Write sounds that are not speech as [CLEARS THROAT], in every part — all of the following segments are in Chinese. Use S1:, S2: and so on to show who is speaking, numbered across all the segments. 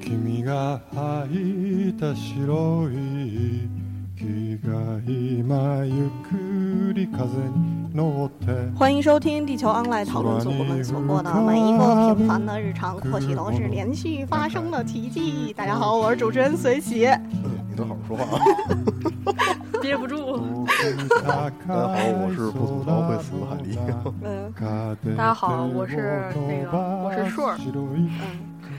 S1: 身が入った白い息が今ゆっくり風に乗って
S2: 欢迎收听地球 online 讨论组，我们所过的每一个平凡的日常，或许都是连续发生的奇迹。大家好，我是主持人随喜。
S3: 你能好好说话
S2: [LAUGHS]
S3: 啊！
S4: [LAUGHS] 憋不住。
S2: 嗯
S1: 大
S3: 大家好，我是不吐槽会死的海狸。
S2: 嗯
S1: 大
S4: 家好我是那个我是顺儿
S2: 嗯，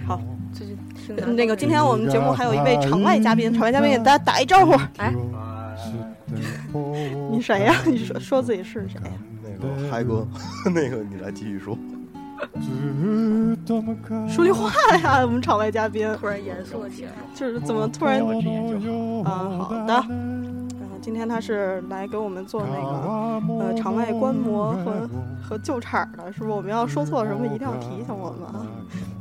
S2: 好。
S4: 最近听咱
S2: 嗯
S4: 们
S2: 那个今天我们节目还有一位场外嘉宾，场外嘉宾给大家打一招呼。
S4: 哎，
S2: 你谁呀、 [LAUGHS] 你说说自己是谁呀、
S3: 那个 [LAUGHS] 嗨哥，那个你来继续说。
S2: 说句话呀，我们场外嘉宾
S4: 突然严肃了起来。
S2: 就是怎么突然
S1: 嗯
S5: 我这样就
S2: 啊？好的，然后今天他是来给我们做那
S1: 啊
S2: 个
S1: 个
S2: 呃场外观摩和和救场的，是不是？我们要说错什么一定要提醒我们啊！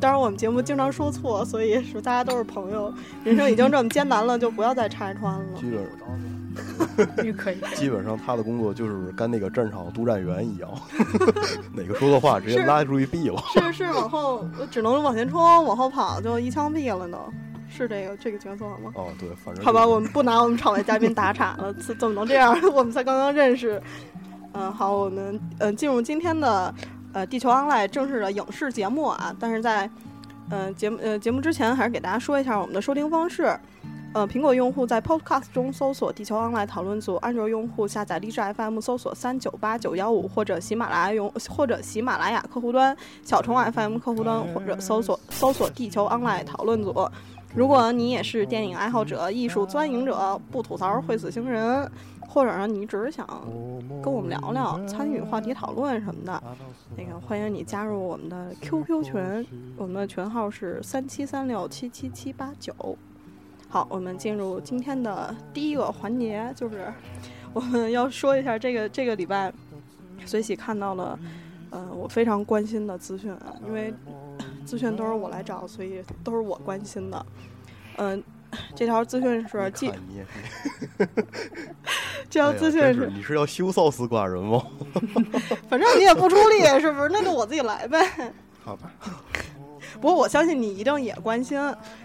S2: 当然，我们节目经常说错，所以说大家都是朋友，人生已经这么艰难了，就不要再拆穿了。
S3: [LAUGHS] 基本
S4: 也可以，
S3: 基本上他的工作就是跟那个战场督战员一样， [LAUGHS] 哪个说错话直接拉出去毙了。
S2: 是是，往后我只能往前冲，往后跑就一枪毙了呢。是这个这个角色吗？
S3: 哦，对，反正
S2: 好吧，我们不拿我们场外嘉宾打岔了，怎怎么能这样？ [LAUGHS] 我们才刚刚认识。嗯，好，我们呃进入今天的呃地球 online 正式的影视节目啊，但是在嗯、呃节目呃节目之前，还是给大家说一下我们的收听方式。呃，苹果用户在 Podcast 中搜索“地球 online 讨论组”，安卓用户下载荔枝 FM 搜索三九八九幺五，或者喜马拉雅用或者喜马拉雅客户端、小虫 FM 客户端，或者搜索搜索“地球 online 讨论组”。如果你也是电影爱好者、艺术钻营者，不吐槽会死星人，或者呢你只是想跟我们聊聊、参与话题讨论什么的，那个欢迎你加入我们的 QQ 群，
S3: 嗯
S2: 我们的群号是三七三六七七七八九。好，我们进入今天的第一个环节，就是我们要说一下这个这个礼拜随喜看到了，呃，我非常关心的资讯啊，因为
S3: 嗯
S2: 资讯都是我来找，所以都是我关心的。嗯、这条资讯是
S3: 你
S2: 记，
S3: 看你也是，
S2: 这条
S3: 哎呀
S2: 资讯
S3: 真
S2: 是
S3: 是，你是要羞臊死寡人吗？
S2: 反正你也不出力，是不是？那就我自己来呗。
S3: 好吧，
S2: 不过我相信你一定也关心，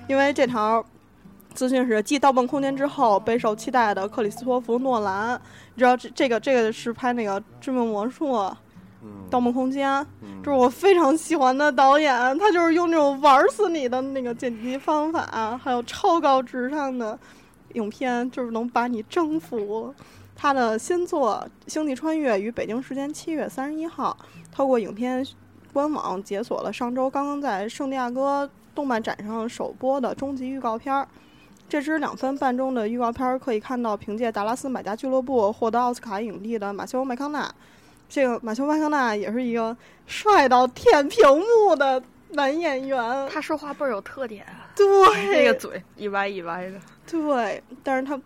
S2: 因为这条资讯是继《盗梦空间》之后备受期待的克里斯托弗·诺兰。你知道这这个这个是拍那个《致命魔术》《
S3: 嗯，
S2: 盗梦空间》，
S3: 嗯
S2: 这是我非常喜欢的导演，他就是用这种玩死你的那个剪辑方法，还有超高智商的影片，就是能把你征服。他的新作《星际穿越》于北京时间七月三十一号，透过影片官网解锁了上周刚刚在圣地亚哥动漫展上首播的终极预告片儿。这支两分半钟的预告片儿可以看到，凭借《达拉斯买家俱乐部》获得奥斯卡影帝的马修·麦康纳。这个马修·麦康纳也是一个帅到舔屏幕的男演
S4: [LAUGHS]
S2: 员，
S4: [LAUGHS] 他说话倍儿有特点啊，那
S2: 对
S4: 个，嘴一歪一歪的。
S2: 对，但是他，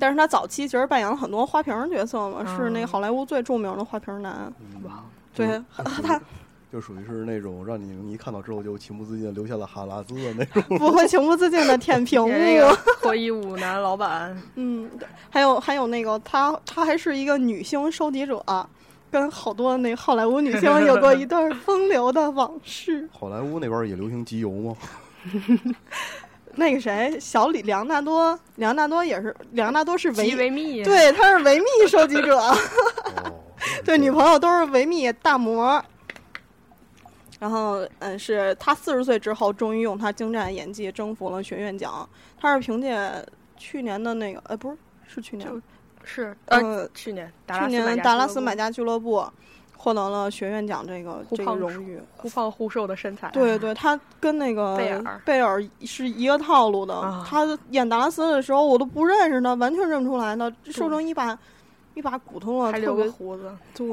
S2: 但是他早期其实扮演了很多花瓶儿角色嘛，是那个
S4: 嗯
S2: 好莱坞最著名的花瓶儿男，
S4: 哇，
S2: 对，啊
S3: 嗯
S2: 他 [LAUGHS]
S3: 就属于是那种让你你一看到之后就情不自禁地流下了哈喇子的那种。
S2: 不会情不自禁的舔
S4: [LAUGHS]
S2: 屏幕，
S4: 那个脱衣舞男
S2: [LAUGHS]
S4: 老板，
S2: 嗯，还有还有那个他他还是一个女星收集者，啊跟好多那好莱坞女星有过一段风流的往事。[LAUGHS]
S3: [LAUGHS] 好莱坞那边也流行集邮吗？
S2: 那个谁，小李梁纳多，梁纳多也是梁纳多是
S4: 极
S2: 维。
S4: 维密，，
S2: 对，他是维密收集者， [LAUGHS]
S3: 哦，
S2: 对，女朋友都是维密大模。然后，嗯，是他四十岁之后，终于用他精湛的演技征服了学院奖。他是凭借去年的那个，呃，不是，是去年，
S4: 就是是呃，
S2: 呃，
S4: 去年达
S2: 去
S4: 拉斯买
S2: 年
S4: 家
S2: 达
S4: 俱
S2: 拉
S4: 乐
S2: 斯
S4: 部
S2: 买家俱乐部获得了学院奖这个
S4: 忽
S2: 这个
S4: 胖
S2: 荣誉。
S4: 忽胖忽瘦的身材，
S2: 对，对，他跟那个
S4: 哎贝尔
S2: 贝尔是一个套路的。
S4: 啊
S2: 他演达拉斯的时候，我都不认识他，完全认不出来的，瘦成一把一把骨头了，
S4: 还
S2: 特
S4: 留
S2: 别
S4: 个胡子，
S2: 对。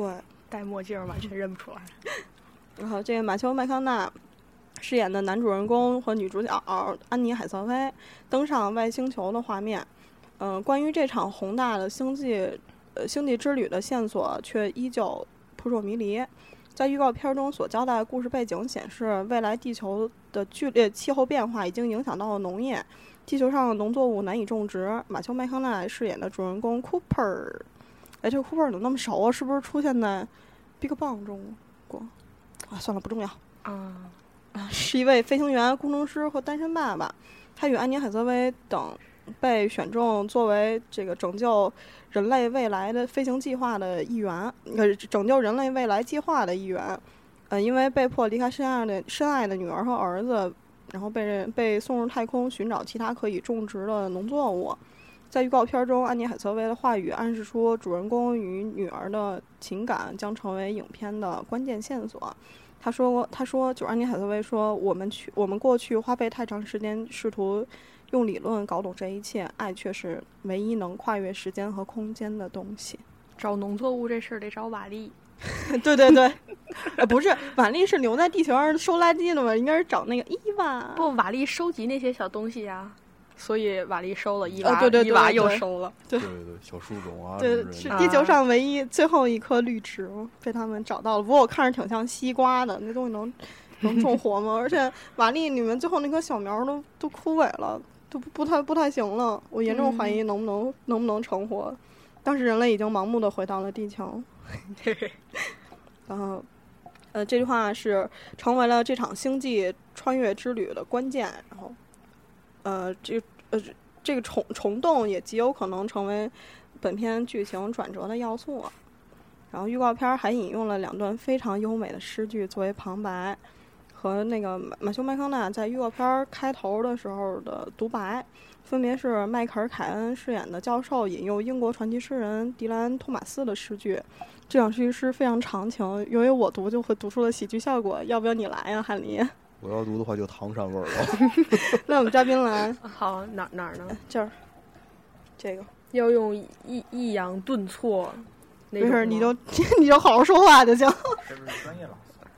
S4: 戴墨镜完全认不出来。
S2: 然后这个马修麦康纳饰演的男主人公和女主角嗯安妮海瑟薇登上外星球的画面。嗯、关于这场宏大的星际呃星际之旅的线索却依旧扑朔迷离。在预告片中所交代的故事背景显示，未来地球的剧烈气候变化已经影响到了农业，地球上的农作物难以种植。马修麦康纳饰演的主人公 Cooper，哎，这个 Cooper 怎么那么熟啊？是不是出现在 Big Bang 中过？啊，算了，不重要。
S4: 啊，
S2: 是一位飞行员、工程师和单身爸爸。他与安妮海瑟薇等被选中作为这个拯救人类未来的飞行计划的一员，呃，拯救人类未来计划的一员。呃，因为被迫离开深爱的深爱的女儿和儿子，然后被人被送入太空寻找其他可以种植的农作物。在预告片中，安妮海瑟薇的话语暗示出主人公与女儿的情感将成为影片的关键线索。她说过，她说就是安妮海瑟薇说，我们去，我们过去花费太长时间试图用理论搞懂这一切，爱却是唯一能跨越时间和空间的东西。 [LAUGHS]
S4: 找农作物这事儿得找瓦力，
S2: 对对对，呃，不是，玛丽是留在地球上收垃圾的嘛，应该是找那个伊娃。
S4: 不，瓦力收集那些小东西呀、所以瓦力收了伊娃，
S2: 哦对对对
S4: 伊娃
S2: [LAUGHS]
S4: 又
S2: 对
S4: 收了。
S3: 对对对，小树种啊，
S2: 对
S3: 什，么之
S2: 是
S3: 类的
S2: 地球上唯一最后一棵绿植被他们找到了。不过我看着挺像西瓜的，那东西能能种活吗？而且玛丽里面最后那棵小苗都都枯萎了，都不不太不太行了。我严重怀疑能不能、能不能成活。当时人类已经盲目的回到了地球。然后，呃，这句话是成为了这场星际穿越之旅的关键。然后，呃，这呃这个虫虫洞也极有可能成为本片剧情转折的要素。然后预告片还引用了两段非常优美的诗句作为旁白，和那个马马修麦康纳在预告片开头的时候的独白，分别是迈克尔凯恩饰演的教授引用英国传奇诗人迪兰托马斯的诗句。这两句诗非常长情，由于我读就会读出了喜剧效果。要不要你来呀、汉 [LAUGHS] 林？
S3: 我要读的话就唐山味儿了。
S2: 那我们嘉宾来
S4: 好，哪哪儿呢？
S2: 这儿，这个
S4: 要用抑抑扬顿挫那
S2: 没
S4: 种吗。
S2: 事儿，你就 [LAUGHS] 你就好好说话就行。 [LAUGHS]
S5: 是不是专业老师？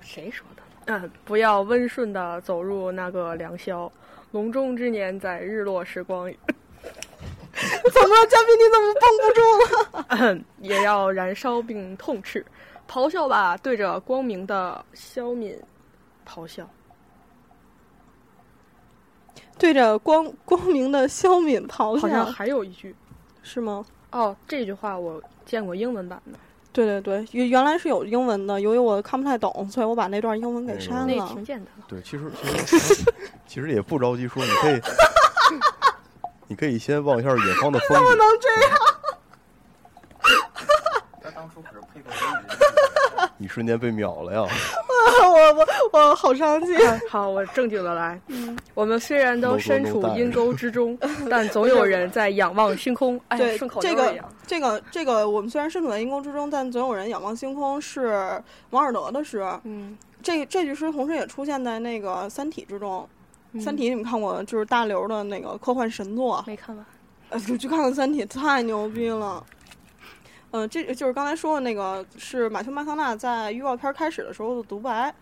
S4: 谁说的？嗯，不要温顺的走入那个良宵，隆中之年在日落时光，
S2: 怎么了，嘉宾？你怎么绷不住了？
S4: 也要燃烧并痛斥，咆哮吧，对着光明的消泯咆哮。
S2: 对着光光明的消泯咆
S4: 好
S2: 哮，
S4: 像还有一句
S2: 是吗？
S4: 哦，这句话我见过英文版的，
S2: 对对对，原原来是有英文的，由于我看不太懂，所以我把那段英文给删
S4: 那
S2: 了
S4: 挺。简单的。
S3: 对，其实其实 [LAUGHS] 其实也不着急说，你
S2: [LAUGHS]
S3: 可以你可以先望一下远方的风景。
S2: 能这样？
S5: 他当初可是配过英语的，
S3: 你瞬间被秒了呀！
S2: 我我我好伤心。
S4: [LAUGHS] 好，我正经的来。我们虽然都身处
S3: No, no, no,
S4: 阴沟之
S2: [LAUGHS]
S4: 中，但总有人在仰望星空。哎呀，
S2: 对
S4: 顺口，
S2: 这
S4: 溜
S2: 个
S4: 一样。
S2: [LAUGHS] 这个这个，我们虽然身处在阴沟之中，但总有人仰望星空，是王尔德的诗。
S4: 嗯，
S2: 这这句诗同时也出现在那个《三体》之中，
S4: 嗯
S2: 三体》你们看过？就是大刘的那个科幻神作，
S4: 没看完。
S2: [LAUGHS] 呃，就去看看《三体》，太牛逼了。嗯、这就是刚才说的那个，是马修麦康纳在预告片开始的时候的独白。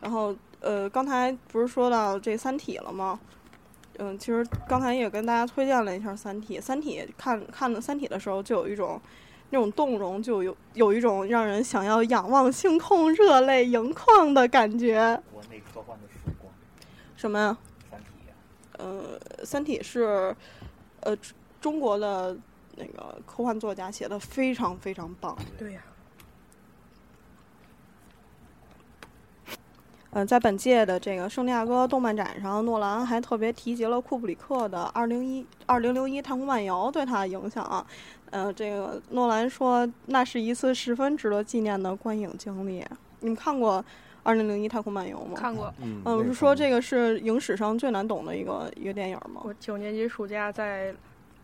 S2: 然后，呃，刚才不是说到这《三体》了吗？嗯、其实刚才也跟大家推荐了一下三体《三体》。《看看《三体》的时候，就有一种那种动容，就有有一种让人想要仰望星空、热泪盈眶的感觉。
S5: 国内科幻的曙光，
S2: 什么呀？
S5: 《三体》啊。
S2: 呃，《三体》是呃中中国的那个科幻作家写的，非常非常棒。
S4: 对呀、
S2: 嗯、在本届的这个圣地亚哥动漫展上，诺兰还特别提及了库布里克的二零一二零零一《太空漫游》对他的影响啊。呃，这个诺兰说，那是一次十分值得纪念的观影经历。你们看过《二零零一太空漫游》吗？
S4: 看过。
S3: 嗯，
S2: 嗯，是说这个是影史上最难懂的一个一个电影吗？
S4: 我九年级暑假在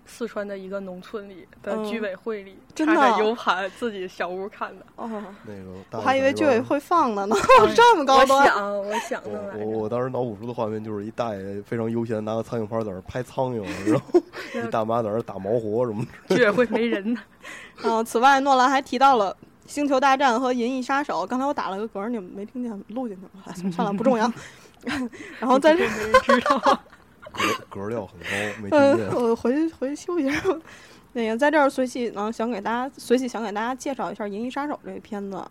S4: 四川的一个农村里的
S2: 嗯
S4: 居委会里，
S2: 真
S4: 看
S2: 的啊
S4: 着 U 盘自己小屋看的。
S2: 哦，
S3: 那个
S2: 我
S3: 大的
S2: 还以为
S3: 那
S2: 居
S3: 边
S2: 委
S3: 儿。 [LAUGHS]
S2: 会放的呢，
S4: 哎
S2: [LAUGHS] 这么高
S4: 我
S2: 端。
S4: 想，我想
S3: 我
S4: 的来
S3: 我
S4: 着。
S3: 我当时脑补出的画面就是一大爷非常悠闲拿个苍蝇拍在那儿拍苍蝇，然
S2: [LAUGHS]
S3: 后一大妈在那儿打毛活什么的。
S4: 居委会没人呢。
S2: 嗯，此外，诺兰还提到了《星球大战》和《银翼杀手》。刚才我打了个嗝，你们没听见，录进去了。哎算了，不重要。 [LAUGHS] 然后
S4: [LAUGHS]
S2: 在这，
S4: 没人知道。
S2: [LAUGHS]
S3: 格格调很高，没
S2: 呃 [LAUGHS]
S3: 听，见。
S2: 我回去回去休息一下。那个在这儿随即呢，想给大家随即想给大家介绍一下《银翼杀手》这个片子。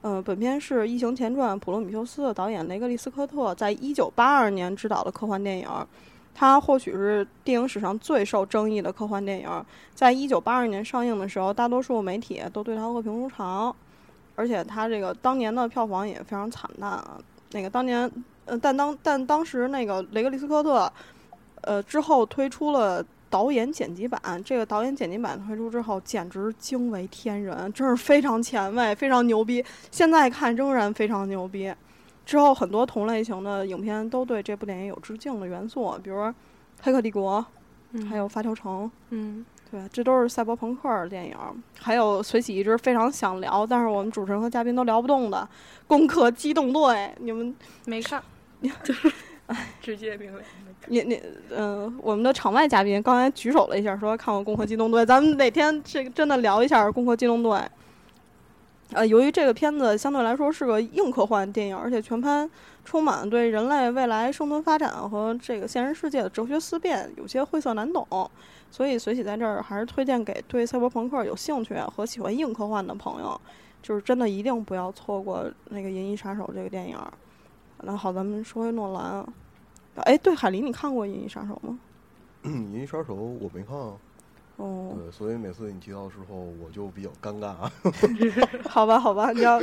S2: 呃，本片是《异形前传》普罗米修斯的导演雷格利斯科特在一九八二年执导的科幻电影儿，它或许是电影史上最受争议的科幻电影儿。在一九八二年上映的时候，大多数媒体都对它恶评如潮，而且它这个当年的票房也非常惨淡啊。那个当年，呃，但当但当时那个雷格利斯科特呃，之后推出了导演剪辑版。这个导演剪辑版推出之后，简直惊为天人，真是非常前卫，非常牛逼。现在看仍然非常牛逼。之后很多同类型的影片都对这部电影有致敬的元素，比如说《黑客帝国》，还有《发条城》。
S4: 嗯
S2: 对，这都是赛博朋克的电影儿，还有随喜一直非常想聊，但是我们主持人和嘉宾都聊不动的《攻克机动队》，你们 [LAUGHS]
S4: 没看，直接明了没看。
S2: 你你呃，我们的场外嘉宾刚才举手了一下，说看过《攻壳机动队》，咱们哪天这个真的聊一下《攻壳机动队》。呃，由于这个片子相对来说是个硬科幻电影，而且全片充满对人类未来生存发展和这个现实世界的哲学思辨，有些晦涩难懂，所以随喜在这儿还是推荐给对赛博朋克有兴趣和喜欢硬科幻的朋友，就是真的一定不要错过那个《银翼杀手》这个电影。那好，咱们说回诺兰啊，哎，对，海林，你看过《银翼杀手》吗？
S3: 嗯银翼杀手我没看啊，
S2: 哦，
S3: 对，所以每次你提到的时候，我就比较尴尬 [LAUGHS] 啊。
S2: 好吧，好吧，你要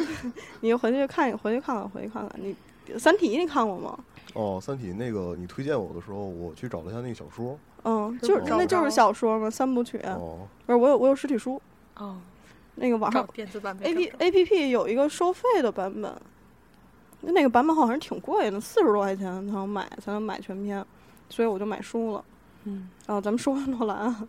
S2: 你回去看一，回去看看，回去看看。你《三体》你看过吗？
S3: 哦，《三体》那个你推荐我的时候，我去找了一下那个小说。
S2: 嗯，就是
S3: 找不
S2: 那就是
S4: 着
S2: 小说嘛，三部曲。啊
S3: 哦，
S2: 不是，我有我有实体书，
S4: 哦，
S2: 那个网上
S4: 电子版
S2: A 哎 P
S4: 没找着
S2: A P P 有一个收费的版本，那个版本好像是挺贵的，四十多块钱才能买才能买全篇，所以我就买书了。
S4: 嗯
S2: 啊，咱们说回诺兰啊，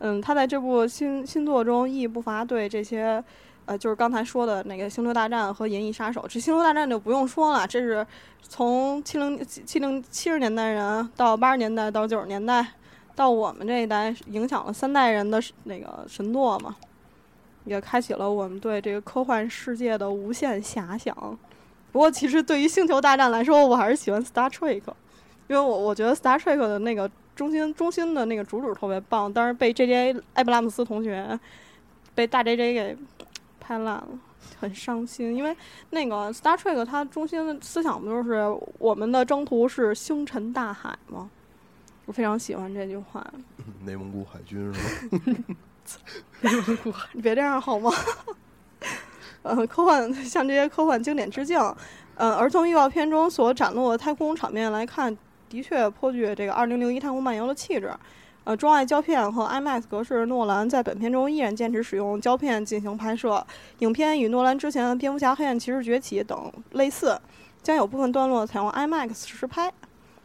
S2: 嗯，他在这部新新作中亦不乏对这些，呃，就是刚才说的那个《星球大战》和《银翼杀手》。这《星球大战》就不用说了，这是从七零七零七十年代人到八十年代到九十年代，到我们这一代影响了三代人的神那个神作嘛，也开启了我们对这个科幻世界的无限遐想。不过，其实对于《星球大战》来说，我还是喜欢《Star Trek》，因为我我觉得《Star Trek》的那个中心中心的那个主主特别棒，但是被 J J 艾布拉姆斯同学被大 J J 给拍烂了，很伤心。因为那个 Star Trek 它中心的思想不就是我们的征途是星辰大海吗？我非常喜欢这句话，
S3: 内蒙古海军是
S2: [LAUGHS]
S3: 吧？
S2: 你别这样好吗？ [LAUGHS] 呃，科幻向这些科幻经典致敬。呃，而从预告片中所展露的太空场面来看，的确颇具这个《2001太空漫游》的气质。呃，中外胶片和 IMAX 格式，诺兰在本片中依然坚持使用胶片进行拍摄。影片与诺兰之前的《蝙蝠侠：黑暗骑士崛起》等类似，将有部分段落采用 IMAX 实拍，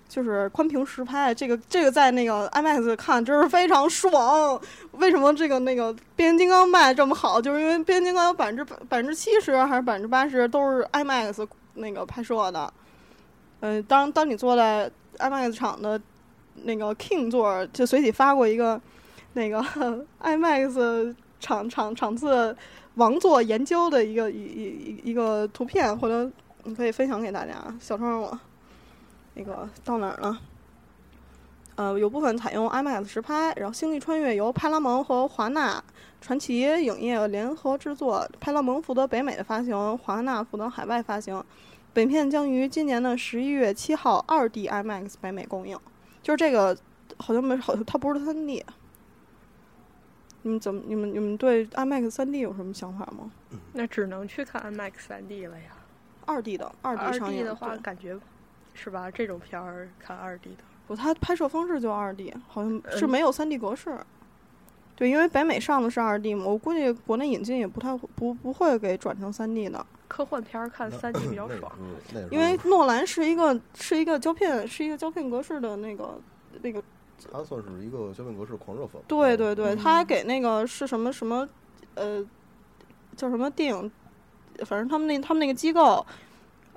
S2: 就是宽屏实拍。这个这个在那个 IMAX 看真是非常爽。为什么这个那个变形金刚卖得这么好？就是因为变形金刚有百分之百分之七十还是百分之八十都是 IMAX 那个拍摄的。嗯、当当你坐在 IMAX 厂的那个 King 座，就随喜发过一个那个 [LAUGHS] IMAX 场场场次王座研究的一个一一一一个图片，回头你可以分享给大家。小窗我那个到哪儿了？呃，有部分采用 IMAX 实拍，然后《星际穿越》由派拉蒙和华纳传奇影业联合制作，派拉蒙负责北美的发行，华纳负责海外发行。本片将于今年的十一月七号二 D IMAX 北美公映。就是这个好像没好，像它不是三 D。你们怎么？你们你们对 IMAX 三 D 有什么想法吗？
S4: 那只能去看 IMAX 三 D 了呀。
S2: 二 D 的二 D 上
S4: D
S2: 映
S4: 的话，
S2: 对
S4: 感觉是吧？这种片儿看二 D 的，
S2: 不，它拍摄方式就二 D，好像是
S4: 嗯
S2: 没有三 D 格式。对，因为北美上的是二 D 嘛，我估计国内引进也不太会不不会给转成三 D 的，
S4: 科幻片儿看
S3: 那
S4: 三 D 比较
S3: 那也
S4: 爽。
S3: 是，那也是
S2: 因为诺兰是一个是一个胶片是一个胶片格式的那个那个，
S3: 他算是一个消费格式狂热粉。
S2: 对对对，
S4: 嗯
S2: 他给那个是什么什么，呃，叫什么电影，反正他们那他们那个机构。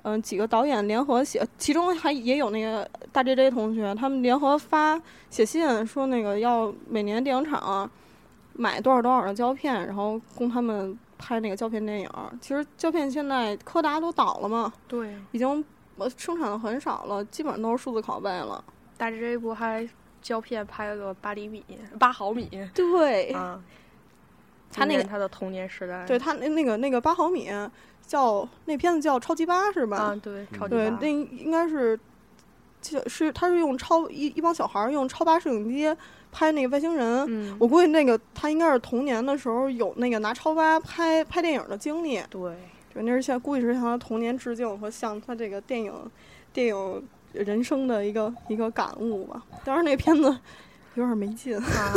S2: 嗯、几个导演联合写，其中还也有那个大 J J 同学，他们联合发写信说那个要每年电影厂买多少多少的胶片，然后供他们拍那个胶片电影。其实胶片现在柯达都倒了嘛，
S4: 对，
S2: 已经呃生产的很少了，基本上都是数字拷贝了。
S4: 大 J 不还胶片拍了个八厘米、八毫米
S2: 对
S4: 啊？
S2: 他那
S4: 纪
S2: 个
S4: 念他的童年时代，
S2: 对他那那个那个八毫米叫那片子叫《超级八》是吧？
S4: 啊，对，
S3: 嗯
S4: 超级
S2: 对，
S4: 大
S2: 那应该是。就是他是用超一一帮小孩儿用超八摄影机拍那个外星人，
S4: 嗯，
S2: 我估计那个他应该是童年的时候有那个拿超八拍拍电影的经历，
S4: 对，
S2: 对，那是向估计是向他童年致敬和向他这个电影电影人生的一个一个感悟吧。当然那片子 [LAUGHS] 有点没劲，
S4: 啊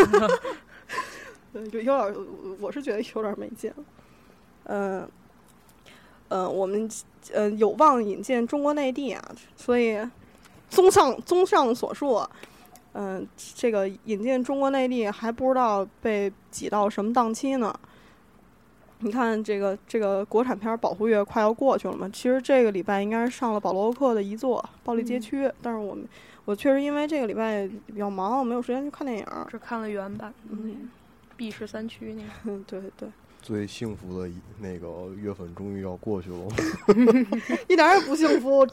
S2: 对有有点，我是觉得有点没劲。嗯、呃，我们呃有望引进中国内地啊，所以综上综上所述，嗯、这个引进中国内地还不知道被挤到什么档期呢。你看这个这个国产片儿保护月快要过去了嘛？其实这个礼拜应该是上了保罗沃克的遗作《暴力街
S4: 嗯
S2: 区》，但是我们我确实因为这个礼拜比较忙，没有时间去看电影儿。 [LAUGHS]
S4: 只看了原版
S2: 嗯，
S4: B 十三区 [LAUGHS] 那个，
S2: 嗯，对对，
S3: 最幸福的一那个月份终于要过去了，
S2: [LAUGHS] 一点儿也不幸福。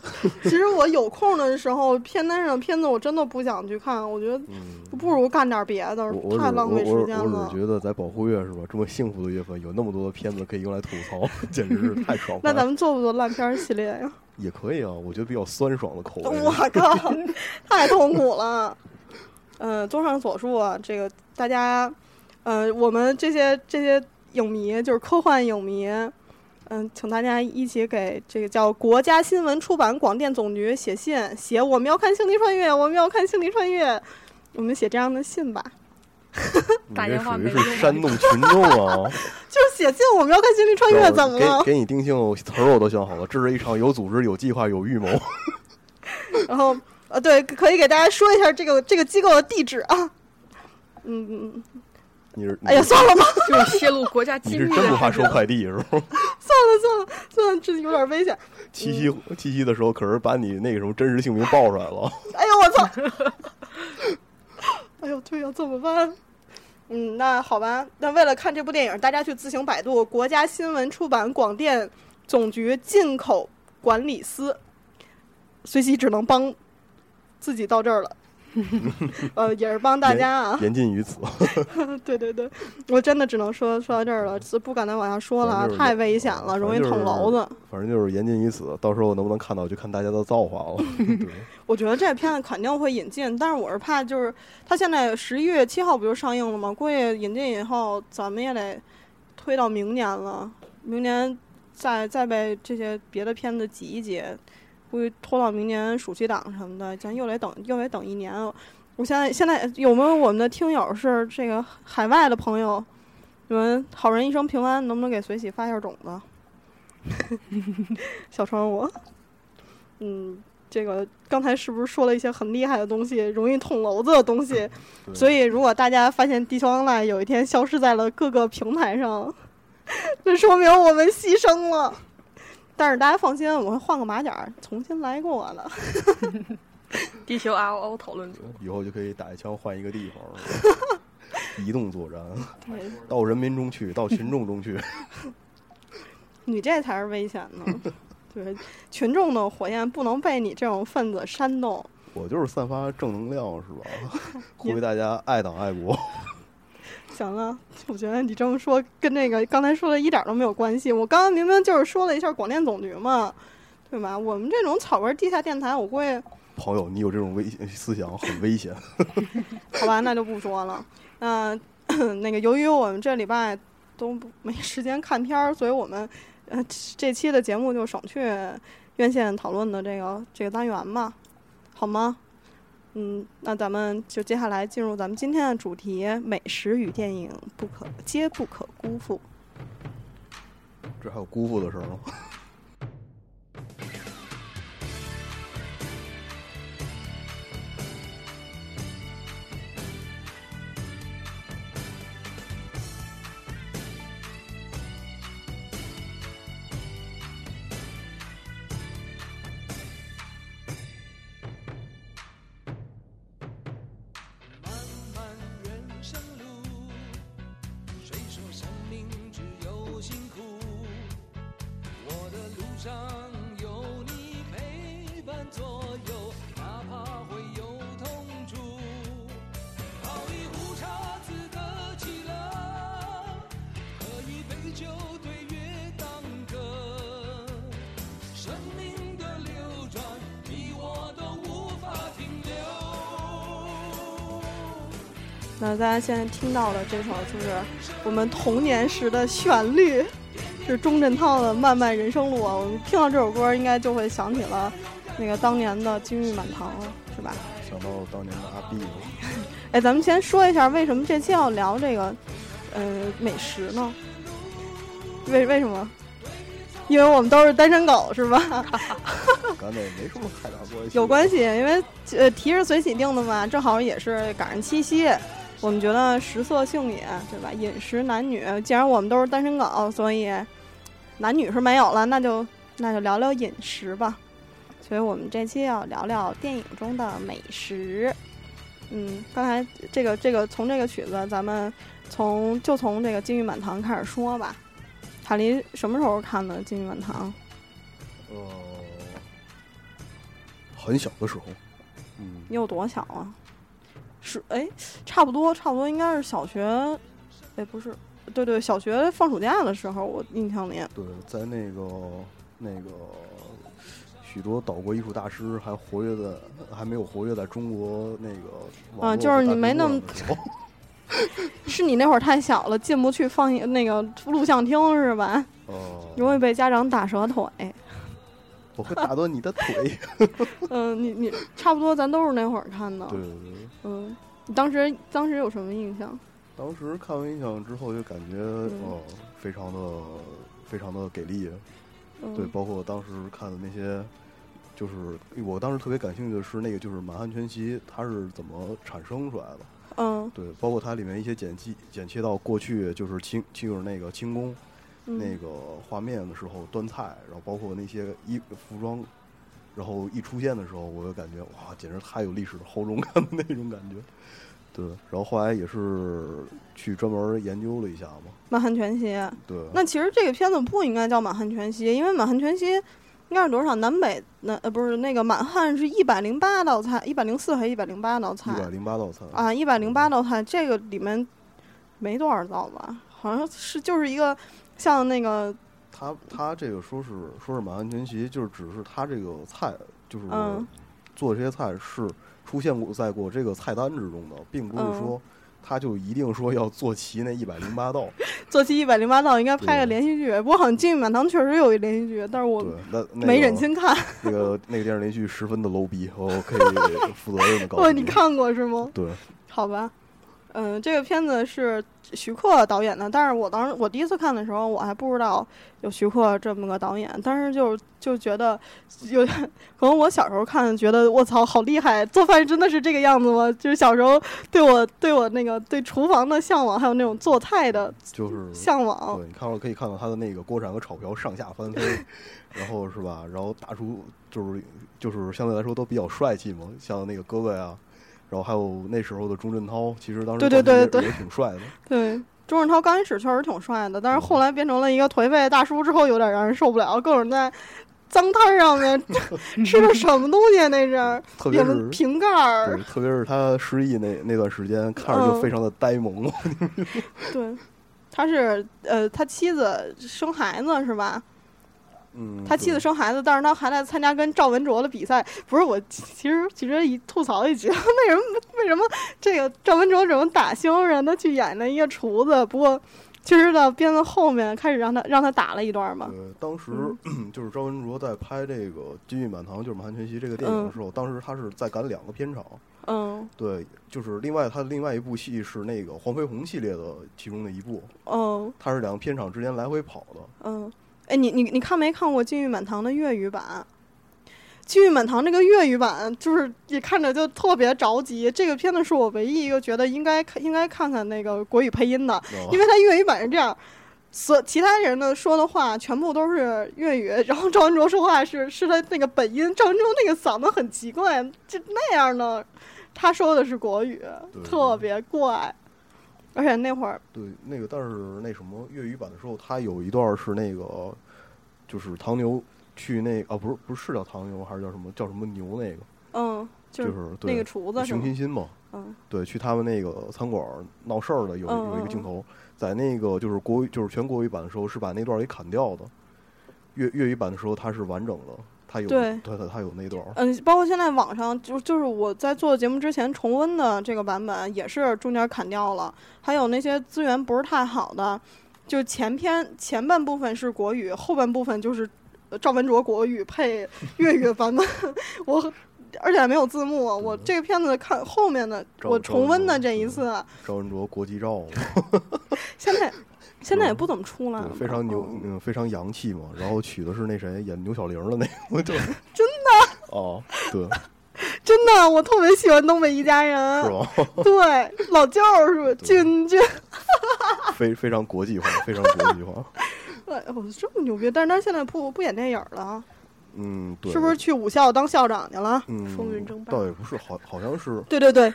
S2: 其实我有空的时候，片单上片子我真的不想去看，我觉得
S3: [LAUGHS] 嗯，
S2: 不如干点别的
S3: 我我，只
S2: 太嗯浪费
S3: 我
S2: 时
S3: 我只
S2: 间
S3: 我
S2: 了
S3: 只是。觉得在保护月是吧？这么幸福的月份，有那么多的片子可以用来吐槽，简直是太爽
S2: [LAUGHS]
S3: 快
S2: 那
S3: 了
S2: 咱。们做不做烂片儿系列呀？
S3: 也可以啊，我觉得比较酸爽的口味。
S2: 我靠，太痛苦了。嗯、综上所述啊，这个大家，呃，我们这些这些影迷，就是科幻影迷，嗯、请大家一起给这个叫国家新闻出版广电总局写信，写我们要看《星际穿越》，我们要看《星际穿越》，我们写这样的信吧。
S3: 你
S4: 打
S3: 这
S4: 电话
S3: 属于
S4: 没
S3: 是
S4: 用
S3: 煽动群
S2: [LAUGHS]
S3: 众啊！
S2: 就是写信，我们要看《星际穿越》，哎怎么了？
S3: 哦给给你定性词儿我都想好了，这是一场有组织、有计划、有预谋。
S2: 然后呃，对，可以给大家说一下这个这个机构的地址啊。嗯，嗯
S3: 你是
S2: 哎呀，算了吧，
S4: 就是泄露国家
S3: 你
S4: 机密
S3: 是
S4: 的。
S3: 真不怕收快递是吧？
S2: 算了，算了，算了，这有点危险。
S3: 七夕
S2: 嗯
S3: 七夕的时候，可是把你那个什么真实姓名报出来
S2: [LAUGHS]
S3: 了。
S2: 哎呦我操！哎呦对呀、怎么办？嗯，那好吧，那为了看这部电影，大家去自行百度国家新闻出版广电总局进口管理司。随喜只能帮自己到这儿了，呃，也是帮大家啊。
S3: 言尽于此，
S2: 对对对，我真的只能说说到这儿了，是不敢再往下说了啊，
S3: 反正就是
S2: 太危险了，容易捅娄子。
S3: 反正就是言尽于此。到时候能不能看到，就看大家的造化
S2: [LAUGHS]
S3: 了。对
S2: 我觉得这片子肯定会引进，但是我是怕就是它现在十一月七号不就上映了吗？估计引进以后咱们也得推到明年了，明年再再被这些别的片子挤一挤，估计拖到明年暑期档什么的，咱又得等又得等一年。哦我现在现在有没有我们的听友是这个海外的朋友？你们好人一生平安，能不能给随喜发一下种子？ [LAUGHS] 小窗我，嗯，这个刚才是不是说了一些很厉害的东西，容易捅娄子的东西？
S3: 对
S2: 所以如果大家发现地球 online 有一天消失在了各个平台上， [LAUGHS] 这说明我们牺牲了。但是大家放心，我会换个马甲儿重新来过的。
S4: 地球 R O 讨论组，
S3: 以后就可以打一枪换一个地方了，
S2: [LAUGHS]
S3: 移动作战，
S2: 对，
S3: 到人民中去，到群众中
S2: [LAUGHS]
S3: 去。
S2: 你这才是危险呢。对，群众的火焰不能被你这种分子煽动。
S3: 我就是散发正能量，是
S2: [LAUGHS]
S3: 吧？呼吁大家爱党爱国。
S2: 行了，我觉得你这么说跟那个刚才说的一点儿都没有关系。我刚刚明明就是说了一下广电总局嘛，对吧？我们这种草根地下电台，我估计
S3: 朋友，你有这种危险思想很危险。
S2: 好吧，那就不说了。那 [CLEARS THROAT] 那个，由于我们这礼拜都不没时间看片儿，所以我们呃这期的节目就省去院线讨论的这个这个单元吧，好吗？嗯，那咱们就接下来进入咱们今天的主题：美食与电影不可皆不可辜负。
S3: 这还有姑父的事儿吗？
S6: 漫漫人生路，谁说生命只有辛苦？我的路上有你陪伴左右，哪怕会有痛楚。泡一壶茶自得其乐，喝一杯酒对月当歌。生命的流转，你我都无法停留。
S2: 那大家现在听到的这首就是我们童年时的旋律，是钟镇涛的《漫漫人生路》啊。我们听到这首歌，应该就会想起了那个当年的金玉满堂，是吧？
S3: 想到当年的阿 B，
S2: [LAUGHS] 哎，咱们先说一下为什么这期要聊这个，呃，美食呢？为为什么？因为我们都是单身狗，是吧？
S3: 跟那没什么太大关系。
S2: 有关系，因为呃题是随喜定的嘛，正好也是赶上七夕，我们觉得食色性也，对吧？饮食男女，既然我们都是单身狗，所以男女是没有了，那就那就聊聊饮食吧。所以我们这期要聊聊电影中的美食。嗯，刚才这个这个从这个曲子，咱们从就从这个《金玉满堂》开始说吧。塔林什么时候看的《金玉满堂》？
S3: 呃，很小的时候，嗯，
S2: 你有多小啊？是哎，差不多，差不多应该是小学，哎，不是，对对，小学放暑假的时候，我印象里，
S3: 对，在那个那个许多岛国艺术大师还活跃在还没有活跃在中国那个网络
S2: 啊就是你
S3: 和大屏幕
S2: 没那么
S3: 上的时候
S2: 是你那会儿太小了，进不去放映那个录像厅是吧？ [LAUGHS]
S3: 呃，
S2: 容易被家长打折腿。
S3: 我会打断你的腿。
S2: [LAUGHS] 嗯，你你差不多，咱都是那会儿看的。
S3: 对对对，
S2: 嗯，你当时当时有什么印象？
S3: 当时看完印象之后就感觉呃非常的非常的给力，啊
S2: 嗯、
S3: 对，包括当时看的那些，就是我当时特别感兴趣的是那个就是满汉全席它是怎么产生出来的。
S2: 嗯
S3: 对，包括它里面一些剪辑剪切到过去就是清就是那个清宫
S2: 嗯，
S3: 那个画面的时候端菜，然后包括那些衣服装，然后一出现的时候，我就感觉哇，简直太有历史的厚重感的那种感觉。对，然后后来也是去专门研究了一下嘛。
S2: 满汉全席。啊
S3: 对，
S2: 那其实这个片子不应该叫《满汉全席》，因为《满汉全席》应该是多少？南北南呃不是那个满汉是一百零八道菜，一百零四还是一百零八道菜
S3: 一百零八道菜，
S2: 啊？一百零八道菜，这个里面没多少道吧？好像是就是一个像那个
S3: 它它这个说是说是满汉全席，就是只是它这个菜就是
S2: 嗯
S3: 做这些菜是出现过在过这个菜单之中的，并不是
S2: 嗯
S3: 说它就一定说要做齐那一百零八道。
S2: 做期一百零八道，应该拍个
S3: 对
S2: 连续剧。不过好像《金玉满堂》确实有一连续剧，但是我
S3: 对，那那
S2: 没
S3: 个
S2: 忍心看。
S3: 那个那个电视连续十分的 low 逼，我可以负责任的告
S2: 哇，[LAUGHS]
S3: 诉
S2: 你看过是吗？
S3: 对，
S2: 好吧，嗯、这个片子是徐克导演的，但是我当时我第一次看的时候，我还不知道有徐克这么个导演，但是就就觉得有点，可能我小时候看觉得我操好厉害，做饭真的是这个样子吗？就是小时候对我对我那个对厨房的向往，还有那种做菜的
S3: 就是
S2: 向往，
S3: 对，你看可以看到他的那个锅铲和炒瓢上下翻飞，
S2: [LAUGHS]
S3: 然后是吧？然后大叔就是就是相对来说都比较帅气嘛，像那个哥哥呀，然后还有那时候的钟镇涛，其实当时
S2: 对对
S3: 当时也
S2: 对对
S3: 也挺帅的。
S2: 对。钟镇涛刚开始确实挺帅的，但是后来变成了一个颓废大叔之后，有点让人受不了，各种在脏摊儿上面 [LAUGHS] 吃的什么东西啊那是。
S3: 特别
S2: 有的
S3: 是
S2: 瓶盖儿
S3: 对，，特别是他失忆那那段时间，看着就
S2: 嗯
S3: 非常的呆萌。
S2: 对，他是呃，他妻子生孩子是吧？
S3: 嗯，
S2: 他妻子
S3: 对
S2: 生孩子，但是他还在参加跟赵文卓的比赛。不是我，其其实其实一吐槽一句， [LAUGHS] 为什么为什么这个赵文卓怎么打星让他去演了一个厨子？不过其实到片子后面开始让他让他打了一段嘛，
S3: 呃，当时
S2: 嗯
S3: [CLEARS THROAT] 就是张文卓在拍这个《金玉满堂》就是《满汉全席》这个电影的时候，当时他是在赶两个片场。
S2: 嗯
S3: 对，就是另外他另外一部戏是那个黄飞鸿系列的其中的一部，
S2: 嗯
S3: 他是两个片场之间来回跑的。
S2: 嗯，哎，你你你看没看过《金玉满堂》的粤语版？《金玉满堂》这个粤语版，就是一看着就特别着急。这个片子是我唯一一个觉得应该看应该看看那个国语配音的，
S3: 哦
S2: 因为它粤语版是这样，所其他人的说的话全部都是粤语，然后赵文卓说话是是他那个本音，赵文卓那个嗓子很奇怪，就那样呢，他说的是国语
S3: 对，
S2: 特别怪。而且那会儿，
S3: 对那个，但是那什么粤语版的时候，他有一段是那个，就是唐牛去那啊，不是不是是叫唐牛还是叫什么叫什么牛那个，
S2: 嗯，就
S3: 就是是
S2: 那
S3: 对
S2: 个厨子是
S3: 熊
S2: 吗？
S3: 欣欣嘛，
S2: 嗯
S3: 对，去他们那个餐馆儿闹事儿的有
S2: 嗯
S3: 有一个
S2: 嗯
S3: 镜头，在那个就是国语就是全国语版的时候是把那段儿给砍掉的，粤粤语版的时候它是完整的，它有
S2: 对
S3: 它它它有那段儿，
S2: 嗯，包括现在网上就就是我在做节目之前重温的这个版本，也是中间砍掉了，还有那些资源不是太好的，就前篇前半部分是国语，后半部分就是呃赵文卓国语
S3: [LAUGHS]
S2: 配粤语版本，我而且还没有字幕。我这个片子看后面的，
S3: 嗯赵
S2: 我重温的这一次，啊
S3: 赵文卓国际照嘛，啊
S2: 现
S3: [LAUGHS]
S2: 在现在也不怎么出来了
S3: 对，，非常牛，
S2: 嗯
S3: 嗯，非常洋气嘛。然后娶的是那谁演牛小玲儿的那个，对，
S2: [LAUGHS] 真
S3: 的哦，对，
S2: 真的，我特别喜欢《东北一家人
S3: 是》。吧？ [LAUGHS]
S2: 对，老舅是君君，
S3: 非非常国际化，非常国际化。
S2: 哎我这么牛逼，但是他现在不不演电影了，啊
S3: 嗯，对，
S2: 是不是？去武校当校长去了？
S3: 嗯，
S4: 风云争霸
S3: 倒也不是，好，好像是，
S2: 对对对，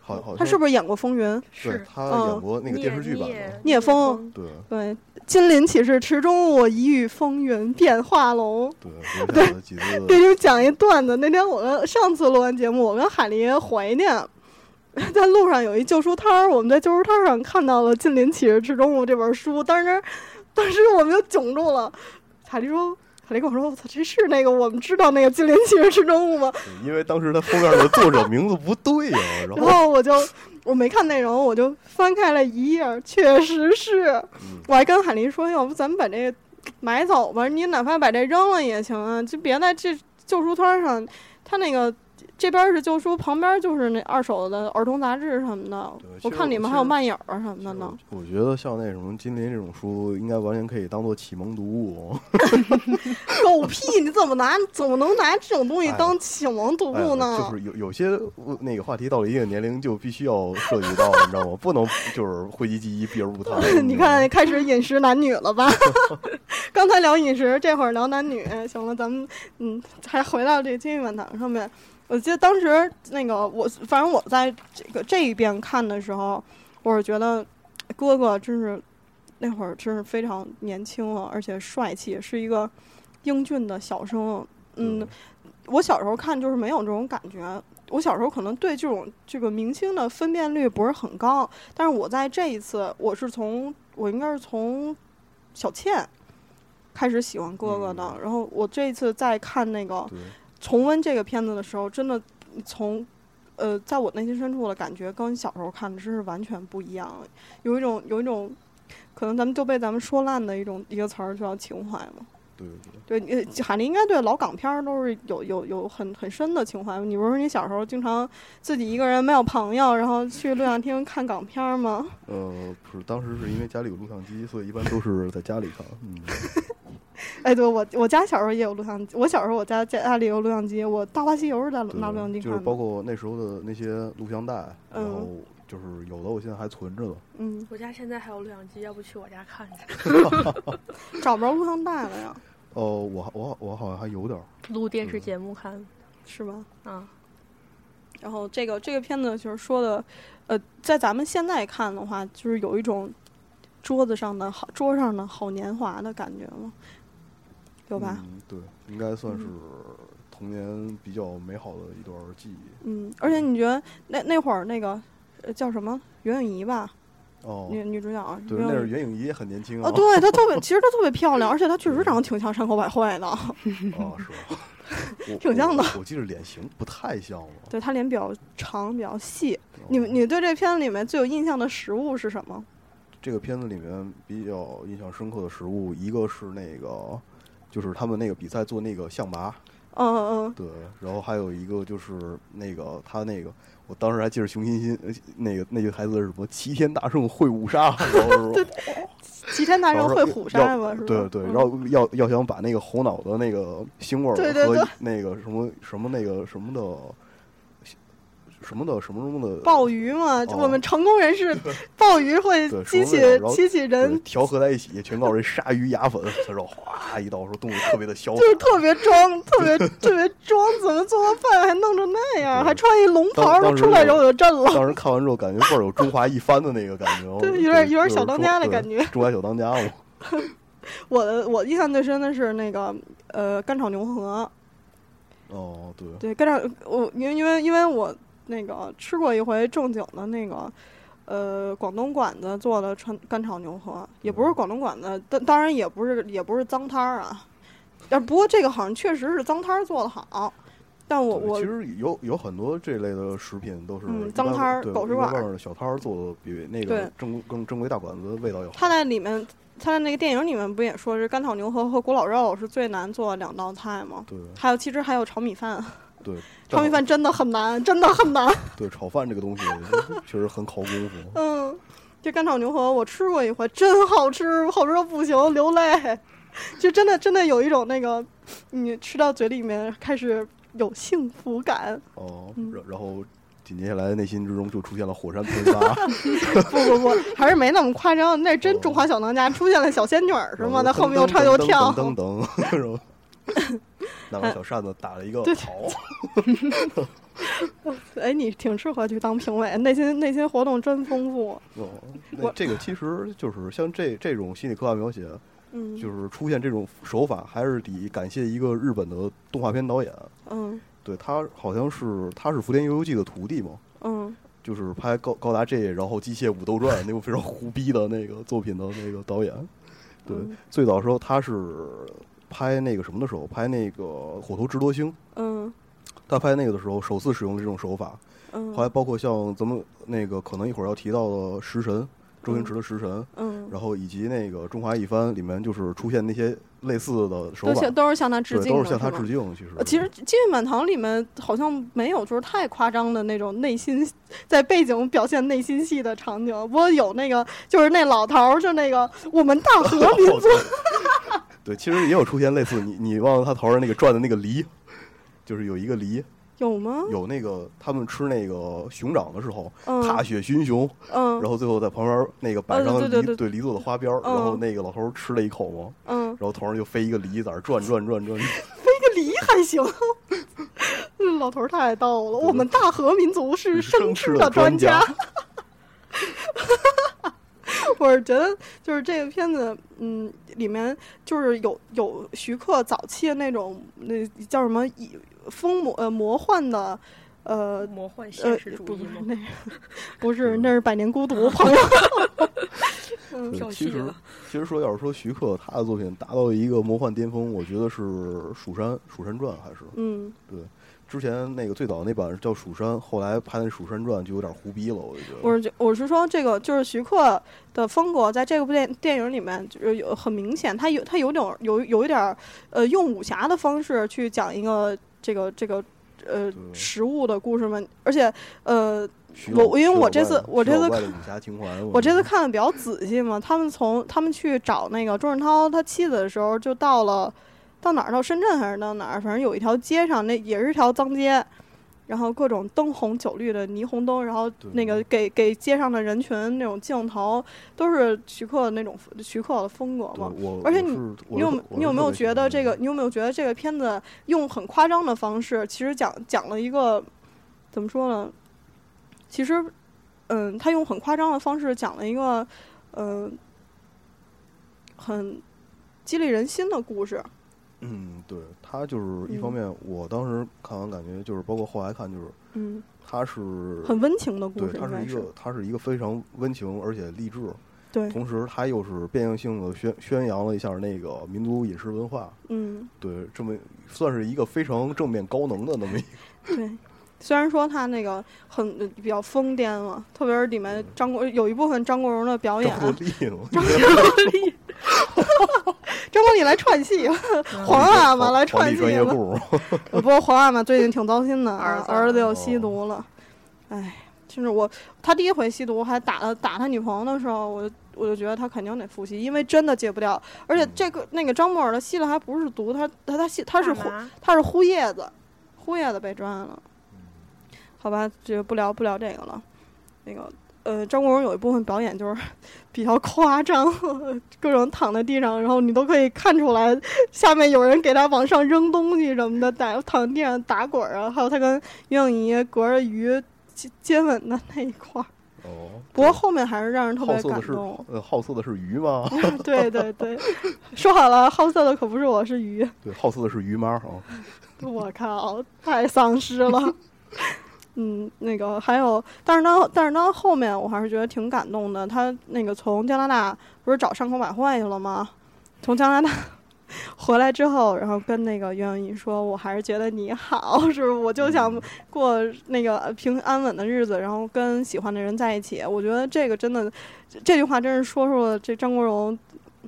S3: 好，好像
S2: 哦他是不是演过《风云》？
S3: 对
S4: 是
S3: 他
S2: 嗯
S3: 演过那个电视剧版
S4: 聂
S3: 的，
S2: 聂风，
S3: 对
S2: 对，金鳞岂是池中物，一遇风云变化龙。
S3: 对，我想了几次，
S2: 这就讲一段子。那天我跟上次录完节目，我跟海狸怀念，在路上有一旧书摊儿，我们在旧书摊儿上看到了《金鳞岂是池中物》这本书，当时当时我们就囧住了。海狸说：“海狸跟我说，我操，这是那个我们知道那个《金鳞岂是池中物》吗？”
S3: 对因为当时他封面的作者名字不对呀、然
S2: 然
S3: 后
S2: 后我就我没看内容，我就翻开了一页，确实是
S3: 嗯，
S2: 我还跟海林说，要不咱们把这个买走吧，你哪怕把这扔了也行啊，就别在这旧书摊儿上，他那个。这边儿是旧书，旁边儿就是那二手的儿童杂志什么的
S3: 对。其
S2: 我
S3: 实
S2: 看里面
S3: 其
S2: 还有
S3: 实
S2: 漫影儿什么的呢。
S3: 我觉得像那什么金鳞这种书，应该完全可以当做启蒙读物。哦
S2: 狗屁！你怎么拿？怎么能拿这种东西
S3: 哎
S2: 当启蒙读
S3: 哎
S2: 物呢？。
S3: 就是有有些呃那个话题到了一定年龄就必须要涉及到，你知道吗？不能就是讳疾忌医、避而不谈
S2: [LAUGHS] 你看，开始饮食男女了吧？刚才聊饮食，这会儿聊男女，哎行了，咱们嗯，还回到这金玉满堂上面。我记得当时那个我，反正我在这个这一遍看的时候，我是觉得哥哥真是那会儿真是非常年轻了，而且帅气，是一个英俊的小生。嗯，我小时候看就是没有这种感觉。我小时候可能对这种这个明星的分辨率不是很高，但是我在这一次，我是从我应该是从小倩开始喜欢哥哥的。
S3: 嗯
S2: 然后我这一次在看那个
S3: 对，
S2: 重温这个片子的时候，真的从呃，在我内心深处的感觉跟小时候看的真是完全不一样了，有一种有一种可能咱们就被咱们说烂的一种一个词儿，就叫情怀嘛。
S3: 对对
S2: 对，你海林应该对老港片儿都是有有有很很深的情怀。你不是说你小时候经常自己一个人没有朋友，然后去录像厅看港片儿吗？
S3: 呃，不是，当时是因为家里有录像机，所以一般都是在家里看。嗯，
S2: [LAUGHS] 哎，对我我家小时候也有录像机，我小时候我家家里有录像机，我《大话西游》是在
S3: 对
S2: 拿录像机
S3: 就
S2: 看的。
S3: 是包括那时候的那些录像带，然
S2: 嗯
S3: 后就是有的我现在还存着呢。
S2: 嗯，
S4: 我家现在还有录像机，要不去我家看去？
S2: 找不着录像带了呀，
S3: 哦、我还我我好像还有点儿。
S4: 录电
S3: 嗯
S4: 视节目看
S2: 是吧？
S4: 啊，
S2: 然后这个这个片子就是说的，呃，在咱们现在看的话，就是有一种桌子上的好桌上的好年华的感觉嘛，有吧？
S3: 嗯，对，应该算是童年比较美好的一段记忆。
S2: 嗯而且你觉得那那会儿那个、呃、叫什么袁咏仪吧，
S3: 哦，
S2: 女女主角啊
S3: 对，
S2: 袁
S3: 那
S2: 咏
S3: 是
S2: 仪
S3: 袁咏仪也很年轻啊。
S2: 啊，对她
S3: [LAUGHS]
S2: 特别，其实她特别漂亮，而且她确实长得挺像山口百惠的，
S3: 哦，
S2: [LAUGHS]
S3: 是吧？我
S2: 嗯挺像的
S3: 我。我记得脸型不太像了。
S2: 对她脸比较长，比较细。
S3: 哦
S2: 你你对这片子里面最有印象的食物是什么？
S3: 这个片子里面比较印象深刻的食物，一个是那个，就是他们那个比赛做那个象拔，
S2: 嗯嗯
S3: 对，然后还有一个就是那个他那个，我当时还记得熊欣欣呃那个那句台词是什么“齐天大圣会五杀”，然后是吧
S2: 嗯，齐天大圣会虎鲨
S3: 要
S2: 吗？是吧？
S3: 对对，
S2: 嗯
S3: 然后要要想把那个猴脑的那个腥味儿
S2: 对对对
S3: 和那个什么什么那个什么的，什么的什么什么的
S2: 鲍鱼嘛，就我们
S3: 哦
S2: 成功人士鲍鱼会
S3: 对
S2: 激
S3: 成功
S2: 起
S3: 人士然后
S2: 激起
S3: 对
S2: 人，
S3: 调和在一起，全靠这鲨鱼牙粉，他说哗一刀，说动物特别的潇
S2: 就是
S3: 洒。
S2: 特别装，特别特别装，怎么做饭还弄成那样，
S3: 对
S2: 还穿一龙袍，
S3: 当
S2: 然后
S3: 当时
S2: 出来
S3: 我
S2: 时候我就震了，
S3: 当时看完之后，感觉倍儿有中华一番的那个感觉，哦
S2: [LAUGHS] 对有点有点
S3: 就是
S2: 小当家的
S3: 中
S2: 感觉
S3: 对中华小当家嘛，
S2: 我的我印象最深的是那个呃干炒牛河，
S3: 哦，对，
S2: 对干炒我因为因为因为我那个吃过一回正经的那个。呃，广东馆子做的川干炒牛河，也不
S3: 嗯
S2: 是广东馆子，但当然也不是也不是脏摊儿啊，但不过这个好像确实是脏摊儿做的好，但我
S3: 对
S2: 我
S3: 其实有有很多这类的食品都是
S2: 嗯
S3: 一
S2: 脏
S3: 般
S2: 摊儿
S3: 对
S2: 狗食
S3: 一般
S2: 馆儿
S3: 外面的小摊儿做的比那个
S2: 对
S3: 正更正规大馆子味道要好。
S2: 他在里面，他在那个电影里面不也说是干炒牛河和古老肉是最难做的两道菜吗？
S3: 对
S2: 还有，其实还有炒米饭，
S3: 对，
S2: 炒米饭真的很难，真的很难。
S3: 对炒饭这个东西确实很考功夫。
S2: 嗯，这干炒牛河我吃过一回，真好吃，好吃到不行，流泪。就真的真的有一种那个，你吃到嘴里面开始有幸福
S3: [LAUGHS]
S2: 感。
S3: 哦，
S2: 嗯
S3: 然然后紧接下来内心之中就出现了火山
S2: [LAUGHS]
S3: 喷发，
S2: 不不不，还是没那么夸张，那真中华小当家出现了小仙女儿是
S3: 然
S2: 吗？
S3: 后
S2: 在后面又唱又跳。
S3: 嗯噔噔噔噔，然后拿个小扇子打了一个
S2: 对
S3: 跑。
S2: 哎，你挺适合去当评委，内心内心活动真丰富。
S3: 哦，那
S2: 我
S3: 这个其实就是像这这种心理刻画描写，
S2: 嗯，
S3: 就是出现这种手法，还是得感谢一个日本的动画片导演，
S2: 嗯
S3: 对他好像是他是福田悠悠季的徒弟嘛，
S2: 嗯
S3: 就是拍高高达 G，然后机械武斗传那部非常胡逼的那个作品的那个导演。对，
S2: 嗯
S3: 最早的时候他是拍那个什么的时候，拍那个《火头直多星》，
S2: 嗯
S3: 他拍那个的时候首次使用这种手法，
S2: 嗯，
S3: 后来包括像咱们那个可能一会儿要提到的食神，周星驰的食神，
S2: 嗯，
S3: 然后以及那个《中华一番》里面就是出现那些类似的手
S2: 都
S3: 法，
S2: 向都是向他致
S3: 对，
S2: 敬的，
S3: 都是向他
S2: 吧
S3: 致。敬。其实
S2: 呃，其实《金玉满堂》里面好像没有，就是太夸张的那种内心，在背景表现内心戏的场景。不过有那个，就是那老头儿，就那个我们大 [LAUGHS] 和民族
S3: [LAUGHS] 对，其实也有出现类似你你忘了他头上那个转的那个梨，就是有一个梨，
S2: 有吗？
S3: 有那个他们吃那个熊掌的时候，踏
S2: 嗯
S3: 雪寻熊，
S2: 嗯
S3: 然后最后在旁边那个摆
S2: 嗯
S3: 上
S2: 对对
S3: 梨
S2: 对
S3: 对梨做的花边儿，然
S2: 嗯
S3: 后那个老头儿吃了一口嘛，
S2: 嗯，
S3: 然后头上就飞一个梨，在那儿转转转转。
S2: 这个梨还行。 [LAUGHS] 嗯老头儿太逗了，我们大和民族是生吃的专家。 [LAUGHS] 我是觉得就是这个片子，嗯，里面就是有有徐克早期的那种那叫什么以风魔呃魔幻的。呃
S4: 魔幻现
S2: 呃
S4: 实，主
S2: 不
S4: 义
S2: 是 [LAUGHS]
S4: 吗？
S3: [LAUGHS]
S2: 那，不是那是《百年孤独》朋友。嗯
S3: 对
S4: 跳
S3: 其
S4: 戏
S3: 实
S4: 了，
S3: 其实说要是说徐克他的作品达到一个魔幻巅峰，我觉得是《蜀山》《蜀山传》还是
S2: 嗯，
S3: 之前那个最早那版叫《蜀山》，后来拍的《蜀山传》就有点胡逼了，我就觉得。
S2: 我是觉我是说这个就是徐克的风格，在这个部电电影里面就是有很明显，他有他有点有有一点儿呃用武侠的方式去讲一个这个这个呃
S3: 对
S2: 食物的故事嘛，而且呃
S3: 徐
S2: 我
S3: 老
S2: 因为我
S3: 徐
S2: 这
S3: 老
S2: 次
S3: 怪
S2: 我
S3: 徐
S2: 这
S3: 老
S2: 次
S3: 怪的武侠情怀，
S2: 我这次
S3: 觉得
S2: 看的比较仔细嘛，他们从他们去找那个周润涛他妻子的时候，就到了到哪儿？到深圳还是到哪儿？反正有一条街上，那也是条脏街，然后各种灯红酒绿的霓虹灯，然后
S3: 对
S2: 那个给给街上的人群那种镜头，都是徐克的那种徐克的风格嘛。
S3: 对我
S2: 而且
S3: 我
S2: 你
S3: 是我
S2: 你有
S3: 是
S2: 没
S3: 我
S2: 你
S3: 是
S2: 有没
S3: 特
S2: 有
S3: 别喜
S2: 觉得
S3: 欢
S2: 这个？你有没有觉得这个片子用很夸张的方式，其实讲讲了一个怎么说呢？其实，嗯，他用很夸张的方式讲了一个，嗯，很激励人心的故事。
S3: 嗯，对他就是一方
S2: 嗯
S3: 面，我当时看完感觉就是，包括后来看就是，
S2: 嗯，
S3: 他是
S2: 很温情的故
S3: 对，
S2: 事，
S3: 他
S2: 应
S3: 是
S2: 该
S3: 一个他是一个非常温情而且励志，
S2: 对，
S3: 同时他又是变相性的宣宣扬了一下那个民族饮食文化，
S2: 嗯，
S3: 对，这么算是一个非常正面高能的那么一
S2: 对。虽然说他那个很比较疯癫嘛，特别是里面张国有一部分张国荣的表
S3: 个
S2: 演，
S3: 嗯
S2: 啊
S3: 张国 [LAUGHS] 立嘛，
S2: 张国立来串戏，啊皇阿玛来
S3: 传
S2: 串
S3: 递
S2: 戏
S3: 专业
S2: 啊了。 [LAUGHS]
S3: 户，
S2: 呃不过皇阿玛最近挺糟心的，啊
S4: 儿子
S2: 儿子又吸毒了，哎，就是我他第一回吸毒还打了打他女朋友的时候，我就我就觉得他肯定得复吸，因为真的戒不掉。而且这个那个张默尔他吸的还不是毒，他他他吸他是
S4: 大
S2: 呼
S4: 麻
S2: 他是呼叶子，呼叶子被抓了。好吧，这个不聊不聊这个了。那个呃，张国荣有一部分表演就是比较夸张， [LAUGHS] 各种躺在地上，然后你都可以看出来下面有人给他往上扔东西什么的，打躺地上打滚儿啊，还有他跟于颖仪隔着鱼接接吻的那一块儿。
S3: 哦，
S2: 不过后面还是让人特
S3: 好
S2: 别
S3: 色
S2: 感
S3: 的是
S2: 动。 [LAUGHS]
S3: 呃好色的是鱼吗？
S2: 对对对，说好了，好色的可不是我，是鱼。
S3: 对，好色的是鱼妈啊，
S2: [LAUGHS] 我靠，太丧尸了。 [LAUGHS] 嗯，那个还有，但是呢，但是呢，后面我还是觉得挺感动的。他那个从加拿大不是找上口百惠去了吗？从加拿大 [LAUGHS] 回来之后，然后跟那个袁咏仪说，我还是觉得你好， [LAUGHS] 是不是？我就想过那个平安稳的日子，然后跟喜欢的人在一起。我觉得这个真的，这这句话真是说出了这张国荣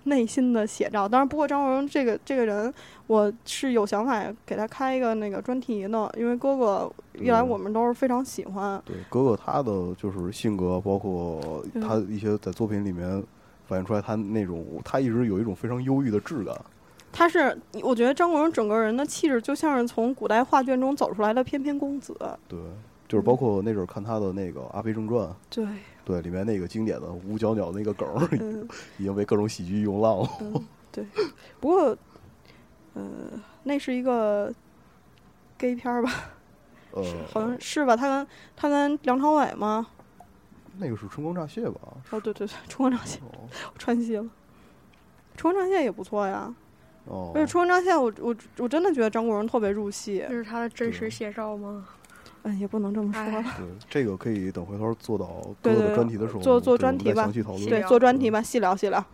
S2: 内心的写照。当然，不过张国荣这个这个人，我是有想法给他开一个那个专题的，因为哥哥一来
S3: 嗯
S2: 我们都是非常喜欢，
S3: 对，哥哥他的就是性格，包括他一些在作品里面反映出来，他那种他一直有一种非常忧郁的质感。
S2: 他是我觉得张国荣整个人的气质就像是从古代画卷中走出来的翩翩公子。
S3: 对，就是包括那阵儿看他的那个《阿飞正传》，
S2: 对，
S3: 对，里面那个经典的五角鸟那个梗儿，
S2: 嗯
S3: [LAUGHS] 已经被各种喜剧用烂了。
S2: 嗯，对。不过，呃，那是一个 gay 片儿吧？
S3: 呃，
S2: 是好像是吧？他跟他跟梁朝伟吗？
S3: 那个是《春光乍泄》吧？
S2: 哦，对对对，《春光乍泄》
S3: 哦
S2: 我穿戏了，《春光乍泄》也不错呀。
S3: 哦，
S2: 而且《春光乍泄》，我我我真的觉得张国荣特别入戏
S4: 这。是他的真实写照吗？
S2: 嗯，也不能这么说
S4: 哎
S2: 吧。
S3: 对，这个可以等回头做到
S2: 对
S3: 哥
S2: 对
S3: 的专题的时候，
S2: 做做
S3: 对
S2: 专
S3: 我们
S2: 题
S3: 再
S2: 吧
S3: 详细讨论。
S2: 对，
S4: 聊
S2: 做专题吧，细聊细聊。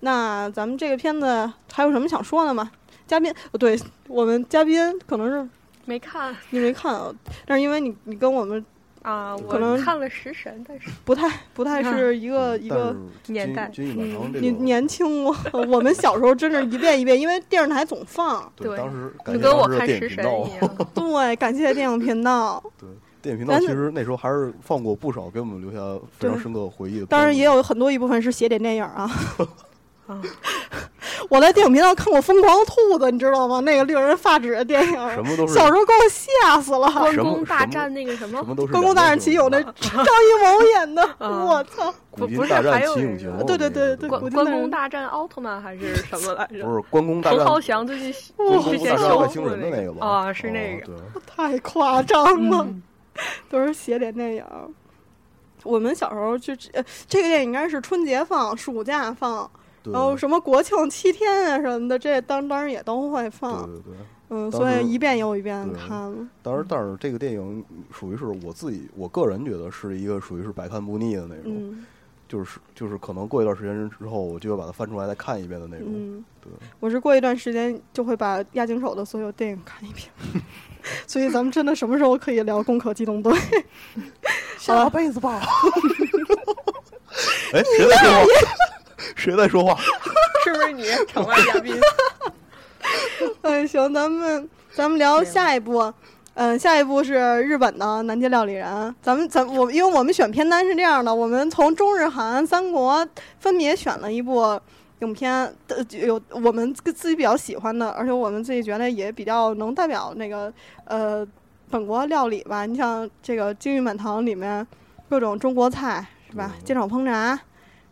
S2: 那咱们这个片子还有什么想说的吗？嘉宾，哦对我们嘉宾可能是
S4: 没看
S2: 你没看啊，但是因为你你跟我们
S4: 啊，我
S2: 可能
S4: 看了《食神》，但是
S2: 不太不太是一个
S3: 嗯
S2: 一
S3: 但
S2: 个
S3: 是
S4: 年代
S3: 金金玉满堂这
S2: 你
S3: 个
S2: 年轻我 [LAUGHS] 我们小时候真是一遍一遍，因为电视台总放。
S4: 对
S3: 对当时感
S4: 你
S3: 觉
S4: 跟我
S3: 当时
S4: 看
S3: 的
S4: 《
S3: 电影频
S4: 食神
S3: 道》，
S4: 一样，
S2: 对，感谢电影频道。
S3: 对电影频道
S2: 但
S3: 其
S2: 是
S3: 实那时候还是放过不少给我们留下非常深刻的回忆的。
S2: 当然也，有很多一部分是写点电影啊。
S4: [LAUGHS] 啊
S2: 我在电影频道看过《疯狂兔子》，你知道吗？那个令人发指的电影，
S3: 什么都是
S2: 小时候给我吓死了。
S4: 关
S3: 什么
S4: 公大
S3: 什么
S4: 战那个什么
S3: 什么都是
S2: 关公大战齐勇那
S3: 的
S2: 张艺谋演的，
S4: [LAUGHS] 啊
S2: 我操！
S3: 古今
S4: 不是
S3: 大战
S4: 还有
S3: 齐
S4: 人
S3: 勇行
S4: 啊，
S3: 我
S2: 对对
S3: 们那个
S2: 对对 [LAUGHS]
S4: 关
S2: 我
S4: 关
S2: 真的
S4: 公大战奥特曼还是什么来着？
S3: 不是关公大
S4: 彭
S3: 战
S4: 浩翔最近
S3: 关
S4: 之
S3: 公
S4: 前
S3: 大战
S4: 修
S3: 外
S4: 复
S3: 星人的
S4: 那
S3: 那个
S4: 个
S3: 吧？
S4: 啊，是那
S3: 哦
S4: 个。
S3: 对，
S2: 太夸张了，
S4: 嗯
S2: 都是写点电影儿。我们小时候就呃，这个电影应该是春节放、暑假放，
S3: 对
S2: 然后什么国庆七天啊什么的，这当当然也都会
S3: 对
S2: 放，
S3: 对对。
S2: 嗯，
S3: 当
S2: 所
S3: 时
S2: 以一遍又一遍
S3: 对
S2: 看了。
S3: 当然，但是这个电影属于是我自己，我个人觉得是一个属于是百看不腻的那种，
S2: 嗯
S3: 就是就是可能过一段时间之后，我就会把它翻出来再看一遍的那种。
S2: 嗯
S3: 对，
S2: 我是过一段时间就会把押井守的所有电影看一遍， [LAUGHS] 所以咱们真的什么时候可以聊《攻壳机动队》？
S3: 下辈子吧。哎，谁在说话？ [LAUGHS] 谁在说话？
S4: 是不是你场外
S3: [LAUGHS]
S4: 嘉宾？
S2: [LAUGHS] 哎，行，咱们咱们
S3: 啊
S2: 聊下一部。嗯，下一部是日本的南街料理人。咱们咱我因为我们选片单是这样的，我们从中日韩三国分别选了一部影片，呃，有我们自己比较喜欢的，而且我们自己觉得也比较能代表那个呃本国料理吧。你像这个《金玉满堂》里面各种中国菜是吧？
S3: 嗯
S2: 煎炒烹炸，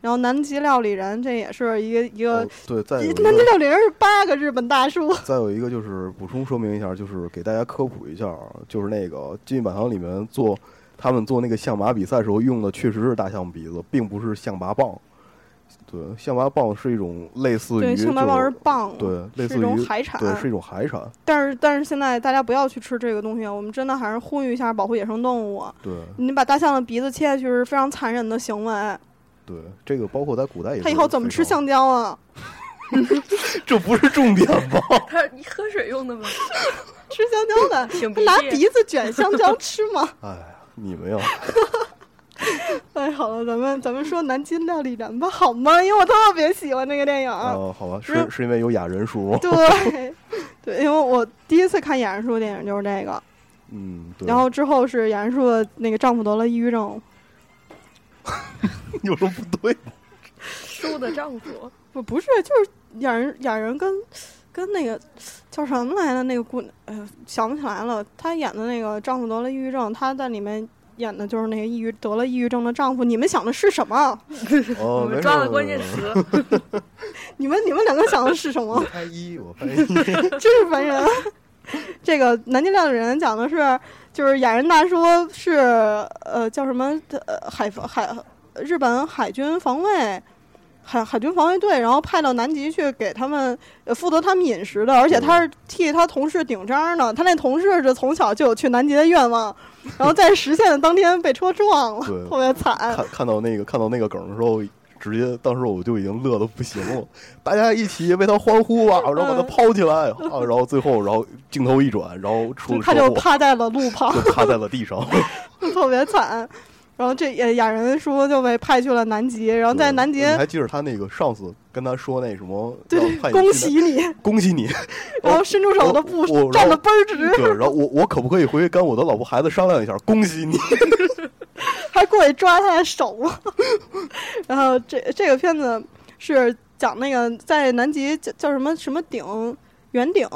S2: 然后南极料理人这也是一个一个
S3: 哦，对，再有一
S2: 南极
S3: 个，
S2: 料理人是八个日本大叔。
S3: 再有一个就是补充说明一下，就是给大家科普一下，啊就是那个《金玉满堂》里面做他们做那个象拔比赛时候用的确实是大象鼻子，并不是象拔棒。对，象拔棒是一种类似于
S2: 对，象拔
S3: 就
S2: 蚌是蚌，
S3: 对，类
S2: 啊是
S3: 似
S2: 一种
S3: 于
S2: 海产。
S3: 对，是一种海产。
S2: 但是但是现在大家不要去吃这个东西，我们真的还是呼吁一下保护野生动物。
S3: 对
S2: 你把大象的鼻子切下去是非常残忍的行为，
S3: 对，这个包括在古代也是
S2: 它
S3: 非常。
S2: 以后怎么吃橡胶啊？
S3: 这不是重点吧？
S4: 他你喝水用的吗？
S2: 吃香蕉的
S4: 擤鼻
S2: 拿
S4: 涕
S2: 鼻子卷香蕉吃吗？
S3: [LAUGHS]
S2: [LAUGHS]
S3: 哎呀，你们呀，
S2: 哎，好了，咱们咱们说南京料理人吧，好吗？因为我特别喜欢那个电影。
S3: 啊，好吧，
S2: 不
S3: 是
S2: 是
S3: 是因为有雅人书吗？
S2: 对， [LAUGHS] 对，因为我第一次看雅人叔的电影就是这个，
S3: 嗯，对。 [LAUGHS]
S2: 然后之后是雅人叔的那个丈夫得了抑郁症，
S3: 有什么不对？
S4: 树的丈
S3: 哦
S4: 夫，
S2: 不不是，就是雅人雅人跟跟那个叫什么来着那个姑娘，哎呦想不起来了。她演的那个丈夫得了抑郁症，她在里面演的就是那个抑郁得了抑郁症的丈夫。你们想的是什么？
S3: [LAUGHS]
S2: [LAUGHS]
S3: 哦，
S4: 我
S3: 没
S4: 们
S3: 事
S4: 抓
S3: 儿
S4: 了关键。词。
S2: 你们你们两个想的是什
S3: 我
S2: 么？
S3: 拍一，我拍
S2: [LAUGHS]
S3: 一。
S2: 真是烦人。啊这个南京料理人讲的是，就是雅人大叔是呃叫什么呃海海日本海军防卫海海军防卫队，然后派到南极去给他们呃负责他们饮食的，而且
S3: 嗯
S2: 他是替他同事顶章呢。他那同事是从小就有去南极的愿望，然后在实现的当天被车撞了，
S3: 对
S2: 特别惨。
S3: 看看到那个看到那个梗的时候，直接当时我就已经乐得不行了，大家一起为他欢呼吧，然后
S2: 嗯
S3: 把他抛起来啊，然后最后，然后镜头一转，然后出
S2: 就
S3: 了
S2: 他
S3: 车
S2: 就
S3: 祸，
S2: 趴在了
S3: [LAUGHS]
S2: 路旁，
S3: 就趴在了地上。
S2: 特别惨。然后这呃也雅人说就被派去了南极，然后在南极
S3: 你，嗯还记着他那个上司跟他说那什么，
S2: 对
S3: 让派你
S2: 恭
S3: 进
S2: 喜
S3: [LAUGHS]
S2: 你，
S3: 来恭喜
S2: [LAUGHS]
S3: 你，
S2: 然后伸出手的步
S3: 我我
S2: 站得倍儿直，
S3: 对，然后我我可不可以回去跟我的老婆孩子商量一下？恭
S2: [LAUGHS]
S3: 喜你，
S2: [LAUGHS] 还过去抓他的手 [LAUGHS] 了。然后这这个片子是讲那个在南极叫叫什么什么顶圆顶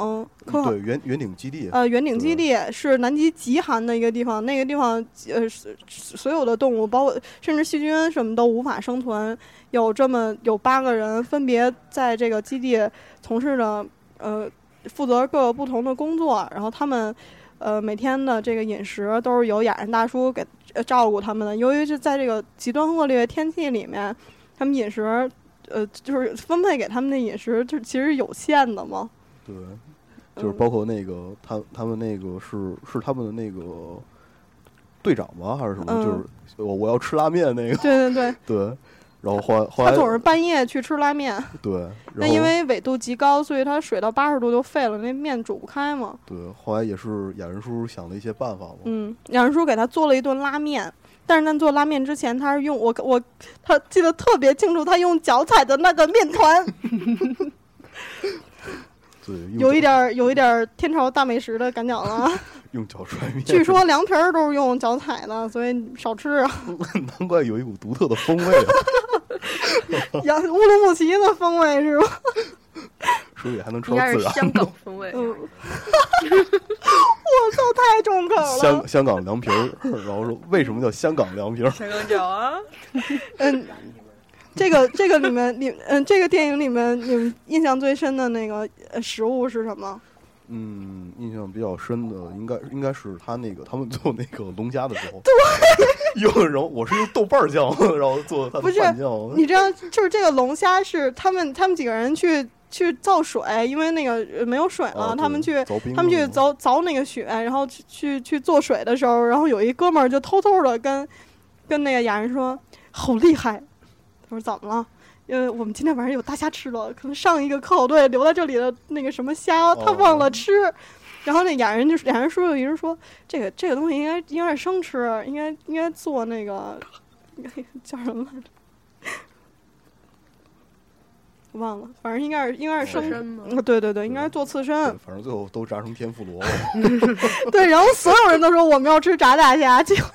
S2: 科考
S3: 对，圆圆顶基地，
S2: 呃圆顶基地是南极极寒的一个地方，那个地方呃所所有的动物，包括甚至细菌什么都无法生存。有这么有八个人分别在这个基地从事着呃负责各个不同的工作，然后他们呃每天的这个饮食都是由雅人大叔给呃照顾他们的。由于是在这个极端恶劣天气里面，他们饮食呃就是分配给他们的饮食就是其实有限的嘛。
S3: 对，就是
S2: 嗯
S3: 包括那个他他们那个是是他们的那个队长吧，还是什么？
S2: 嗯
S3: 就是我我要吃拉面那个， [LAUGHS]
S2: 对 [LAUGHS] 对对，
S3: 对，然后后来后
S2: 他总是
S3: 来
S2: 半夜去吃拉面，
S3: 对，
S2: 那
S3: 然后
S2: 因为纬度极高，所以它水到八十度就废了，那面煮不开嘛。
S3: 对，后来也是雅人叔想了一些办法嘛，
S2: 嗯，两人叔给他做了一顿拉面，但是在做拉面之前，他是用我我他记得特别清楚，他用脚踩的那个面
S3: [LAUGHS]
S2: 团，
S3: 对，用
S2: 有一
S3: 脚
S2: 点儿有一点儿天朝大美食的感觉了啊。
S3: [LAUGHS]
S2: [LAUGHS]
S3: 用脚踹面，
S2: 据说凉皮儿都是用脚踩的，所以少吃啊。
S3: [LAUGHS] 难怪有一股独特的风味
S2: [LAUGHS]
S3: 啊，
S2: 羊乌鲁木齐的风味是吧？ [LAUGHS]
S3: 说不定还能吃
S4: 应
S3: 到
S4: 该是
S3: 孜然。
S4: 香港风味。
S2: 嗯，我操，太重口了
S3: 香。香港凉皮儿，然后说为什么叫香港凉皮儿？
S4: 香港脚啊，
S2: 嗯，这个这个里面你嗯，这个电影里面你们印象最深的那个呃食物是什么？
S3: 嗯，印象比较深的应该应该是他那个他们做那个龙虾的时 [LAUGHS] 候，用的时候我是用豆瓣儿酱， [LAUGHS] 然后做他
S2: 不
S3: 的
S2: 是
S3: 拌酱。
S2: 你知道，就是这个龙虾是他们他们几个人去去造水，因为那个呃没有水了，
S3: 啊
S2: 他们去
S3: 对凿冰啊
S2: 他们去
S3: 了吗
S2: 凿凿那个雪，然后去去去做水的时候，然后有一哥们儿就偷偷的跟跟那个雅人说：“好厉害！”他说：“怎么了？”因为我们今天晚上有大虾吃了，可能上一个科考队留在这里的那个什么虾，他忘了吃。然后那雅人就是雅人叔叔一直说，这个这个东西应该应该是生吃，应该应该做那个 [LAUGHS] 叫什么来着？忘了，反正应该是应该是
S4: 刺
S2: 生
S4: 身吗？
S2: 嗯对对对，应该是做刺
S3: 对
S2: 身。
S3: 反正最后都炸成天妇罗了。 [LAUGHS]
S2: 对，然后所有人都说我们要吃炸大虾， [LAUGHS] 结果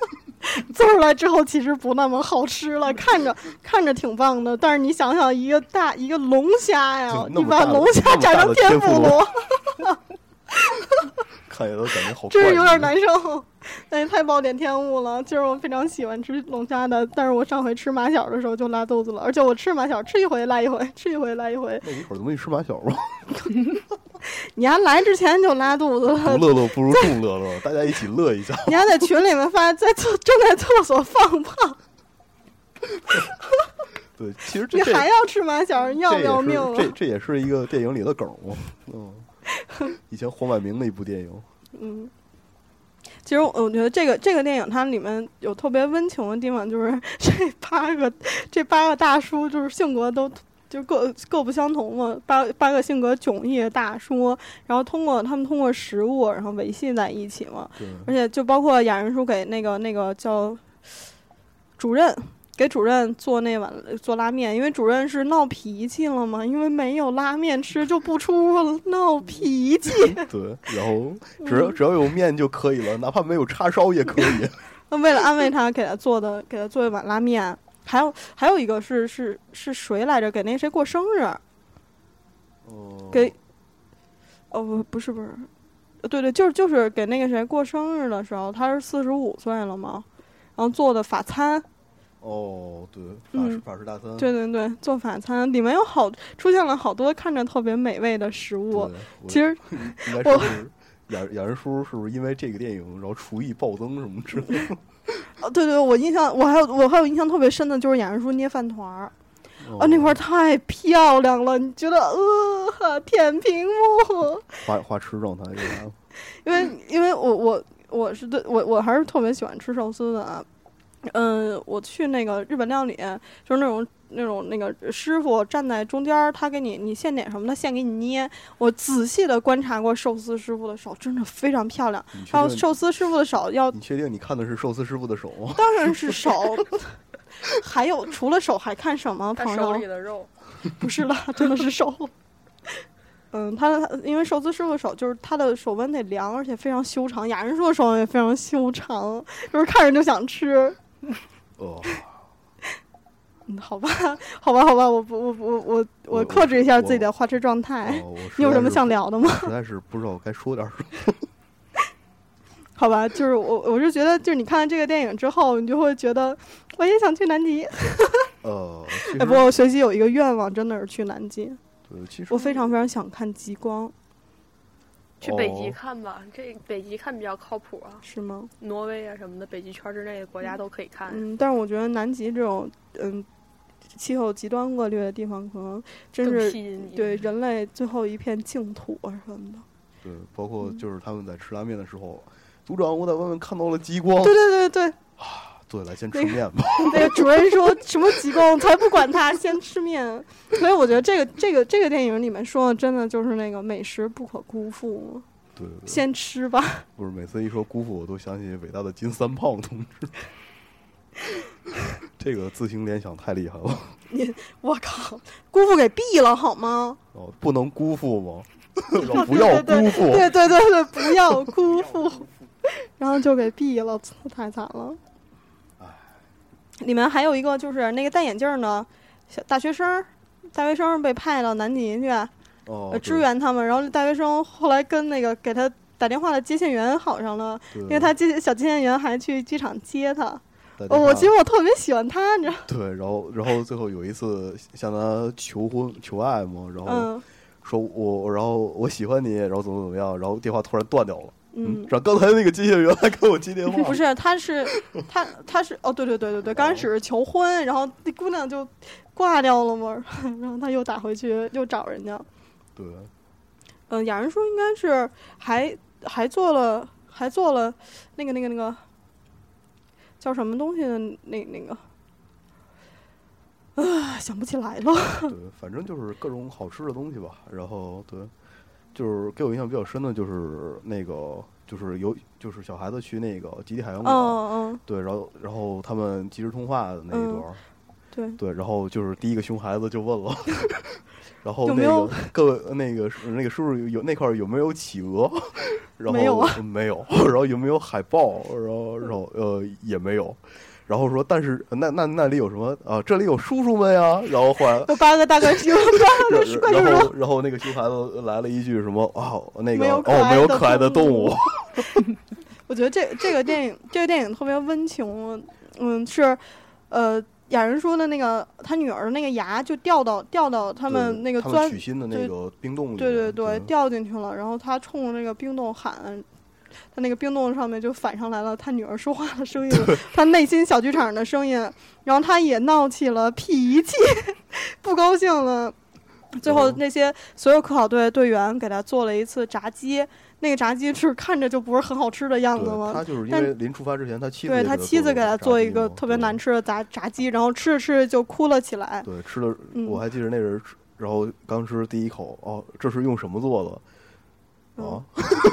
S2: 做出来之后其实不那么好吃
S3: [LAUGHS]
S2: 了，看着看着挺棒的，但是你想想，一个大一个龙虾呀
S3: 就，那
S2: 你
S3: 么
S2: 把
S3: 大的
S2: 龙
S3: 那
S2: 虾
S3: 么
S2: 炸
S3: 大
S2: 成
S3: 的
S2: 天
S3: 天妇
S2: 妇
S3: 罗
S2: 罗，
S3: 看起来都感觉好怪，
S2: [LAUGHS] 真是有点难受， [LAUGHS] 但是太暴殄天物了。其实我非常喜欢吃龙虾的，但是我上回吃马小的时候就拉肚子了，而且我吃马小吃一回拉一回，吃一回拉一回，
S3: 那一会儿咱们去吃马
S2: [LAUGHS]
S3: 小吧，
S2: 你还来之前就拉肚子
S3: 不 [LAUGHS]
S2: 了。
S3: 乐乐不如众乐乐，大家一起乐一下。
S2: 你还在群里面发在厕正在厕所放炮，
S3: 对，其实这
S2: 你
S3: 这
S2: 还要吃马小，要
S3: 这
S2: 不要
S3: 也
S2: 命啊
S3: 是
S2: 了
S3: 这？这也是一个电影里的梗儿嘛。嗯，以前黄百鸣的一部电影，
S2: 嗯，其实我我觉得这个这个电影它里面有特别温情的地方，就是 [LAUGHS] 这八个这八个大叔就是性格都。就各各不相同嘛，八八个性格迥异的大叔，然后通过他们通过食物，然后维系在一起嘛。
S3: 对，
S2: 而且就包括雅人叔给那个那个叫主任给主任做那碗做拉面，因为主任是闹脾气了嘛，因为没有拉面吃就不出 [LAUGHS] 了闹脾气。
S3: 对，然后
S2: 嗯
S3: 只要只要有面就可以了，哪怕没有叉烧也可以。
S2: 那为了安慰他，给他做的给他做一碗拉面，还有还有一个是是是谁来着？给那谁过生日，嗯
S3: [LAUGHS] 哦
S2: 给哦不不是不是，呃对对，就是就是给那个谁过生日的时候，他是四十五岁了嘛，然后做的法餐，
S3: 哦，对，法式
S2: 嗯
S3: 法式大餐，
S2: 对对对，做法餐里面有好出现了好多看着特别美味的食
S3: 对，
S2: 物
S3: 我，
S2: 其实
S3: 应该
S2: 我
S3: 是雅雅人叔是不是因为这个电影，然后厨艺暴增什么之
S2: [LAUGHS]
S3: 类的？
S2: 哦对对，我印象我还有我还有印象特别深的就是雅人叔捏饭团儿。
S3: 哦
S2: 啊，那块儿太漂亮了，你觉得呃，舔屏幕，
S3: 花花痴状态又来了。
S2: 因为因为我我我是对我我还是特别喜欢吃寿司的啊，嗯，我去那个日本料理，就是那种那种那个师傅站在中间儿，他给你你现点什么，他现给你捏。我仔细的观察过寿司师傅的手，真的非常漂亮。
S3: 你确
S2: 还有
S3: 定
S2: 寿司师傅的手要，
S3: 你确定你看的是寿司师傅的手吗？
S2: 当然是手。还有除了手还看什么？
S4: 他
S2: 朋
S4: 手
S2: 友
S4: 里的
S3: 哦
S4: 肉，
S2: 不是啦，真的是手。嗯，他的因为寿司师傅手就是他的手温得凉，而且非常修长。雅人说手也非常修长，就是看着就想吃。
S3: 哦，
S2: 嗯，好吧，好吧，好吧，我不，我不，我我
S3: 我
S2: 我克制一下
S3: 我
S2: 自己的花痴状态。
S3: 哦我实
S2: 哎你有
S3: 在
S2: 什么
S3: 是
S2: 想
S3: 不？
S2: 聊的吗？
S3: 实在是不知道该说点什么。
S2: 好吧，就是我，我是觉得，就是你看完这个电影之后，你就会觉得我也想去南极。
S3: 呃，其实
S2: 哎，不过我学习有一个愿望，真的是去南极。
S3: 对，其实
S2: 我非常非常想看极光，
S4: 去北极
S3: 哦
S4: 看吧，这北极看比较靠谱啊，
S2: 是吗？
S4: 挪威啊什么的，北极圈之内的国家都可以看。
S2: 嗯，但是我觉得南极这种，嗯，气候极端恶劣的地方，可能真
S4: 更
S2: 是
S4: 吸引你。
S2: 对，人类最后一片净土啊什么的。
S3: 对，包括
S2: 嗯
S3: 就是他们在吃拉面的时候，组长，我在外面看到了极光。
S2: 对对对对，
S3: 对，来先吃
S2: 那个
S3: 面吧。
S2: 那个主任说什么极光，我才不管他，先吃面。所以我觉得这个这个这个电影里面说的，真的就是那个美食不可辜负，
S3: 对对对，
S2: 先吃吧。 [LAUGHS]
S3: 不是每次一说姑父，我都想起伟大的金三胖同志。这个自行联想太厉害了，
S2: 我靠，姑父给毙了好吗？
S3: 哦，不能辜负吗？然后哦不要辜负，
S2: 对对对对，不要辜负，然后就给毙了，操太惨了。里面还有一个就是那个戴眼镜的小大学生儿，大学生儿被派到南极去，
S3: 哦
S2: 呃，，支援他们。然后大学生后来跟那个给他打电话的接线员好上了，
S3: 因
S2: 因为他接小接线员还去机场接他。
S3: 哦
S2: 哦，我其实我特别喜欢他，你知道，
S3: 对，然后然后最后有一次向他求婚求爱嘛，然后
S2: 嗯
S3: 说我然后我喜欢你，然后怎么怎么样，然后电话突然断掉了，
S2: 嗯，
S3: 然后刚才那个接线员还给我接电话，
S2: [LAUGHS] 不是，他是他他是哦，对对对对对，刚开始是求婚，然后那姑娘就挂掉了嘛， [LAUGHS] 然后他又打回去又找人家，
S3: 对，
S2: 嗯，雅人说应该是还还做了还做了那个那个那个叫什么东西的那那个。啊，想不起来了。
S3: 对，反正就是各种好吃的东西吧。然后对，就是给我印象比较深的就是那个，就是有就是小孩子去那个极地海洋
S2: [LAUGHS] 嗯
S3: 馆，
S2: 嗯，
S3: 对，然后然后他们即时通话的那一段儿，
S2: 对，
S3: 对，然后就是第一个熊孩子就
S2: [LAUGHS]
S3: 问了。然后
S2: 有
S3: 那
S2: 没有
S3: 个各位那个那个叔叔有那块儿有没有企鹅？然后
S2: 没有啊
S3: 嗯没有。然后有没有海豹？然后然后呃也没有。然后说但是那那那里有什么啊？这里有叔叔们呀。然后后来
S2: 有八个大概有 [LAUGHS] 八个怪兽
S3: 然
S2: 肉
S3: 后，然后那个熊孩子来了一句什么啊、那
S2: 没
S3: 个
S2: 有
S3: 哦
S2: 可爱的
S3: 没有可爱的动
S2: 动
S3: 物
S2: 物，我觉得这这个电影，这个电影特别温情。嗯，是，呃，雅人说的那个他女儿那个牙就掉到掉到 [LAUGHS] 他
S3: 他
S2: 们那个
S3: 他
S2: 钻
S3: 们，取心的那
S2: 对
S3: 个冰洞里面，
S2: 对对对，
S3: 对
S2: 掉进去了。然后他冲着那个冰洞喊，他那个冰洞上面就反上来了他女儿说话的声音，他内心小剧场的声音。然后他也闹起了脾气， [LAUGHS] 不高兴了。最后
S3: 哦
S2: 那些所有科考队队员给他做了一次炸鸡，那个炸鸡是看着就不是很好吃的样子
S3: 对
S2: 吗？
S3: 他就是因
S2: 但
S3: 为临出发之前，他妻子
S2: 对
S3: 也
S2: 他
S3: 给
S2: 妻子给他做
S3: 炸
S2: 一
S3: 鸡
S2: 个
S3: 嘛
S2: 特别
S3: 对
S2: 难吃的炸炸鸡，然后吃着吃着就哭了起
S3: [LAUGHS]
S2: 来。
S3: 对吃了，
S2: 嗯
S3: 我还记得那人吃，然后刚吃第一口，哦，这是用什么做的？
S2: 嗯
S3: 啊，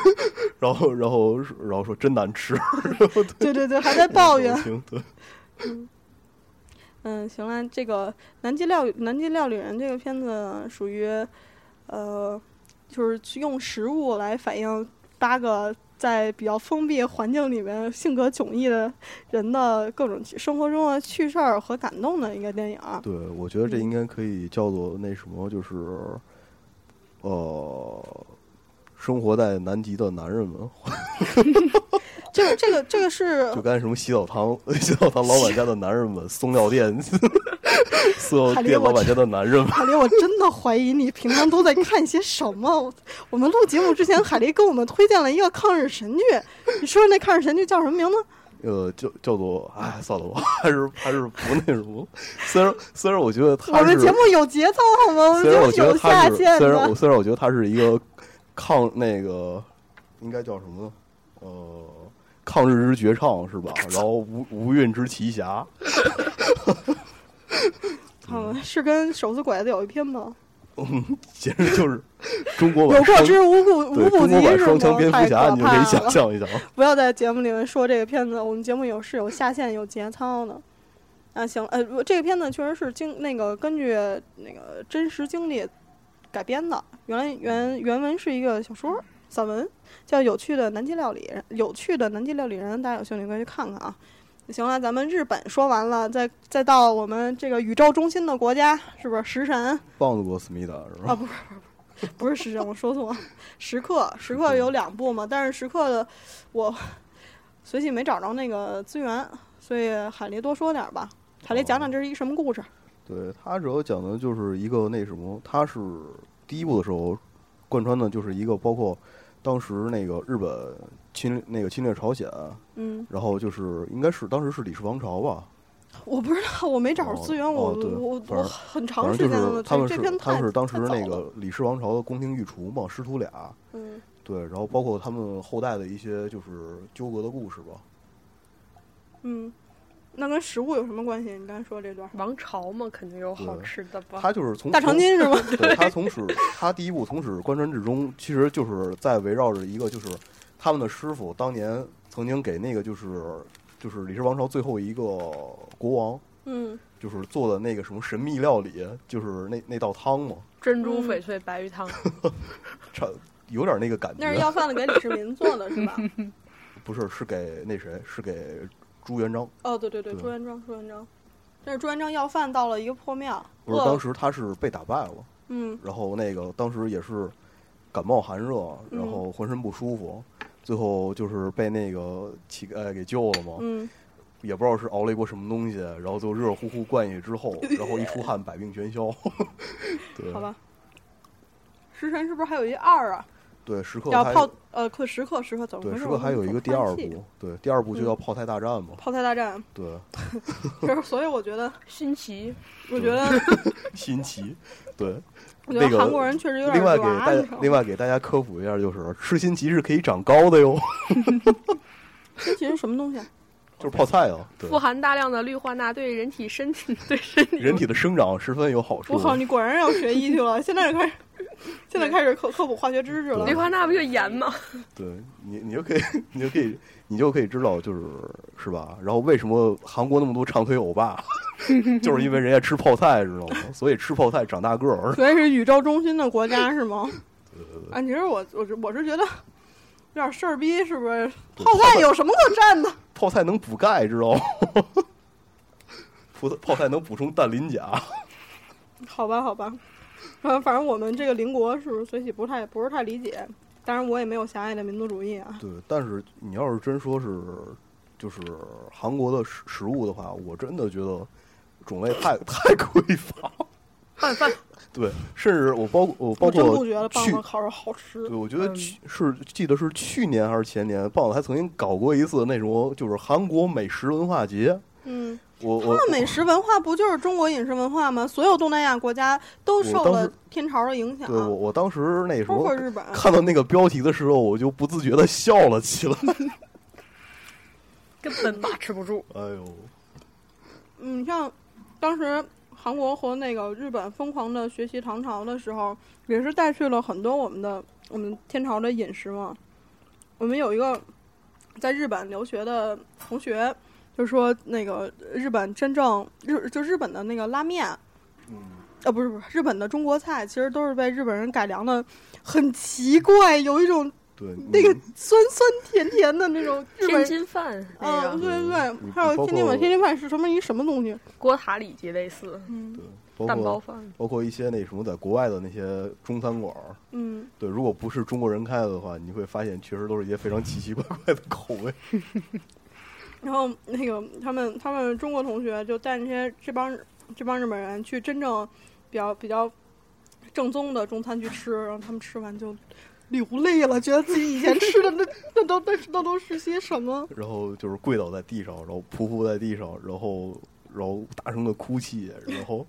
S3: [LAUGHS] 然后然后然后说真难吃，
S2: 对对对，还
S3: [LAUGHS]
S2: 在抱
S3: 我
S2: 怨
S3: 不。行对，
S2: 嗯，行了，这个《南极料南极料理人》这个片子属于，呃，就是去用食物来反映八个在比较封闭环境里面性格迥异的人的各种趣生活中的趣事儿和感动的一个电影儿。
S3: 对我觉得
S2: 嗯
S3: 这应该可以叫做那什么，就是呃，生活在南极的男人们，
S2: 哦这个这个这个是
S3: 就干什么洗澡堂、 [LAUGHS] 洗澡堂老板家的男
S2: [LAUGHS]
S3: 人们，塑料 [LAUGHS] 店、塑料店老板家的男人们，
S2: 海狸，我真的怀疑你平常都在看些什么。我我们录节目之前，海狸给我们推荐了一个抗日神剧，你说说那抗日神剧叫什么名字？
S3: 呃，叫叫做哎，算了吧， [LAUGHS] 还是还是不那什么。虽然虽然我觉得他
S2: 我
S3: 是，
S2: 们节目有节奏好吗？我们
S3: 虽
S2: 节
S3: 然
S2: 目
S3: 我觉得
S2: 有
S3: 他
S2: 下
S3: 是，
S2: 限
S3: 虽然我
S2: 的。
S3: 虽然我觉得他是一个抗那个应该叫什么呃抗日之绝唱是吧？然后无无韵之奇侠，
S2: 嗯，是跟手撕鬼子有一拼吗？
S3: 简直就是中国
S2: 有过
S3: 版双
S2: 之无不
S3: 对
S2: 无
S3: 中
S2: 不
S3: 国
S2: 及
S3: 版
S2: 是
S3: 双
S2: 吗？
S3: 枪蝙蝠
S2: 太可
S3: 侠，你就可以
S2: 怕
S3: 想
S2: 了！
S3: 象一下。
S2: [LAUGHS] 不要在节目里面说这个片子，我们节目有是有下线有节操的。啊，行，呃，如这个片子确实是经那个根据那个真实经历改编的，原来原原文是一个小说散文，叫《有趣的南极料理人》，有趣的南极料理人，大家有兴趣可以去看看啊。行了，咱们日本说完了，再再到我们这个宇宙中心的国家，是不是食神？
S3: 棒子国思密达是吧
S2: 啊？不是时针，我说错了，时刻时刻有两部嘛，但是时刻的我随即没找着那个资源，所以海狸多说点儿吧。海狸讲
S3: 哦
S2: 讲这是一什么故事？
S3: 对他主要讲的就是一个那什么，他是第一部的时候贯穿的就是一个包括当时那个日本侵那个侵略朝鲜，啊
S2: 嗯，
S3: 然后就是应该是当时是李氏王朝吧，
S2: [LAUGHS] 我不知道，我没找着资源，
S3: 哦
S2: 我、
S3: 哦对
S2: 我
S3: 反
S2: 我
S3: 正
S2: 很
S3: 反
S2: 长
S3: 正
S2: 时
S3: 就
S2: 间
S3: 是
S2: 了，
S3: 他
S2: 这
S3: 们
S2: 这
S3: 是
S2: 片
S3: 他
S2: 太
S3: 们是当时
S2: 太早
S3: 那
S2: 了
S3: 个李氏王朝的宫廷御厨嘛，师徒俩，
S2: 嗯
S3: 对，然后包括他们后代的一些就是纠葛的故事吧。
S2: 嗯，那跟食物有什么关系？你刚才说
S3: 嗯
S2: 这段
S4: 王朝嘛，肯定有好吃的吧？
S3: 他就是从
S2: 大长今是吗？
S3: [LAUGHS] 对他从始，他第一部从始贯穿至终，其实就是在围绕着一个，就是他们的师傅当年曾经给那个就是就是李氏王朝最后一个国王，
S2: 嗯
S3: 就是做的那个什么神秘料理，就是那那道汤嘛，
S4: 珍珠
S2: 嗯
S4: 翡翠白玉汤，
S3: 差有点那个感
S2: 那是
S3: 觉，
S2: 要饭的给李世民做的是吧？
S3: 不是是给那谁，是给朱元璋，
S2: [LAUGHS] 哦，对对对，
S3: 对
S2: 朱元璋，朱元璋，但是朱元璋要饭到了一个破庙，
S3: 不是
S2: 饿
S3: 当
S2: 了
S3: 时他是被打败了，
S2: 嗯
S3: 然后那个当时也是感冒寒热，
S2: 嗯
S3: 然后浑身不舒服。最后就是被那个乞丐给救了嘛，
S2: 嗯
S3: 也不知道是熬了一锅什么东西，然后就热乎乎灌下去
S2: [LAUGHS]
S3: 之后，然后一出汗百病全消。 [LAUGHS] 对，
S2: 好吧。食神是不是还有一二啊？
S3: 对，时刻
S2: 叫
S3: 还
S2: 泡呃，克时刻时刻怎么
S3: 对
S2: 回事？
S3: 时刻还有一个第二部，对，第二部
S2: 嗯
S3: 就叫炮台大战嘛。
S2: 泡菜大
S3: [LAUGHS]
S2: 战， [LAUGHS]
S3: 对，
S2: 就是所以我觉得，
S4: 新奇。
S2: 我觉得，
S3: 新奇，对。
S2: [LAUGHS] 我觉
S3: 那
S2: 得
S3: 个
S2: 韩国人确实有
S3: 另
S2: 点
S3: 外给
S2: 娃，
S3: 大
S2: 你
S3: 家
S2: 知道
S3: 另
S2: 吗？
S3: 外给大家科普一下，就是吃新奇是可以长高的哟， [LAUGHS]
S2: 这其实什么东西啊？
S3: 就是泡菜啊，对
S4: 富，含大量的氯化钠，对人体身体对身体
S3: 人体的生长十分有好处
S2: 我。靠，你果然要学医去
S3: [LAUGHS]
S2: 了，现在开始，现在开始科科普化学知识了
S4: 氯。化钠不就盐吗？
S3: 对你，你就可以，你就可以，你就可以知道，就是是吧？然后为什么韩国那么多长腿欧巴， [LAUGHS] 就是因为人家吃泡菜，知道吗？所以吃泡菜长大个儿。
S2: 所以是宇宙中心的国家是吗？啊，其实我我是我是觉得有点事儿逼，是不是？
S3: 对
S2: 泡菜有什么可占的？
S3: 泡菜能补钙，知道吗？ [LAUGHS] 泡菜泡菜能补充氮磷钾。
S2: 好吧，好吧，反正反正我们这个邻国是不是随喜不太不是太理解？当然我也没有狭隘的民族主义啊。
S3: 对，但是你要是真说是就是韩国的食食物的话，我真的觉得种类太太匮乏。
S4: 拌饭
S3: [LAUGHS] 对，甚至我包我包
S2: 我真
S3: 括
S2: 不觉得棒
S3: 去
S2: 棒烤肉好吃
S3: 对，。我觉得
S4: 嗯
S3: 去是记得是去年还是前年，棒子还曾经搞过一次那种就是韩国美食文化节。
S2: 嗯，
S3: 我
S2: 他
S3: 我
S2: 们美食文化不就是中国饮食文化吗？所有东南亚国家都受
S3: 我当
S2: 了
S3: 时
S2: 天朝的影响，啊
S3: 对我我当时那什
S2: 包括
S3: 么
S2: 日本。啊
S3: 看到那个标题的时候，我就不自觉的笑了起来。 [LAUGHS]
S4: 根本把持不住。
S3: 哎呦，
S2: 嗯，你像当时韩国和那个日本疯狂的学习唐朝的时候，也是带去了很多我们的我们天朝的饮食嘛。我们有一个在日本留学的同学，就说那个日本真正日就日本的那个拉面，
S3: 嗯，
S2: 呃，不是不是日本的中国菜，其实都是被日本人改良的，很奇怪，有一种
S3: 对，嗯
S2: 那个酸酸甜甜的那种日
S4: 嗯天
S2: 本。
S4: 津饭那
S2: 嗯，
S4: 个
S2: 对对
S3: 你
S2: 对，还有
S3: 包
S2: 天津
S3: 括
S2: 饭，天津饭是什么一什么东西？
S4: 锅塔里脊类似
S2: 嗯
S3: 包
S4: 蛋包
S3: 括
S4: 饭，
S3: 包括一些那什么在国外的那些中餐馆儿，
S2: 嗯，
S3: 对，如果不是中国人开的话，你会发现确实都是一些非常奇奇怪怪的口味。
S2: 然后那个他们他们中国同学就带那些这帮这帮日本人去真正比较比较正宗的中餐去吃，然后他们吃完就流泪了，觉得自己以前吃的那那都那那都是些什么？
S3: 然后就是跪倒在地上，然后匍匐在地上，然后然后大声的哭泣，然后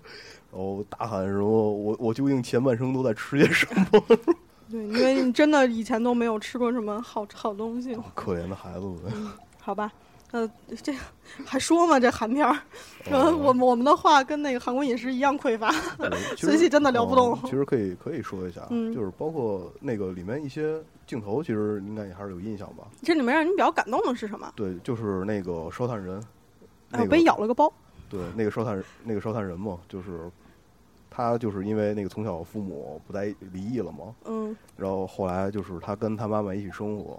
S3: 然后大喊什么我我究竟前半生都在吃些什么？ [LAUGHS]
S2: 对，因为你真的以前都没有吃过什么好好东西。
S3: 可怜的孩子们，
S2: 好吧，呃，这还说吗？这韩片儿，
S3: 哦
S2: 我们我们的话跟那个韩国饮食一样匮乏。 [LAUGHS]
S3: 嗯其
S2: [LAUGHS] 所以
S3: 实
S2: 真的聊不动
S3: 哦其实可以可以说一下，
S2: 嗯
S3: 就是包括那个里面一些镜头，其实应该也还是有印象吧？
S2: 这里面让你比较感动的是什么？
S3: 对，就是那个烧炭人，
S2: 哎
S3: 那
S2: 我
S3: 个
S2: 被咬了个包。
S3: 对，那个烧炭那个烧炭人嘛，就是他就是因为那个从小父母不在离异了嘛，
S2: 嗯
S3: 然后后来就是他跟他妈妈一起生活，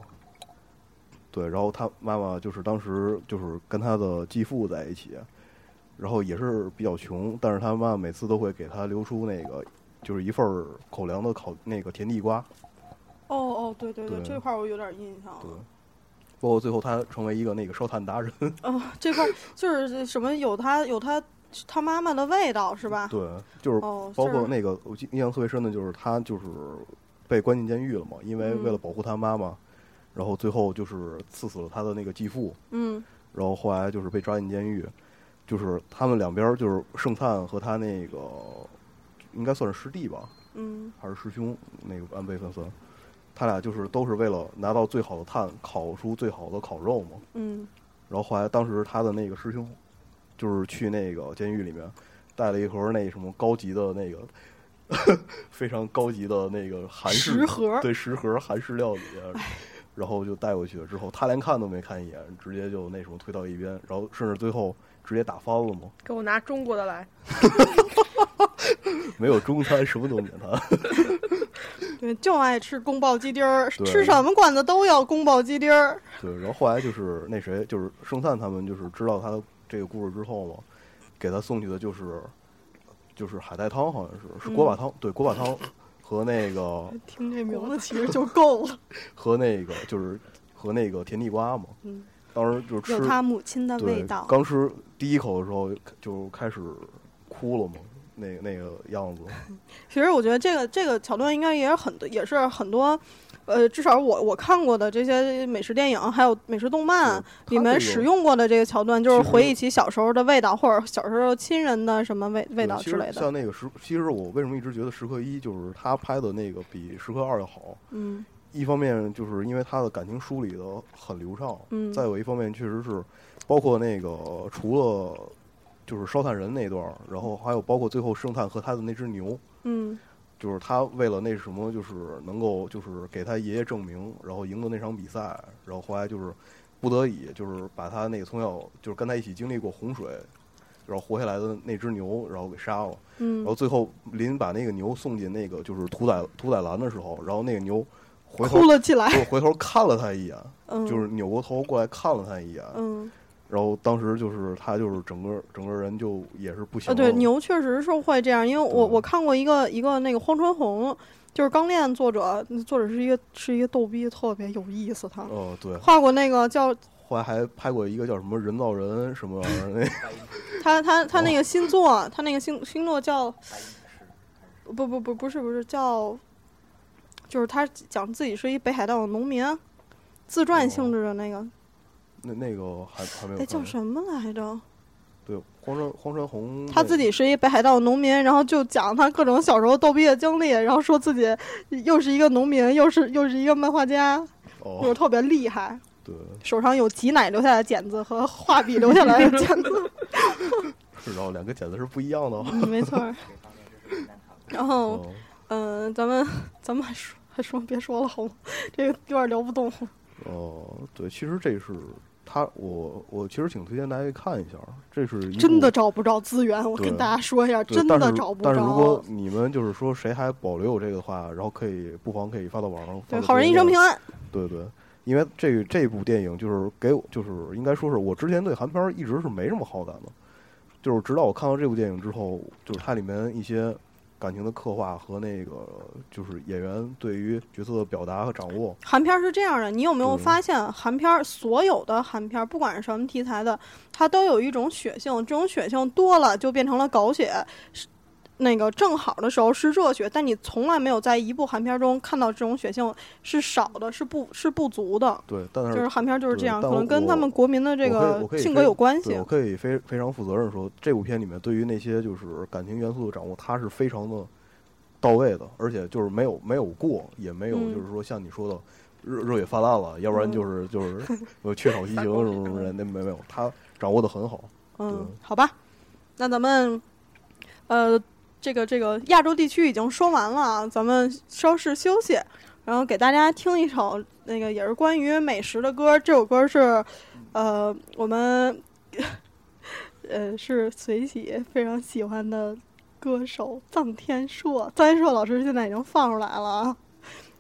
S3: 对，然后他妈妈就是当时就是跟他的继父在一起，然后也是比较穷，但是他妈妈每次都会给他留出那个就是一份儿口粮的烤那个甜地瓜，
S2: 哦哦，对对对，
S3: 对
S2: 这块儿我有点印象
S3: 对
S2: 了。，
S3: 包括最后他成为一个那个烧炭达人，
S2: 哦，这块儿就是什么有他有他他妈妈的味道是吧？
S3: [LAUGHS] 对，就是
S2: 哦，
S3: 包
S2: 这
S3: 括
S2: 儿
S3: 那个我记印象特别深的就是他就是被关进监狱了嘛，因为
S2: 嗯
S3: 为了保护他妈妈，然后最后就是刺死了他的那个继父。
S2: 嗯
S3: 然后后来就是被抓进监狱，就是他们两边儿就是圣灿和他那个应该算是师弟吧，
S2: 嗯
S3: 还是师兄，那个安倍分森，他俩就是都是为了拿到最好的炭，烤出最好的烤肉嘛。
S2: 嗯
S3: 然后后来当时他的那个师兄，就是去那个监狱里面带了一盒那什么高级的那个。 [LAUGHS] 非常高级的那个韩式
S2: 食盒
S3: 对食盒韩式料理，啊然后就带过去了。之后他连看都没看一眼，直接就那什么推到一边，然后甚至最后直接打翻了嘛。
S4: 给我拿中国的来，
S3: 没有中餐，什么都免谈。
S2: 对，就爱吃宫保鸡丁儿，
S3: 对
S2: 吃什么馆子都要宫保鸡丁儿。
S3: 对，然后后来就是那谁，就是圣灿他们，就是知道他这个故事之后嘛，给他送去的就是就是海带汤，好像是是锅
S2: 嗯
S3: 巴汤，对，锅巴汤和那个
S2: 听这名字其实就够了，
S3: 和那个就是和那个甜地瓜嘛。
S2: 嗯
S3: 当时就
S2: [LAUGHS]
S3: 吃
S2: 有他母亲的味
S3: 对
S2: 道，。
S3: 刚吃第一口的时候就开始哭了嘛，那那个样子。
S2: 其实我觉得这个这个桥段应该也是很多，也是很多，呃，至少我我看过的这些美食电影还有美食动漫
S3: 对
S2: 里面
S3: 它这个
S2: 使用过的这个桥段，就
S3: 其
S2: 是
S3: 实
S2: 回忆起小时候的味道，或者小时候亲人的什么味味
S3: 对
S2: 道
S3: 其
S2: 之
S3: 实
S2: 类的。
S3: 像那个时，其实我为什么一直觉得时刻一就是他拍的那个比时刻二要好？
S2: 嗯
S3: 一方面就是因为他的感情梳理的很流畅，
S2: 嗯
S3: 再有一方面确实是包括那个除了就是烧炭人那段儿，然后还有包括最后圣炭和他的那只牛，
S2: 嗯
S3: 就是他为了那什么，就是能够就是给他爷爷证明，然后赢得那场比赛，然后后来就是不得已就是把他那个从小就是跟他一起经历过洪水，然后活下来的那只牛，然后给杀了。然后
S2: 嗯，
S3: 最后林把那个牛送进那个就是屠宰屠宰栏的时候，然后那个牛回头
S2: 哭了起来。
S3: 就回头看了他一眼，
S2: [LAUGHS] 嗯，
S3: 就是扭过头过来看了他一眼，
S2: 嗯
S3: 然后当时就是他就是整个整个人就也是不行
S2: 啊，
S3: 了。
S2: 对，牛确实是会这样，因为我
S3: 对
S2: 我看过一个一个那个荒川弘，就是《钢炼》作者，作者是一个是一个逗逼，特别有意思，他
S3: 哦对，
S2: 画过那个叫
S3: 后来还拍过一个叫什么人造人什么玩意儿那
S2: 他他他
S3: 哦
S2: 那个星座，他那个星星座叫
S5: 白银是还是
S2: 不不不不是不是叫，就是他讲自己是一北海道的农民，自
S3: 哦
S2: 传性质的那
S3: 嗯
S2: 个，
S3: 那那个还还没有
S2: 哎
S3: 看。
S2: 叫什么来着？
S3: 对，荒川荒川弘
S2: 他自己是一北海道农民，然后就讲他各种小时候逗逼的经历，然后说自己又是一个农民，又是又是一个漫画家，就是
S3: 哦，
S2: 特别厉害，
S3: 对，
S2: 手上有挤奶留下来的茧子和画笔留下来的茧
S3: [LAUGHS]
S2: 子，
S3: 然后两个简直是不一样的。
S2: 嗯，没错儿。
S5: 这方面真是难谈。
S2: 然后
S3: 哦
S2: 嗯、呃咱们咱们还说还说别说了好吗？ [LAUGHS] 这个有点聊不动。
S3: 哦，对，其实这是他，我我其实挺推荐大家去看一下，这是一部
S2: 真的找不着资源，我
S3: 对啊
S2: 跟大家说一下，
S3: 对
S2: 真
S3: 但
S2: 的
S3: 是
S2: 找不
S3: 但是如果
S2: 着。
S3: 你们就是说谁还保留有这个的话，然后可以不妨可以发到网上。
S2: 对，
S3: 发到
S2: 好人一
S3: 微
S2: 生
S3: 博
S2: 平。安。
S3: 对对，因为这这部电影就是给我就是应该说是我之前对韩片儿一直是没什么好感的，就是直到我看到这部电影之后，就是它里面一些感情的刻画和那个就是演员对于角色的表达和掌握，
S2: 韩片是这样的，你有没有
S3: 对
S2: 发现韩片所有的韩片，不管是什么题材的，它都有一种血性，这种血性多了就变成了狗血。是那个正好的时候是热血，但你从来没有在一部韩片中看到这种血性是少的，是不是不足的。
S3: 对，但
S2: 就是是韩片就是
S3: 对
S2: 这样，
S3: 但
S2: 可能跟
S3: 我
S2: 他们国民的这
S3: 我可以
S2: 个
S3: 我可以
S2: 性
S3: 非
S2: 格有关系
S3: 对，我。可以非非常负责任地说，这部片里面对于那些就是感情元素的掌握，它是非常的到位的，而且就是没有没有过，也没有
S2: 嗯
S3: 就是说像你说的热热血泛滥了，要不然就是就是
S2: 嗯
S3: 呃有
S2: [LAUGHS]
S3: 缺少激情什么什么的，那没没有，他掌握的很好。
S2: 嗯，好吧，那咱们呃，这个这个亚洲地区已经说完了啊，咱们稍事休息，然后给大家听一首那个也是关于美食的歌，这首歌是呃我们 [LAUGHS] 呃是随喜非常喜欢的歌手臧天朔，臧天朔老师现在已经放出来了啊。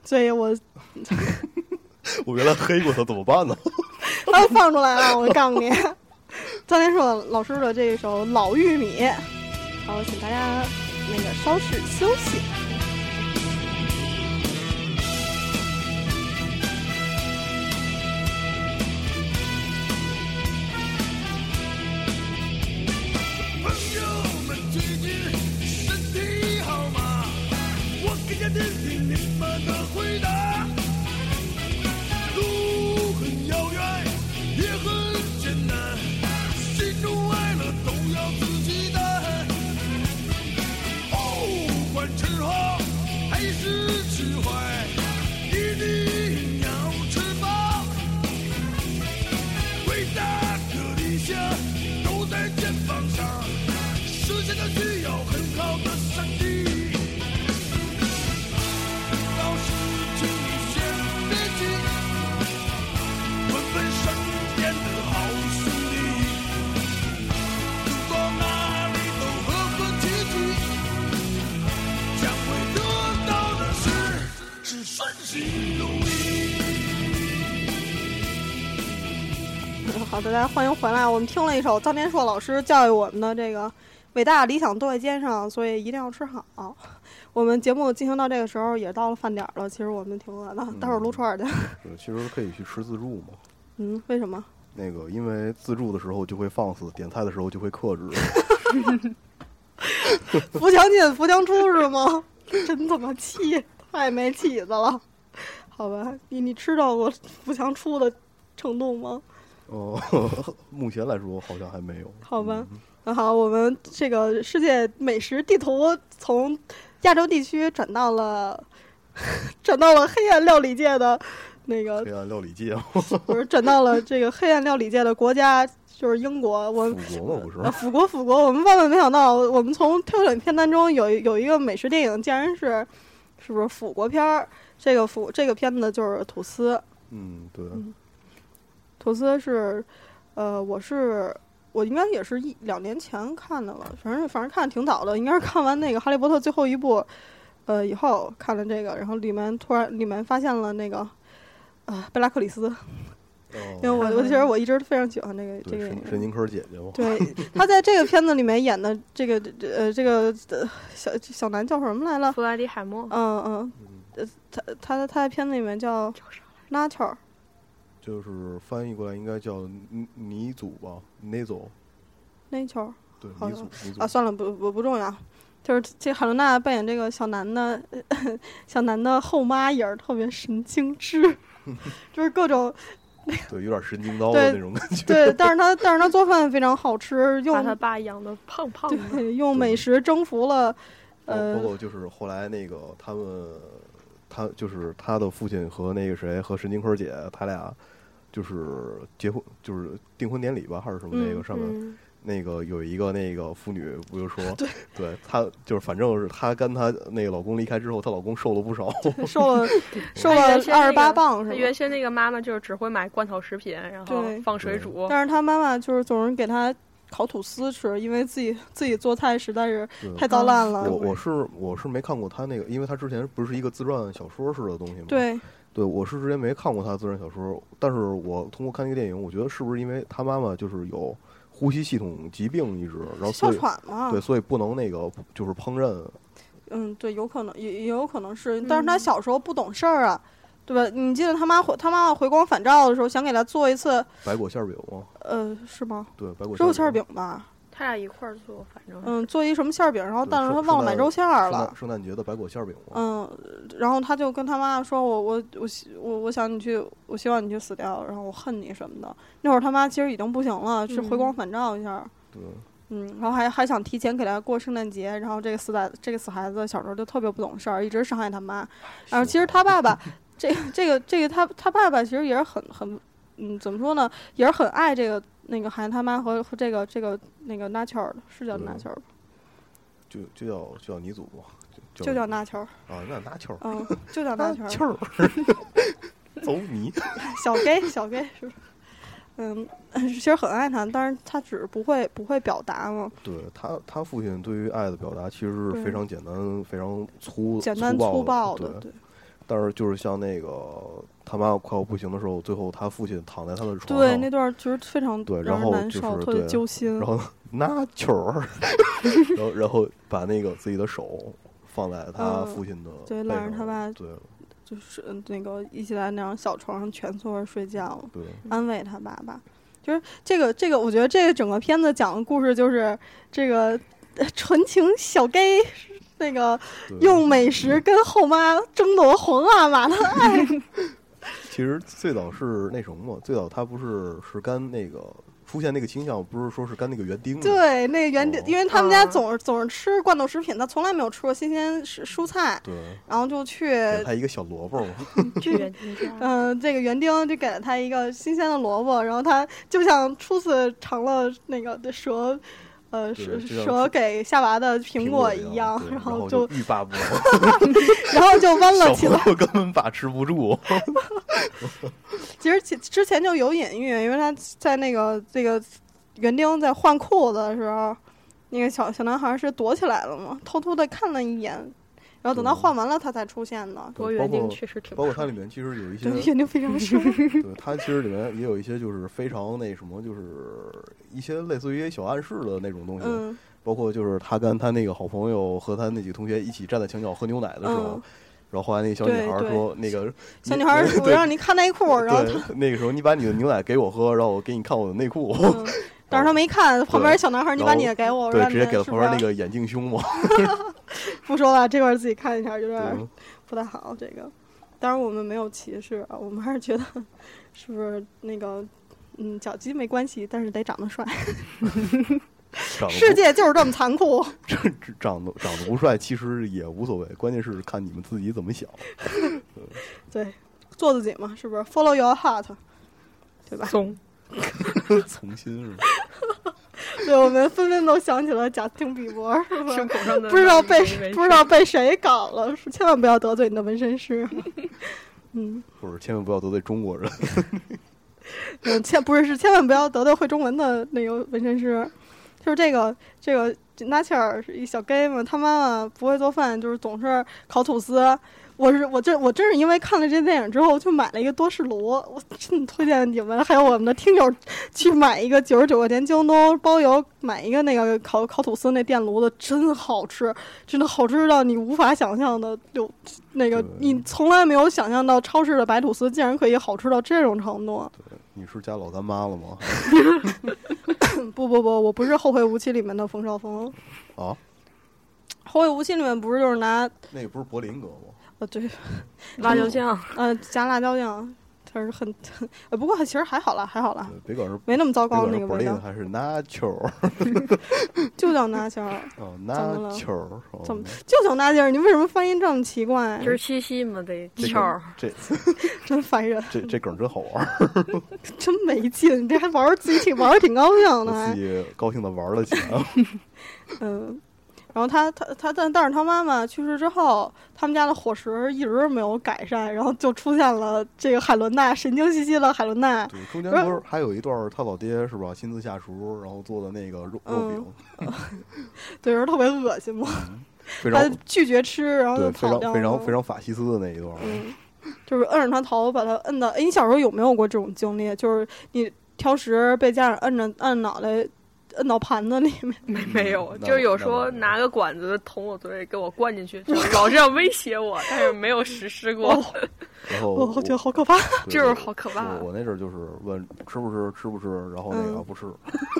S2: 所以我
S3: 我原来黑过他怎么办呢？ [LAUGHS]
S2: [LAUGHS] 他放出来了，我告诉你，臧天朔老师的这首《老玉米》，好，请大家那个稍事休息。 [LAUGHS]
S6: 朋友们，最近身体好吗？我给家听听你们的回答。路很遥远，也很艰难，喜怒哀乐都要自己担。不管吃好还是吃坏，一定要吃饱。伟大的理想都在肩膀上，实现它需要很好的身体。到时请你先别急，问问身边的好兄弟，走到哪里都和和气气，将会得到的是是顺心如意。
S2: 好，大家欢迎回来。我们听了一首臧天朔老师教育我们的这个伟大理想都在肩上，所以一定要吃好。我们节目进行到这个时候也到了饭点儿了，其实我们挺饿的，待会儿撸串儿去。 [LAUGHS]
S3: 对其实可以去吃自助嘛。
S2: 嗯，为什么？
S3: 那个，因为自助的时候就会放肆，点菜的时候就会
S2: [LAUGHS]
S3: 克制。
S2: 扶墙进，扶墙出是吗？ [LAUGHS] 真他妈气，太没起子了。好吧，你你吃到过扶墙出的程度吗？
S3: 哦， [LAUGHS] 目前来说好像还没有。
S2: 好吧，那好，我们这个世界美食地图从亚洲地区转到了转到了黑暗料理界的那个
S3: 黑，暗料理界嘛，
S2: 不是转到了这个黑暗料理界的国家，就是英国。我们
S3: 祖国嘛不是
S2: 啊，？腐国腐国，我们万万没想到，我们从挑选片单中有有一个美食电影，竟然是是不是腐国片儿？这个腐这个片子就是吐司，
S3: 嗯，对，
S2: 吐司是，呃，我是我应该也是一两年前看的了，反正反正看的挺早的，应该是看完那个《哈利波特》最后一部，呃，以后看了这个，然后里面突然里面发现了那个，呃，贝拉克里斯，
S3: 哦
S2: 因为我我觉得我一直非常喜欢这个这
S3: 对
S2: 个演
S3: [LAUGHS] 神
S2: 员。
S3: 神经科姐姐
S2: [LAUGHS]
S3: 嘛，
S2: 对，他在这个片子里面演的这个这呃这个呃小小男叫什么来了？
S4: [LAUGHS] 弗莱迪海默，
S2: 嗯嗯，呃，他他他在片子里面叫
S4: 叫啥？
S2: 拉乔尔，
S3: 就是翻译过来应该叫尼尼祖吧，尼祖，
S2: 拉乔尔。
S3: 对，
S2: 好
S3: 尼
S2: 的
S3: 祖，尼祖
S2: 啊，，算了，不不不重要。就是这海伦娜扮演这个小男的， [LAUGHS] 小男的后妈也是特别神经
S4: [LAUGHS]
S2: 质，就是各种
S3: 对，有点神经刀
S2: 对
S3: 的那种感觉。
S2: 对，但是他但是他做饭非常好吃，
S4: 把他
S2: 用
S4: 爸养的胖胖的。
S2: 对用美食征服了，
S3: 包包
S2: 呃，
S3: 括就是后来那个他们，他就是他的父亲和那个谁和神经科姐，他俩就是结婚，就是订婚典礼吧，还是什么那个
S2: 嗯
S3: 上面、
S4: 嗯，
S3: 那个有一个那个妇女不就说，对，她就是反正是她跟她那个老公离开之后，她老公瘦了
S2: [LAUGHS]
S3: 不少，
S2: 瘦
S4: [LAUGHS]
S2: 了瘦
S4: 他
S2: 了
S4: 原先那
S2: 二十八
S4: 个
S2: 磅
S4: 他
S2: 是
S4: 原
S2: 吧？
S4: 先那个妈妈就是只会买罐头食品，然后
S2: 对
S4: 放水煮。
S2: 但是他妈妈就是总是给他烤吐司吃，因为自己自己做菜实在是
S3: 对啊
S2: 太糟烂了
S3: 我。我是我是没看过他那个，因为他之前不是一个自传小说式的东西吗？
S2: 对，
S3: 对，我是之前没看过他的自传小说，但是我通过看那个电影，我觉得是不是因为他妈妈就是有呼吸系统疾病一直，然后
S2: 哮
S3: 所以
S2: 喘啊嘛
S3: 对，，所以不能那个就是烹饪，
S2: 嗯，对，有可能，也也有可能是，但是他
S4: 嗯
S2: 小时候不懂事儿啊，对吧？你记得他妈回他妈妈回光返照的时候，想给他做一次，
S3: 白果馅儿饼吗？
S2: 呃，是吗？
S3: 对，白果
S2: 肉馅儿
S3: 饼
S2: 饼吧，
S4: 他俩一块儿做，反正是
S2: 嗯，做一什么馅儿饼，然后
S3: 对
S2: 但是他
S3: 说
S2: 忘了
S3: 说
S2: 买
S3: 到
S2: 肉馅儿
S3: 圣
S2: 了
S3: 诞，圣诞节的白果馅儿饼吗？
S2: 嗯，然后他就跟他妈妈说，我我我希我我想你去，我希望你去死掉，然后我恨你什么的。那会儿他妈其实已经不行了，是回光
S4: 嗯
S2: 返照一下，
S3: 对，
S2: 嗯，然后还还想提前给他过圣诞节，啊
S3: [LAUGHS]
S2: 然后这个死崽这个死孩子小时候就特别不懂事儿，一直伤害他妈。然后其实他爸爸这个这个这个他他爸爸其实也是很很嗯怎么说呢，也是很爱这个那个韩他妈和和这个这个那个纳乔尔的，是叫
S3: 嗯
S2: 纳乔尔吧，
S3: 就就叫就叫你祖宗，
S2: 就叫纳乔尔，
S3: 啊，那拿球儿， [LAUGHS]
S2: 嗯，就叫纳乔尔。
S3: 球儿， [LAUGHS] 走你，
S2: 小 gay 小 gay 是吧，嗯， [LAUGHS] 其实很爱他，但是他只是不会不会表达嘛，
S3: 对他，他父亲对于爱的表达其实是
S2: 对
S3: 非常简单、非常粗、
S2: 简单粗暴
S3: 的
S2: 的，。对
S3: 但是就是像那个他妈快要不行的时候，最后他父亲躺在他的床
S2: 对，那
S3: 上，
S2: 段其实非常
S3: 对
S2: 让
S3: 然
S2: 人
S3: 后
S2: 难
S3: 就
S2: 受，
S3: 是
S2: 特别
S3: 对
S2: 揪心 [LAUGHS]
S3: 然。后拿球儿，然后然后把那个自己的手放在他
S2: 嗯
S3: 父亲的
S2: 对
S3: 背
S2: 拉着
S3: 上
S2: 他爸
S3: 对
S2: 就是嗯那个一起在那张小床上蜷缩着睡觉，
S3: 对，
S2: 安慰他爸爸。就是这个这个，我觉得这个整个片子讲的故事就是这个呃纯情小 gay 那个
S3: 对嗯
S2: 用美食跟后妈争夺皇阿玛的爱。
S3: 其实最早是那什么嘛，最早他不是是干那个出现那个倾向，不是说是干那个园丁吗？
S2: [LAUGHS] 对，那个原地
S3: 哦，
S2: 因为他们家
S4: 啊
S2: 总是总是吃罐头食品，他从来没有吃过新鲜蔬蔬菜，
S3: 对，
S2: 然后就去
S3: 给他一个小萝卜嘛，
S4: 去远近
S3: 啊
S4: 家。
S2: [LAUGHS] 嗯、这个园丁就给了他一个新鲜的萝卜，然后他就像初次尝了那个的蛇，呃，
S3: 对
S2: 蛇
S3: 就像
S2: 蛇
S3: 初
S2: 给夏娃的苹
S3: 果
S2: 一
S3: 样
S2: 样，，
S3: 对
S2: 然
S3: 然后
S2: 就
S3: 欲罢不能，
S2: [LAUGHS] 然后
S3: [LAUGHS]
S2: 就弯了
S3: 小
S2: 起来。
S3: 朋友根本把持不
S2: [LAUGHS]
S3: 住。
S2: 其实其之前就有隐喻，因为他在那个这个园丁在换裤子的时候，那个小小男孩是躲起来了嘛，偷偷的看了一眼，然后等他
S3: 对
S2: 换完了他才出现的。
S4: 不过园丁确实挺
S3: 包括它
S4: 帅
S3: 里面其实有一些
S2: 对，， [LAUGHS] 园丁非常
S3: [LAUGHS]
S2: 帅。
S3: 对它其实里面也有一些就是非常那什么，就是一些类似于小暗示的那种东西，
S2: 嗯，
S3: 包括就是他跟他那个好朋友和他那几个同学一起站在墙角喝牛奶的时候。
S2: 嗯
S3: 然后后来那个小女孩
S2: 对
S3: 说：“那个
S2: 小女孩
S3: [LAUGHS]
S2: 儿，我
S3: 对
S2: 让你看内裤，然后他。
S3: 对，那个时候你把你的牛奶给我喝，然后我给你看我的内裤，
S2: 嗯，但是他没看，旁边小男孩儿，你把
S3: 然后
S2: 你的给我，我
S3: 对，
S2: 让
S3: 直接
S2: 你
S3: 给了
S2: 是
S3: 旁
S2: 不是啊
S3: 边那个眼镜兄嘛，
S2: 不说了，这块儿自己看一下，有点儿
S3: [LAUGHS] 对
S2: 不太好。这个，当然我们没有歧视啊，我们还是觉得是不是那个。嗯，脚鸡没关系，但是得长得帅。
S3: 长得
S2: 世界就是这么残酷。
S3: 不长得长得不帅，其实也无所谓，关键是看你们自己怎么想。
S2: 对，做自己嘛，是不是？Follow your heart，对吧？
S4: 松，
S3: 从心是吧？
S2: 对，我们纷纷都想起了贾斯汀比伯，是
S3: [LAUGHS]
S2: 吧？
S4: 胸口上的
S2: 不知道
S4: 那
S2: 被
S4: 一枚
S2: 不知道被谁搞了，是千万不要得罪你的纹身师。嗯，
S3: 或者千万不要得罪中国人。 [LAUGHS]
S2: 嗯，千不是是千万不要得罪会中文的那个纹身师，就是这个这个纳切尔是一小 gay 嘛，他妈妈不会做饭，就是总是烤吐司。我是我这我真是因为看了这电影之后，我就买了一个多士炉。我真的推荐你们还有我们的听友去买一个九十九块钱京东包邮买一个那个烤烤吐司那电炉子，真好吃，真的好吃到你无法想象的，有那个
S3: 对
S2: 你从来没有想象到超市的白吐司竟然可以好吃到这种程度。
S3: 你是加老干妈了吗？
S2: 不不不，我不是《后会无期》里面的冯绍峰，《
S3: 啊，
S2: 后会无期》里面不是就是拿
S3: 那个不是柏林哥吗？
S2: 呃对
S4: 辣椒酱，
S2: 呃加辣椒酱，它是很很呃不过其实还好啦还好啦，
S3: 对呃别管是别
S2: 没那么糟糕
S3: 管
S2: 那
S3: 是
S2: 个
S3: 柏
S2: 味
S3: 林
S2: 道，
S3: 还是 nacho
S2: [LAUGHS] 就叫辣椒，
S3: 啊
S2: 么了
S3: ，nacho 哦
S2: 怎么就叫辣椒，你为什么发音这么奇怪
S4: 就？是西西嘛得
S3: 这
S4: 翘儿
S3: 梗，这
S2: 真烦人，
S3: 这这梗真好玩
S2: [LAUGHS]
S3: 儿，
S2: 真没劲，你这还玩儿自己挺玩儿挺高兴的，
S3: 我自
S2: 还
S3: 己高兴的玩了起来。
S2: [LAUGHS] 嗯。然后他他他，但但是他妈妈去世之后，他们家的伙食一直没有改善，然后就出现了这个海伦娜神经兮兮的海伦娜，
S3: 对，中间不是还有一段儿他老爹是吧，亲自下厨，然后做的那个肉
S2: 嗯
S3: 肉饼，
S2: 对，人特别恶心嘛，
S3: 非
S2: 他
S3: 常
S2: 拒绝吃，然后就
S3: 对，非
S2: 跑掉了。
S3: 常非常非常法西斯的那一段儿。
S2: 嗯，就是摁着他头，把他摁到。哎，你小时候有没有过这种经历？就是你挑食被家长摁着摁脑袋，摁到盘子里面。
S4: 没没有，
S3: 嗯那
S4: 就是
S3: 那
S4: 有说
S3: 我
S4: 拿个管子捅我嘴给我灌进去，就是老这样威胁我，但是没有实施过，
S3: 然后
S2: 我我觉得好可怕。
S3: 哦
S2: [LAUGHS]
S3: 对
S4: 就是
S3: 我
S4: 好可怕
S3: 我。我那阵儿就是问吃不吃，吃不吃，然后那个、
S2: 嗯
S3: 不吃，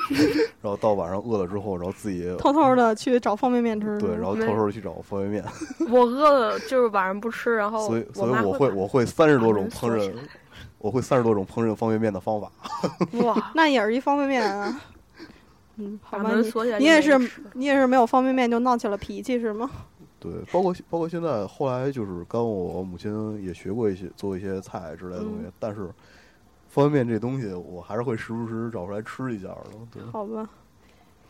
S3: [LAUGHS] 然后到晚上饿了之后，然后自己
S2: 偷偷的去找方便面吃。
S3: 对，然后偷
S4: 没
S3: 偷地去找方便面，
S4: 我饿了就是晚上不吃，然后
S3: 所以所以
S4: 哦妈
S3: 我
S4: 会
S3: 会我会三十多
S4: 把
S3: 种
S4: 门
S3: 烹
S4: 锁起
S3: 饪， [LAUGHS] 我会三十多种烹饪方便面的方法。
S4: 把 [LAUGHS] 哇，
S2: 那也是一方便面啊。嗯，好
S4: 把
S2: 吧，
S4: 门
S2: 你
S4: 锁起来
S2: 你
S4: 就
S2: 也
S4: 没
S2: 是
S4: 得吃了。
S2: 你也是没有方便面就闹起了脾气是吗？
S3: 对对，包括包括现在，后来就是跟我母亲也学过一些做一些菜之类的东西，
S2: 嗯
S3: 但是方便面这东西，我还是会时不时找出来吃一下的。对，
S2: 好吧， [LAUGHS]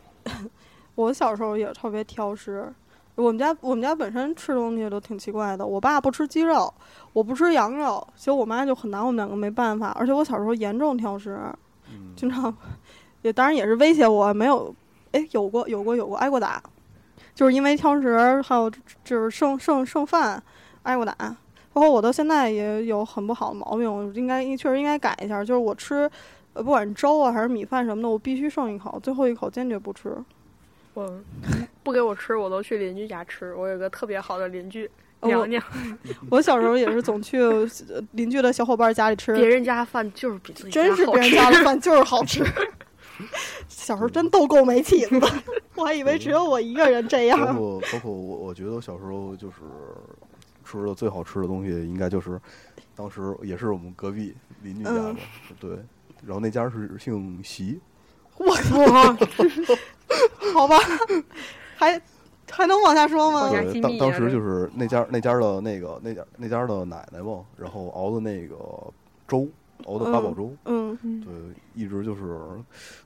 S2: 我小时候也特别挑食。我们家我们家本身吃东西都挺奇怪的，我爸不吃鸡肉，我不吃羊肉，结果我妈就很拿我们两个没办法。而且我小时候严重挑食，
S3: 嗯，
S2: 经常也当然也是威胁我，没有哎有过有过有过挨过打，就是因为挑食，还有就是剩剩剩饭挨过打。包括我到现在也有很不好的毛病，我应该确实应该改一下，就是我吃呃不管是粥啊还是米饭什么的，我必须剩一口，最后一口坚决不吃。
S4: 我不给我吃，我都去邻居家吃。我有个特别好的邻居
S2: 呃我
S4: 娘娘，
S2: 我小时候也是总去呃邻居的小伙伴家里吃，
S4: 别人家饭就是比自己
S2: 真是
S4: 好
S2: 别人
S4: 吃 [LAUGHS]
S2: 家的饭就是好吃。 [LAUGHS] 小时候真都够没起子的，我还以为只有我一个人这
S3: 包
S2: 样。
S3: 括包括我，我觉得小时候就是吃的最好吃的东西，应该就是当时也是我们隔壁邻居家
S2: 嗯
S3: 嘛，对，然后那家是姓席，
S2: 我好吧，还还能往下说吗
S4: 往？下
S3: 对，
S4: 机
S3: 当
S4: 密
S3: 当
S4: 啊
S3: 时
S4: 这
S3: 就是那家那家的那个那家那家的奶奶嘛，然后熬的那个粥，熬的八宝
S2: 嗯
S3: 粥。
S2: 嗯，
S3: 对，一直就是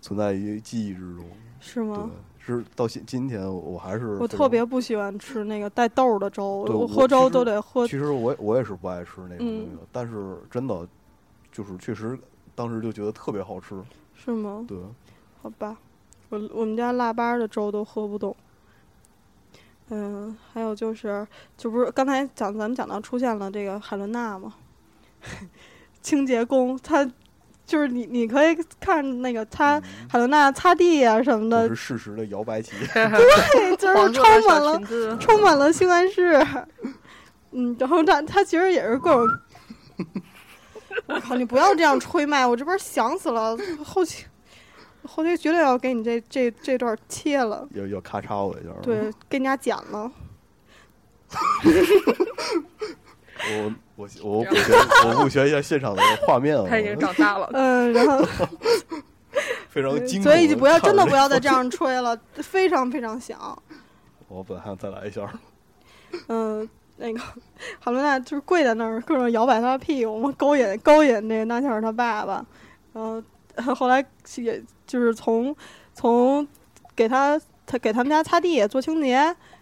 S3: 存在于记忆之中。
S2: 是
S3: 对
S2: 吗？，
S3: 是到今今天我还是
S2: 嗯我
S3: 非
S2: 特
S3: 常
S2: 别。不喜欢吃那个带豆儿的粥，
S3: 对
S2: 我
S3: 我
S2: 喝粥
S3: 其实
S2: 都得喝
S3: 其实我也我也是不爱吃那种东西
S2: 嗯
S3: 的，但是真的就是确实当时就觉得特别好吃。
S2: 是吗？
S3: 对，
S2: 好吧，我我们家腊八儿的粥都喝不懂。嗯，还有就是，就不是刚才讲咱们讲到出现了这个海伦娜嘛， [LAUGHS] 清洁工，她就是你，你可以看那个她海伦娜擦地啊什么
S3: 我
S2: 的
S3: 嗯是，适时的摇摆起。
S2: 对，就是
S4: 黄
S2: 充
S4: 色的
S2: 满
S4: 小
S2: 了
S4: 裙子，
S2: 充满了性暗示。 [LAUGHS] 嗯，然后他他其实也是各种，我靠，你不要这样吹麦，我这边想死了，后期后期绝对要给你这这这段切了，
S3: 要要咔嚓我一下。，
S2: 对，跟人家剪了。
S3: 我我我不学，我不学一下现场的画面啊，
S4: 她已经长大了。
S2: 嗯，然后
S3: 非常惊恐地看着这个。啊
S2: 所以就不要真的不要再这样吹了，非常非常响。
S3: 我本来还想再来一下儿，
S2: 嗯，那个海伦娜就是跪在那儿各种摇摆她的屁股，我们勾引勾引那个纳切尔他爸爸，然后后来也就是从从给他他给他们家擦地做清洁，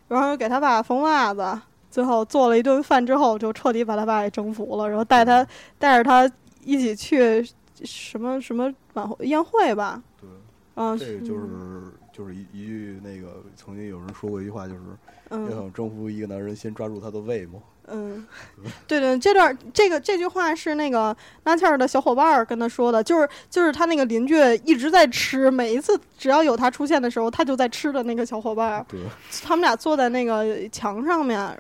S2: 然后又给他爸缝袜子，最后做了一顿饭之后，就彻底把他爸给征服了，然后带他
S3: 嗯
S2: 带着他一起去什么什么晚会宴会吧，
S3: 对，
S2: 嗯，
S3: 这个就是就是一一句那个曾经有人说过一句话，就是要
S2: 嗯
S3: 想征服一个男人，先抓住他的胃嘛。
S2: 嗯，对对，这段这个这句话是那个纳切尔的小伙伴儿跟他说的，就是就是他那个邻居一直在吃，每一次只要有他出现的时候，他就在吃的那个小伙伴儿，
S3: 对
S2: 他们俩坐在那个墙上面，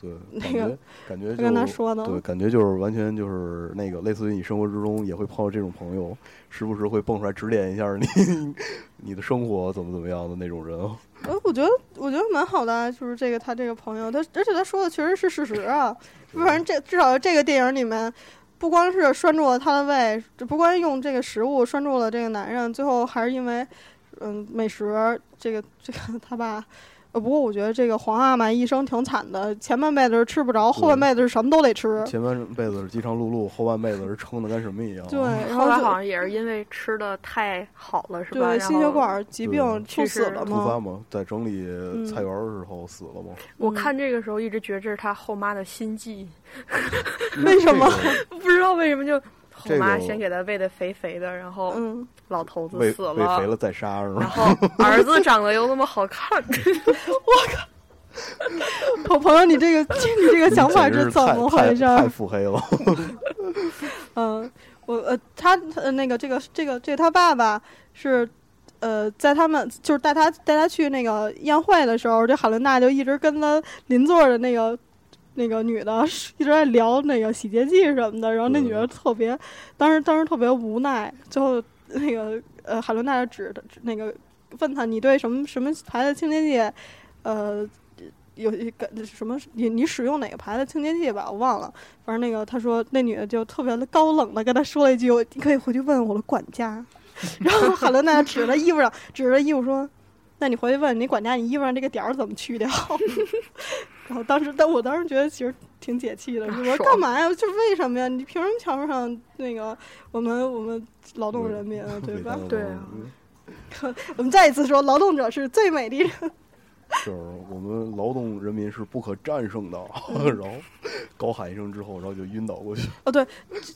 S3: 对，
S2: 那
S3: 感
S2: 个
S3: 觉感觉
S2: 他跟他
S3: 就
S2: 说
S3: 对，
S2: 的，
S3: 感觉就是完全就是那个类似于你生活之中也会碰到这种朋友，时不时会蹦出来指点一下你你的生活怎么怎么样的那种人啊。
S2: 哎，我觉得我觉得蛮好的啊，就是这个他这个朋友，他而且他说的确实是事实啊，不然这至少这个电影里面。不光是拴住了他的胃，不光用这个食物拴住了这个男人，最后还是因为，嗯，美食这个这个他爸，呃，不过我觉得这个皇阿玛一生挺惨的，前半辈子是吃不着，后半辈子是什么都得吃，
S3: 前半辈子是饥肠辘辘，后半辈子是撑的跟什么一样。
S2: 对，，然
S4: 后来好
S2: 后
S4: 像也是因为吃的太好了，是
S2: 就
S4: 吧？
S2: 对
S4: 然
S2: 心血
S4: 后
S2: 管疾病
S4: 去
S2: 猝死
S4: 世
S2: 了
S3: 突发
S2: 嘛，
S3: 嘛，在整理菜园儿的时候死了嘛。
S4: 我
S2: 嗯
S4: 看这个时候一直觉得这是他后妈的心计， [LAUGHS]
S2: 为什么？
S3: 这
S4: 不知道为什么就后
S3: 这
S4: 妈
S3: 个
S4: 先给他喂的肥肥的，然后
S2: 嗯，
S4: 老头
S3: 个
S4: 子
S3: 喂
S4: 死
S3: 喂肥了再杀是
S4: 然
S3: 吧？
S4: 后儿子长得又那么好看， [LAUGHS]
S2: 我朋友，你这个 [LAUGHS] 你这个想法
S3: 简直是
S2: 怎
S3: 太
S2: 么
S3: 太
S2: 回事？
S3: 太腹黑了。
S2: 嗯，我呃，他呃那个这个这个这个他爸爸是，呃，在他们就是带他带他去那个宴会的时候，这海伦娜就一直跟他邻座的那个那个女的一直在聊那个洗洁剂什么的，然后那女的特别，当时当时特别无奈，最后那个呃海伦娜就指的指那个问他你对什么什么牌子清洁剂，呃。有一个什么？你你使用哪个牌子清洁剂吧？我忘了。反正那个他说那女的就特别的高冷的跟他说了一句：“你可以回去问我的管家。”然后海伦娜指着衣服上，指着衣服说：“那你回去问你管家，你衣服上这个点儿怎么去掉？” [LAUGHS] 然后当时，但我当时觉得其实挺解气的，
S4: 啊
S2: 我说
S4: 爽
S2: 干嘛呀？就是为什么呀？你凭什么瞧不上那个我们我们劳动人民啊，对
S3: 伟大
S2: 吧
S3: 的？劳
S4: 对啊
S3: 动人民
S2: 我们再一次说，劳动者是最美丽的。
S3: 就是我们劳动人民是不可战胜的，
S2: 嗯
S3: [LAUGHS] 然后高喊一声之后，然后就晕倒过去。
S2: 哦，对，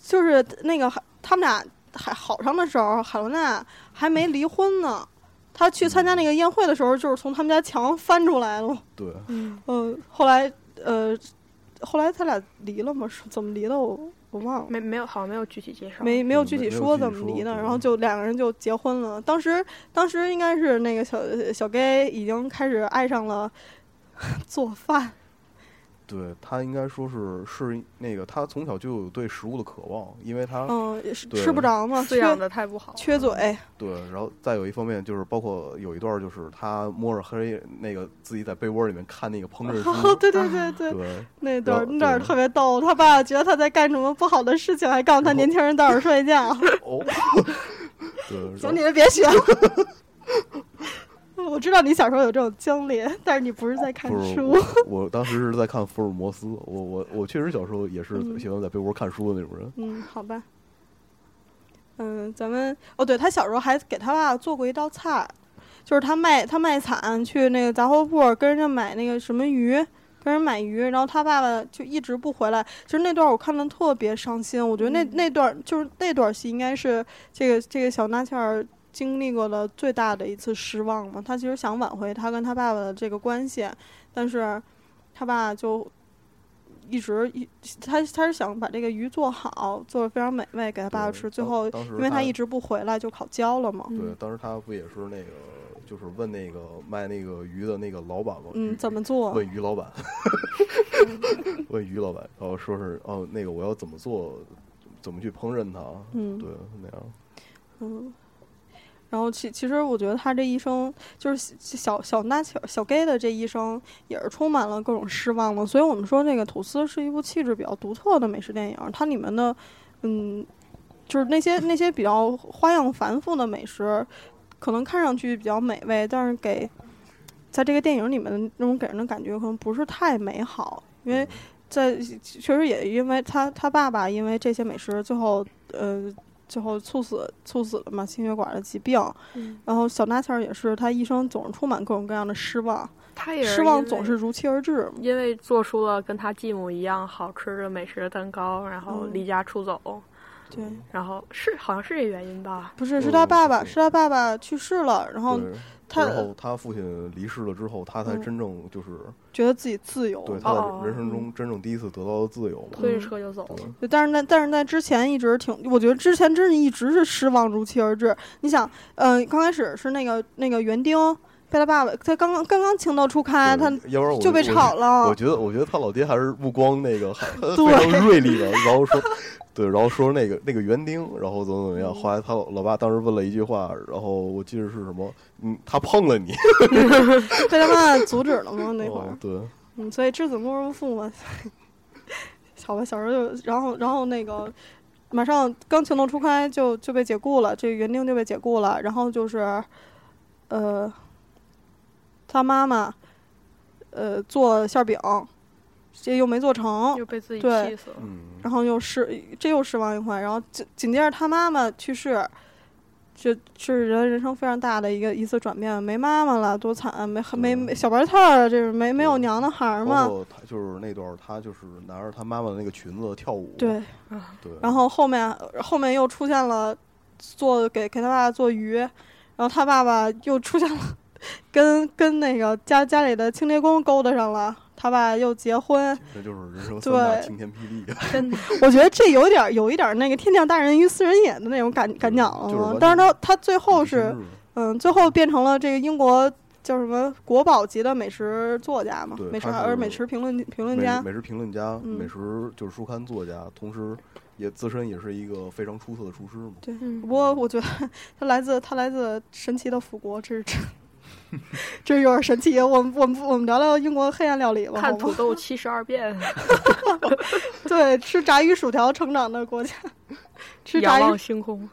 S2: 就是那个他们俩还好上的时候，海伦娜还没离婚呢。她去参加那个宴会的时候，就是从他们家墙翻出来了。
S3: 对，
S2: 嗯、后来呃，后来他俩离了吗？是怎么离的我？我忘了。
S4: 没没有，好像没有具体介绍。
S2: 没没有
S3: 嗯
S2: 具
S3: 没
S2: 体
S3: 没有
S2: 说
S3: 具体
S2: 怎么离的，
S3: 说对嗯
S2: 然后就两个人就结婚了。当时当时应该是那个小小 gay 已经开始爱上了做饭，
S3: 对他应该说是是那个他从小就有对食物的渴望，因为他、
S2: 嗯，也是
S3: 对
S2: 吃不着嘛，
S4: 饲养
S2: 缺
S4: 的太不好了，
S2: 缺嘴，
S3: 对，然后再有一方面就是包括有一段就是他摸着黑那个自己在被窝里面看那个烹饪书，
S2: [LAUGHS] 对对对哦对，
S3: 对
S2: 那段儿
S3: 对
S2: 那段儿特别逗，他爸觉得他在干什么不好的事情，还告诉他
S3: 然后
S2: 年轻人早点睡
S3: [LAUGHS]
S2: 觉，
S3: 哦，
S2: [LAUGHS]
S3: 对，
S2: 行，
S3: 然
S2: 你
S3: 后
S2: 们别学了。 [LAUGHS] 我知道你小时候有这种经历，但是你不是在看
S3: 不是
S2: 书。
S3: 我，我当时是在看福尔摩斯，我我我确实小时候也是
S2: 嗯
S3: 喜欢在被窝看书的那种人，
S2: 嗯，好吧。嗯，咱们哦，对他小时候还给他爸做过一道菜，就是他卖他卖惨去那个杂货铺儿跟人家买那个什么鱼，跟人买鱼，然后他爸爸就一直不回来。其实那段我看的特别伤心，我觉得那、
S4: 嗯
S2: 那段就是那段戏应该是这个这个小纳切尔经历过的最大的一次失望嘛。他其实想挽回他跟他爸爸的这个关系，但是他爸就一直一他他是想把这个鱼做好，做的非常美味给他爸爸
S3: 对
S2: 吃。最
S3: 当
S2: 后
S3: 当时
S2: 因为
S3: 他
S2: 他一直不回来，就烤焦了嘛。
S3: 对，当时他不也是那个，就是问那个卖那个鱼的那个老板吗？
S2: 嗯，
S3: 鱼
S2: 怎么做？
S3: 问于老
S2: [LAUGHS]
S3: 板，问于老板，然后说是哦，那个我要怎么做，怎么去烹饪它？
S2: 嗯
S3: 对，那样
S2: 嗯。然后其其实我觉得他这一生就是小小纳小小 gay 的这一生也是充满了各种失望的，所以我们说这个《吐司》是一部气质比较独特的美食电影，它里面的嗯，就是那些那些比较花样繁复的美食，可能看上去比较美味，但是给在这个电影里面的那种给人的感觉可能不是太美好，因为在确实也因为他他爸爸因为这些美食最后呃最后猝死猝死了嘛，心血管的疾病，
S4: 嗯
S2: 然后小纳切尔也是他一生总是充满各种各样的失望，
S4: 他也
S2: 失望
S4: 因
S2: 总
S4: 为
S2: 是如期而至。
S4: 因为做出了跟他继母一样好吃的美食蛋糕，然后
S2: 嗯
S4: 离家出走，
S2: 对，
S4: 然后是好像是这原因吧？
S2: 不是
S3: 嗯
S2: 是他爸爸
S3: 嗯
S2: 是他爸爸去世了，然后
S3: 对。
S2: 他
S3: 然后他父亲离世了之后，他才
S2: 嗯
S3: 真正就是、
S2: 觉得自己自由。
S3: 对他
S4: 哦
S3: 在人生中真正第一次得到了自由嘛。
S4: 推
S2: 嗯
S4: 着车就走了。
S3: 对
S2: 对，但是那但是在之前一直挺，我觉得之前真是一直是失望如期而至。你想，嗯、刚开始是那个那个园丁被他爸爸，他刚刚刚刚情窦初开，他
S3: 对要不然我
S2: 就被炒。
S3: 我我
S2: 了。
S3: 觉得，我觉得他老爹还是目光那
S2: [LAUGHS]
S3: 个还非
S2: 哦对
S3: 常锐利的，然后说，对，然后说那个那个园丁，然后怎么
S2: 嗯
S3: 怎么样。后来他老老爸当时问了一句话，然后我记得是什么，嗯，他碰了你，
S2: 被他爸爸阻止了嘛那会儿
S3: 哦，，对，
S2: 嗯，所以知子莫若父嘛。好 [LAUGHS] 吧，小时候就，然后然后那个，马上刚情窦初开就就被解雇了，这个园丁就被解雇了，然后就是，呃，他妈妈，呃，做馅儿饼，这又没做成，
S4: 又被自己
S2: 哦对
S4: 气死了，
S3: 嗯，
S2: 然后又失，这又失望一回，然后紧紧接着他妈妈去世，这是人人生非常大的一个一次转变，没妈妈了，多惨，啊没没没小白菜儿，啊这是没没有娘的孩儿
S3: 啊包
S2: 嘛，
S3: 括他就是那段儿，他就是拿着他妈妈的那个裙子跳舞，
S2: 对，
S3: 对，
S2: 然后后面后面又出现了做给给他爸爸做鱼，然后他爸爸又出现了跟跟那个家家里的清洁工勾搭上了，他爸又结
S3: [LAUGHS]
S2: 婚，
S3: 这就是人生三大
S2: 对
S3: 晴天霹雳，
S4: 真的
S2: 我觉得这有点儿有一点儿那个天降大任于斯人也的那种感感觉了
S3: 嗯就是
S2: 嘛
S3: 完全，
S2: 但是他他最后
S3: [LAUGHS] 真
S2: 是嗯，最后变成了这个英国叫什么国宝级的美食作家嘛
S3: 对，
S2: 美食
S3: 他是
S2: 而美食评论评论
S3: 美
S2: 家，
S3: 美食评论家、
S2: 嗯
S3: 美食就是书刊作家，同时也自身也是一个非常出色的厨师嘛。 [LAUGHS]
S2: 对，
S4: 嗯
S2: 不过我觉得 [LAUGHS] 他来自他来自神奇的腐国，这是 [LAUGHS] 这这是有点神奇。我们我们我们聊聊英国黑暗料理吧，
S4: 看
S2: 好
S4: 土
S2: 吗？
S4: 豆七十二变，
S2: 对，吃炸鱼薯条成长的国
S4: [LAUGHS]
S2: 家，吃
S4: 仰
S2: 炸
S4: 望
S2: 鱼，
S4: 星空，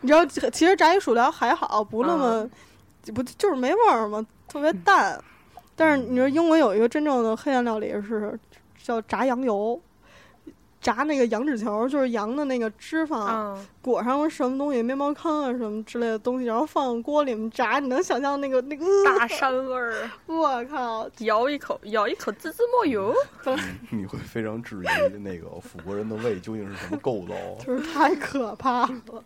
S2: 你知道，
S4: 嗯嗯
S2: 其实炸鱼薯条还好，不那么、不就是没味儿嘛，特别淡。但是你说英国有一个真正的黑暗料理是叫炸羊油，炸那个羊脂球，就是羊的那个脂肪。
S4: 啊，
S2: 裹上什么东西，面包糠啊什么之类的东西，然后放锅里面炸，你能想象那个那个？ [LAUGHS]
S4: 大山味儿，
S2: 我靠！
S4: 咬一口，咬一口滋滋冒油。
S3: 你会非常质疑那个 [LAUGHS] 法国人的胃究竟是什么构造。啊
S2: 就是太可怕
S4: [LAUGHS]
S2: 了。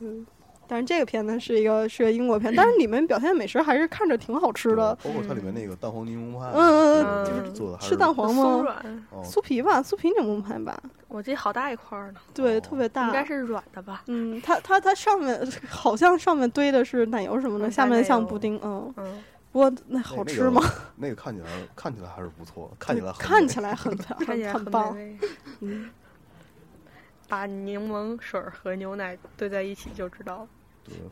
S2: 嗯，但是这个片呢是一个是个英国片，但是里面表现美食还是看着挺好吃的。
S3: 包括它里面那个蛋黄柠檬派，
S2: 嗯
S4: 嗯嗯
S3: 对
S4: 就是
S3: 做的还
S2: 是蛋 [LAUGHS] 黄
S4: 松
S2: 吗？
S4: 软，
S3: 哦
S2: 酥皮吧，酥皮柠檬派吧，
S4: 我记得好大一块儿呢，
S2: 对，
S3: 哦
S2: 特别大。
S4: 应该是软的吧？
S2: 啊嗯，它它它上面 [LAUGHS] 好像上面堆的是奶油什么的，
S4: 嗯
S2: 下面
S4: 奶
S2: 像
S4: 油
S2: 布丁。嗯，
S4: 嗯，
S2: 不过那
S3: 那
S2: 好吃吗？？
S3: [LAUGHS] 那个那个看起来看起来还是不错，看起来很
S2: 看
S3: 美
S2: 起来 [LAUGHS] 很
S4: 看起
S2: 很
S4: 来
S2: 很
S4: 很
S2: 棒。
S4: 美味。
S2: 嗯，
S4: 把柠檬水儿和牛奶兑在一起就知道了，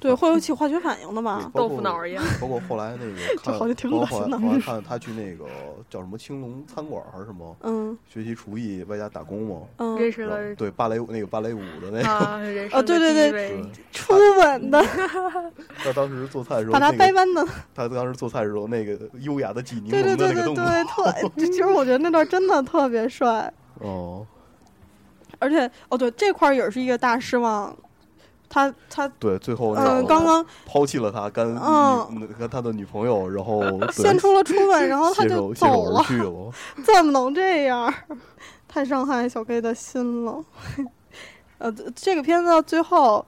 S2: 对，会有起化学反应的吧？
S3: 包
S4: 豆
S3: 括
S4: 腐脑儿一样。
S3: 包括后来
S2: [LAUGHS]
S3: 那个看，
S2: 啊好像挺
S3: 包括
S2: 恶
S3: 后
S2: 心的
S3: 来后来看他去那个叫什么青龙餐馆还是什么
S2: 嗯
S3: 学习厨艺，外加打工嘛。
S2: 嗯，
S4: 认识
S3: 然后
S4: 了
S3: 对芭蕾舞那个芭蕾舞的那个，
S4: 啊，人
S2: 哦
S4: 生
S2: 对对
S4: 的第一
S2: 对
S4: 位
S3: 嗯对
S2: 初吻
S3: [LAUGHS]
S2: 的，
S3: 他当时做菜的时候，
S2: 把它
S3: 那
S2: 掰
S3: 个
S2: 弯的
S3: 他当时做菜的时候那个优雅的挤柠
S2: 对对
S3: 檬的
S2: 对
S3: 那个
S2: 对
S3: 动作，
S2: 对，特其实我觉得那段真的特别帅，
S3: 哦，
S2: 而且哦对，这块儿也是一个大失望，他他
S3: 对，最后那
S2: 呃
S3: 个
S2: 刚刚
S3: 抛弃了他，跟
S2: 嗯呃
S3: 女跟他的女朋友，然后
S2: 献
S3: 对
S2: 出了初吻，然后哦他
S3: 携
S2: 就
S3: 手携手
S2: 走
S3: 而
S2: 了，
S3: 去
S2: [LAUGHS]
S3: 了。
S2: 怎么能这样？太伤害小 K 的心了。 [LAUGHS] 呃，这这个片子到最后，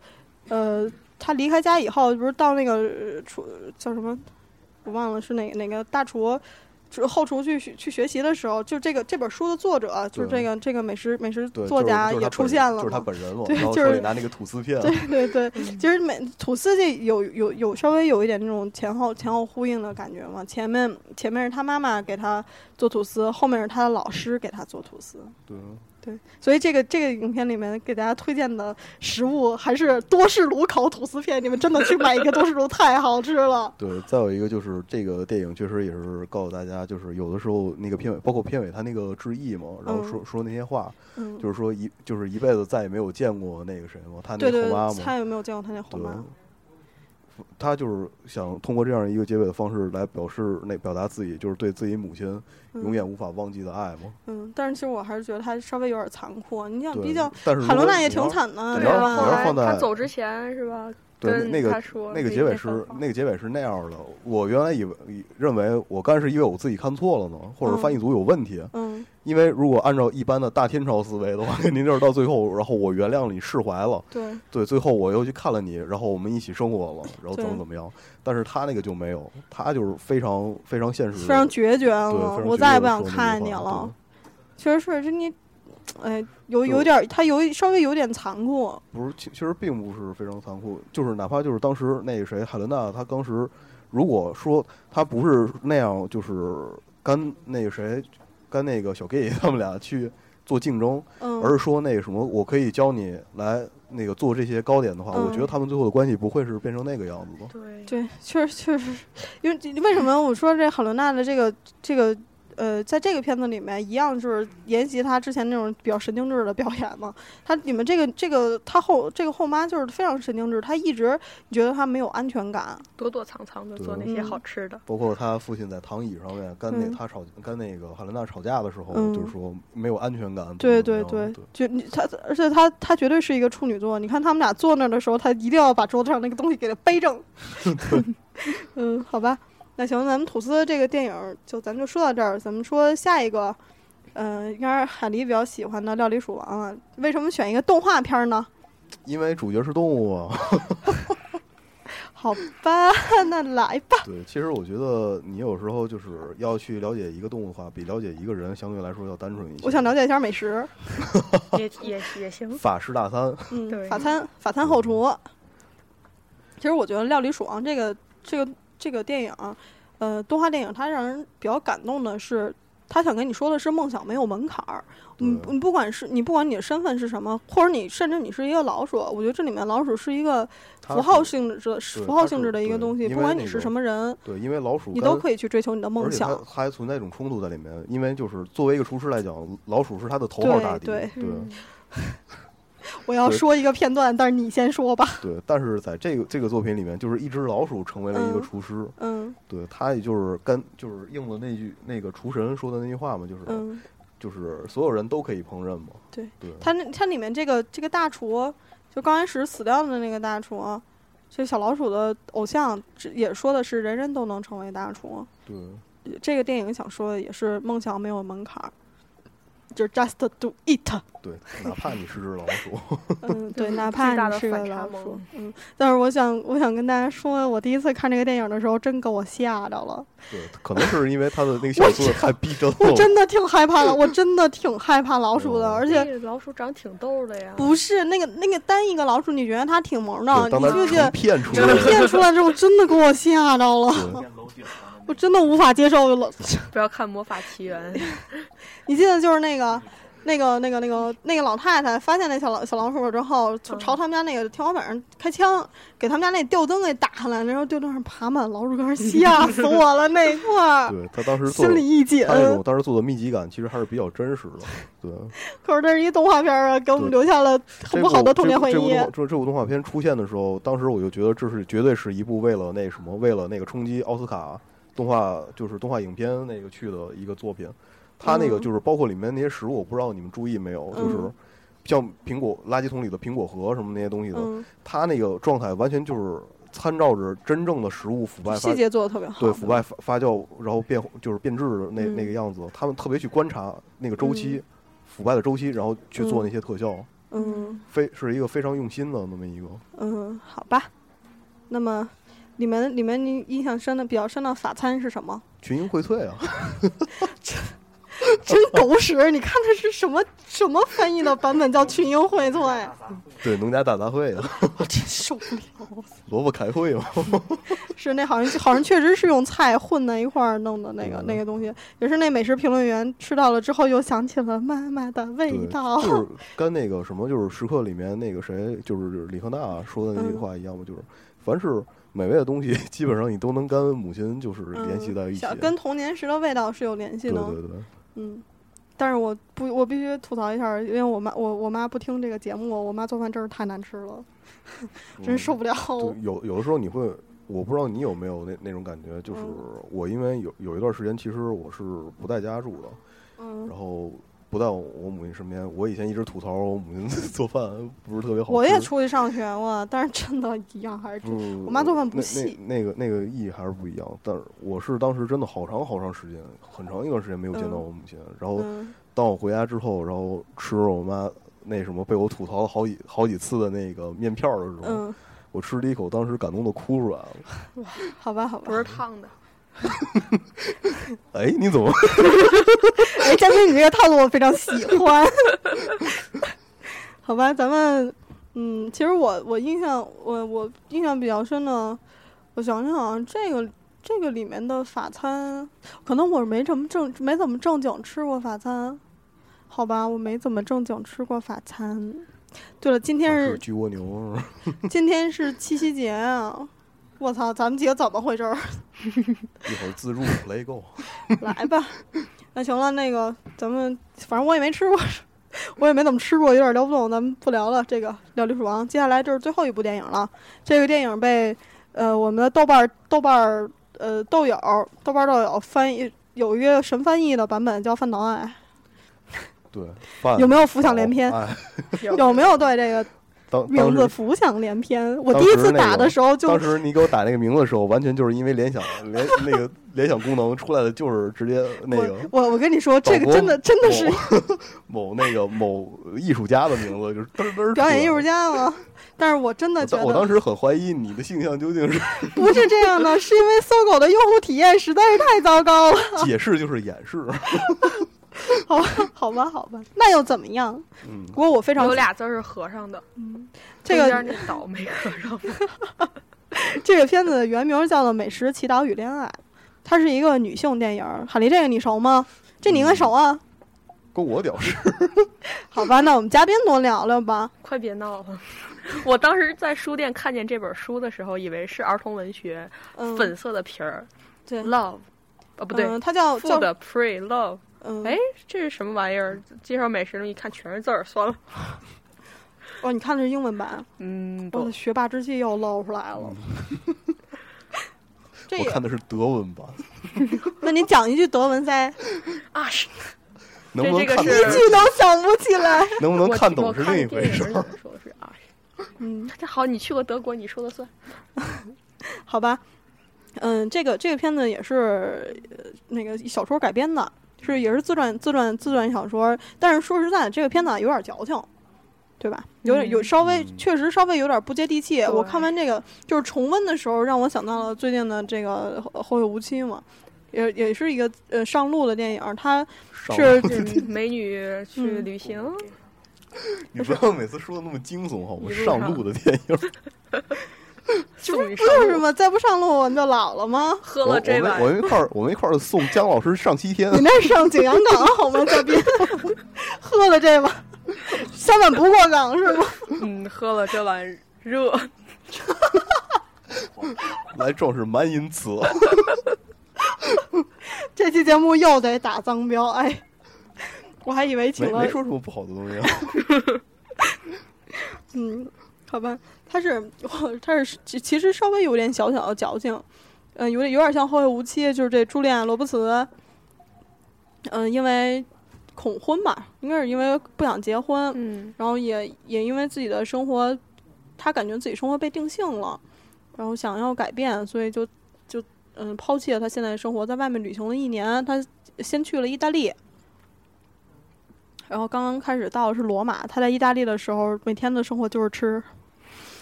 S2: 呃，他离开家以后，不是到那个呃厨叫什么，我忘了是哪哪个大厨。厨后厨去学去学习的时候，就这个这本书的作者，就是这
S3: 对
S2: 个这个美食美食
S3: 对，
S2: 作
S3: 就是
S2: 家
S3: 就是
S2: 也
S3: 他
S2: 出
S3: 本人
S2: 现了
S3: 就是他
S2: 嘛。
S3: 本人嘛。
S2: [LAUGHS] 对
S3: 然后
S2: 就
S3: 手
S2: 是
S3: 里拿那个吐司片，
S2: [LAUGHS] 对对，
S3: 嗯
S2: 其实美吐司这有有有稍微有一点那种前后前后呼应的感觉嘛。前面前面是他妈妈给他做吐司，后面是他的老师给他做吐司。
S3: 对，
S2: 对，所以这个这个影片里面给大家推荐的食物还是多士炉烤吐司片，你们真的去买一个多士炉，太好吃了。
S3: 对，再有一个就是这个电影确实也是告诉大家，就是有的时候那个片尾，包括片尾他那个致意嘛，然后
S2: 嗯
S3: 说、说那些话，
S2: 嗯，
S3: 就是说一就是一辈子再也没有见过那个谁嘛，他那
S2: 对
S3: 个
S2: 对
S3: 后妈
S2: 对，
S3: 嘛，
S2: 他有没有见过他那后
S3: 对啊
S2: 妈？，
S3: 他就是想通过这样一个结尾的方式来表示那表达自己就是对自己母亲永远无法忘记的爱嘛。
S2: 嗯，但是其实我还是觉得他稍微有点残酷。啊你想，
S3: 对
S2: 毕竟
S3: 但是如
S2: 海
S3: 果
S2: 伦娜也
S3: 你要
S2: 挺惨的，
S3: 你
S2: 对
S3: 要是
S4: 后
S3: 你要
S2: 吧？
S3: 是
S4: 来
S3: 放在
S4: 啊他走之前是吧？
S3: 对，
S4: 跟
S3: 那个
S4: 他说
S3: 那个
S4: 可以
S3: 结尾
S4: 再
S3: 是
S4: 放
S3: 那个结尾是那样的。我原来以为以认为我刚是因为我自己看错了呢，或者
S2: 嗯
S3: 翻译组有问题。
S2: 嗯
S3: 因为如果按照一般的大天朝思维的话， [LAUGHS] 肯定就是到最后，然后我原谅了你，释怀了，
S2: 对，
S3: 对，最后我又去看了你，然后我们一起生活了，然后怎么
S2: 对
S3: 怎么样。但是他那个就没有，他就是非常非常现实，
S2: 非常决绝
S3: 嗯对，非常
S2: 了，
S3: 决
S2: 我
S3: 绝
S2: 再也
S3: 地
S2: 不想
S3: 说那句
S2: 看你
S3: 话
S2: 了。。确实是，这你，哎，有
S3: 对
S2: 有点，他有稍微有点残酷。
S3: 对不是，其其实并不是非常残酷，就是哪怕就是当时那个谁海伦娜，她当时如果说她不是那样，就是跟那个谁，跟那个小 gay 他们俩去做竞争，
S2: 嗯，
S3: 而是说那个什么，我可以教你来那个做这些糕点的话，
S2: 嗯
S3: 我觉得他们最后的关系不会是变成那个样子的。
S4: 对，
S2: 对，确实确实，因为 [LAUGHS] 为什么我说这海伦娜的这个这个呃，在这个片子里面一样就是沿袭她之前那种比较神经质的表演嘛。她你们这个这个她后这个后妈就是非常神经质，她一直觉得她没有安全感。
S4: 躲躲藏藏的做那
S3: 对
S4: 些
S2: 嗯
S4: 好吃的，
S3: 包括他父亲在躺椅上面跟那
S2: 嗯
S3: 他吵，跟那个海伦娜吵架的时候，
S2: 嗯
S3: 就是说没有安全感。
S2: 对
S3: 怎
S2: 对
S3: 么怎
S2: 对
S3: 么样对，
S2: 就你她，而且她她绝对是一个处女座。你看他们俩坐那儿的时候，她一定要把桌子上那个东西给它背正。嗯，好吧，那行，咱们吐司这个电影儿就咱们就说到这儿，咱们说下一个，呃，应该是海狸比较喜欢的《料理鼠王》啊。为什么选一个动画片儿呢？
S3: 因为主角是动物啊。
S2: 好吧， [LAUGHS] 那来吧。
S3: 对，其实我觉得你有时候就是要去了解一个动物的话，比了解一个人相对来说要单纯一些。
S2: 我想了解一下美食，
S4: 也也也行。
S3: 法式大餐，
S2: 嗯，
S4: 对
S2: 法餐法餐后厨。其实我觉得《料理鼠王》这个这个这个电影儿，呃，动画电影，它让人比较感动的是，它想跟你说的是梦想没有门槛儿。嗯，
S3: 对
S2: 你不管是你不管你的身份是什么，或者你甚至你是一个老鼠，我觉得这里面老鼠是一个
S3: 它
S2: 符号
S3: 是
S2: 性质的
S3: 对
S2: 符号
S3: 它
S2: 性
S3: 是
S2: 质的一个
S3: 对
S2: 东西，
S3: 因
S2: 不
S3: 为
S2: 管
S3: 那
S2: 你是
S3: 种
S2: 什么人，
S3: 对，因为老鼠
S2: 你
S3: 跟
S2: 都可以去追求你的梦
S3: 而且它
S2: 想。
S3: 它还存在一种冲突在里面，因为就是作为一个厨师来讲，老鼠是他的头
S2: 对
S3: 号
S2: 嗯
S3: 大敌，
S2: 对
S3: 对
S4: 嗯
S2: 我要
S3: 对
S2: 说一个片段，但是你先说吧。
S3: 对，但是在这个这个作品里面，就是一只老鼠成为了一个
S2: 嗯
S3: 厨师，
S2: 嗯
S3: 对他也就是干就是应了那句那个厨神说的那句话嘛，就是、
S2: 嗯，
S3: 就是所有人都可以烹饪嘛。
S2: 对
S3: 对，
S2: 它那它里面这个这个大厨，就刚开始死掉的那个大厨，就小老鼠的偶像，只也说的是人人都能成为大厨。
S3: 对
S2: 这个电影想说的也是梦想没有门槛儿，就是 just do
S3: [LAUGHS]
S2: it。
S3: 对，哪怕你是只老鼠，
S2: 嗯，对，
S4: 是
S2: 哪
S4: 巨
S2: 怕
S4: 大
S2: 你
S4: 的
S2: 是个
S4: 反差
S2: 老
S4: 萌
S2: 鼠，嗯，但是我想，我想跟大家说，我第一次看这个电影的时候，真给我吓着了，
S3: 对，可能是因为他的那个小作太逼真
S2: 我
S3: 了。
S2: 真的挺害怕的，我真的挺害怕老鼠的，
S3: 哦
S2: 而
S4: 而
S2: 且
S4: 且老鼠长挺逗的呀，
S2: 不是那个那个单一个老鼠，你觉得它挺萌的，
S3: 对，
S2: 你
S3: 当他
S2: 就觉
S3: 成
S2: 得
S3: 骗出
S2: 这
S3: 来
S2: 个 [LAUGHS]
S3: 了，
S2: 片出来之后，真的给我吓着了，
S3: 对，
S5: 见楼顶上的那
S2: 我真的无法接受了。 [LAUGHS]
S4: 不要看《魔法奇缘》，
S2: 你记得就是那个。那个、那个、那个、那个老太太发现那小老小老鼠之后，就
S4: 嗯
S2: 朝他们家那个天花板上开枪，给他们家那吊灯给打下来，然后吊灯上爬满老鼠
S3: [LAUGHS]
S2: 干儿，吓死我了那一块儿，
S3: 对他当时做
S2: 心里嗯一紧
S3: 他。那种当时做的密集感其实还是比较真实的。
S2: [LAUGHS]
S3: 对，
S2: 可是这是一动画片儿啊，给我们留下了很
S3: 这
S2: 不
S3: 部
S2: 好的童年回
S3: 这部
S2: 忆
S3: 这。部动画这这部动画片出现的时候，当时我就觉得这是绝对是一部为了那什么，为了那个冲击奥斯卡动画，就是动画影片那个去的一个作品。它那个
S2: 嗯
S3: 就是包括里面那些食物，我不知道你们注意没有，
S2: 嗯
S3: 就是像苹果垃圾桶里的苹果核什么那些东西的，
S2: 嗯，
S3: 它那个状态完全就是参照着真正的食物腐败发
S2: 细节做的特别好。
S3: 对腐败发发酵，然后变就是变质的那、
S2: 嗯
S3: 那个样子，他们特别去观察那个周期、腐败的周期，然后去做那些特效，
S2: 嗯
S3: 非是一个非常用心的那么一个。
S2: 嗯，好吧。那么，你们你们你印象深的比较深的法餐是什么？
S3: 群英荟萃啊， [LAUGHS]
S2: 真狗屎！你看的是什么 [LAUGHS] 什么翻译的版本叫群英荟萃？
S3: 对农家大杂烩啊，
S2: 我真受不了。
S3: 萝卜开会嘛，
S2: 是那好像好像确实是用菜混在一块儿弄的那个
S3: 嗯
S2: 那个东西，也是那美食评论员吃到了之后又想起了妈妈的味
S3: 对，
S2: 道。
S3: 就是跟那个什么就是时刻里面那个谁就是李赫娜说的那句
S2: 嗯
S3: 话一样嘛，就是凡是美味的东西，基本上你都能跟母亲就是联系在一起。
S2: 小嗯跟童年时的味道是有联系
S3: 对
S2: 的。
S3: 对对，
S2: 嗯，但是我不，我必须吐槽一下，因为我妈我我妈不听这个节目，我妈做饭真是太难吃了，真
S3: 嗯
S2: 受不了。
S3: 就有有的时候你会，我不知道你有没有那那种感觉，就是
S2: 嗯
S3: 我因为有有一段时间，其实我是不在家住的，
S2: 嗯，
S3: 然后不在我我母亲身边。我以前一直吐槽我母亲 [LAUGHS] 做饭不是特别好吃，
S2: 我也出去上学了，但是真的一样还是
S3: 不是
S2: 我妈做饭不细
S3: 那那那个那个意义还是不一样。但是我是当时真的好长好长时间，很长一段时间没有见到
S2: 嗯
S3: 我母亲。然后
S2: 嗯
S3: 当我回家之后，然后吃我妈那什么被我吐槽了好几好几次的那个面票的时候，
S2: 嗯，
S3: 我吃了一口，当时感动的哭出来了。
S2: 好吧好
S4: 不
S2: 吧。
S4: 是烫的。
S3: 哎，你怎么？
S2: 哎，嘉宾，你这个套路我非常喜欢。 [LAUGHS] 好吧，咱们嗯，其实我我印象我我印象比较深的，我想想啊，这个这个里面的法餐，可能我没怎么正没怎么正经吃过法餐，好吧，我没怎么正经吃过法餐。对了，今天
S3: 还
S2: 是
S3: 是焗蜗牛是吧。
S2: 今天是七夕节啊！我操，咱们几个怎么回事儿？
S3: 一会儿
S2: [LAUGHS]
S3: 自助 play go。
S2: 来吧， [LAUGHS] 那行了，那个咱们反正我也没吃过， [LAUGHS] 我也没怎么吃过，有点聊不动，咱们不聊了。这个聊《历史王》，接下来就是最后一部电影了。这个电影被呃我们的豆瓣儿豆瓣儿呃豆友豆瓣儿豆友翻译有一个神翻译的版本叫《饭岛爱
S3: 对，饭》，
S2: 有没有浮想联翩？ [LAUGHS]
S3: 哎
S2: 有没有对这个
S3: 当
S2: 名字
S3: 当时
S2: 浮想联翩？我
S3: 当
S2: 第一
S3: 时
S2: 次
S3: 那
S2: 打
S3: 个
S2: 的时候就
S3: 当时你给我打那个名字的时候，完全就是因为联想联那个联想功能出来的，就是直接那个
S2: 我我我跟你说，这
S3: 导
S2: 个
S3: 播
S2: 真的真的是
S3: 某某那个某艺术家的名字，就是嘚儿嘚儿
S2: 表演艺术
S3: 家。
S2: 家吗？ [LAUGHS] 但是我真的
S3: 我
S2: 觉
S3: 当
S2: 得
S3: 我当时很怀疑你的性向究竟是
S2: [LAUGHS] 不是这样的，是因为搜狗的用户体验实在是太糟糕了。
S3: 解释就是掩饰，
S2: [LAUGHS]
S3: [LAUGHS]
S2: 好吧，好吧，好吧，那又怎么样？
S3: 嗯，
S2: 不过我非常
S4: 有俩字儿是合上的，
S2: 这
S4: 中间
S2: 个
S4: 那岛没合上。
S2: 这个片子的原名叫做《美食祈祷与恋爱》，它是一个女性电影儿。海狸，这个你熟吗？这你应该熟啊。
S3: 跟我
S2: [LAUGHS]
S3: 屌事。
S2: 好吧，那我们嘉宾多聊聊吧。
S4: 快别闹了！ [LAUGHS] 我当时在书店看见这本书的时候，以为是儿童文学，
S2: 嗯，
S4: 粉色的皮儿
S2: 对，
S4: ，love，啊不对
S2: 嗯，它叫叫
S4: ，food pray love，
S2: 嗯，
S4: 哎，这是什么玩意儿？介绍美食的一看全是字儿，算了。
S2: 哦，你看的是英文版，
S4: 嗯，
S2: 我
S4: 不
S2: 的，学霸之气又露出来了。 [LAUGHS] 这
S3: 我
S2: 也
S3: 看的是德文版，
S2: 那你讲一句德文 [LAUGHS] 噻，
S4: 啊，是
S3: 能不能
S4: 这个
S3: 看懂
S4: 是
S2: 一句都想不起来。
S3: 能不能
S4: 我
S3: 看懂
S4: 我
S3: 是
S4: 看
S3: 另一
S4: 电
S3: 回事
S4: 影
S3: 儿
S4: 儿。说的是啊，
S2: 嗯，
S4: 那好，你去过德国，你说了算。
S2: 好吧，嗯，这个这个片子也是、呃、那个小说改编的，是也是自传自传自传小说，但是说实在，这个片子啊有点矫情，对吧？有点有
S4: 嗯
S2: 稍微、
S3: 嗯
S2: 确实稍微有点不接地气。我
S4: 对
S2: 看完这个就是重温的时候，让我想到了最近的这个《后后会无期》嘛。也也是一个呃上路的电影，它
S3: [LAUGHS] 上
S2: 是
S4: 嗯美女去
S2: 嗯
S4: 旅行，
S3: [LAUGHS] 你不要每次说的那么惊悚好吗？
S4: 一路
S3: 上路的电
S4: [LAUGHS]
S3: 影，
S4: 送你上
S2: 就是什
S4: 路
S2: 么再不上路我们就老了吗？
S4: 喝
S3: 我
S4: 了
S3: 我
S4: 这
S3: 们
S4: 碗
S3: 我们一块儿我们一块儿送姜老师上西天
S2: 你，那是上景阳冈好吗，嘉宾？ [LAUGHS] 喝了这吧，三碗不过岗是吗？
S4: 嗯，喝了这碗热，
S3: [LAUGHS] 来壮士蛮淫
S4: [LAUGHS]
S3: 词。
S2: 这期节目又得打脏标，哎， [LAUGHS] 我还以为
S3: 没
S2: 请了
S3: 没，说什么不好的东西啊，
S2: 嗯，好吧，他是他是其其实稍微有点小小的矫情，嗯、有点有点像《后会无期》，就是这朱莉安·罗伯茨，嗯、因为恐婚吧，应该是因为不想结婚，
S4: 嗯，
S2: 然后也也因为自己的生活，他感觉自己生活被定性了，然后想要改变，所以就就嗯抛弃了他现在的生活，在外面旅行了一年，他先去了意大利，然后刚刚开始到的是罗马，他在意大利的时候，每天的生活就是吃，
S3: 啊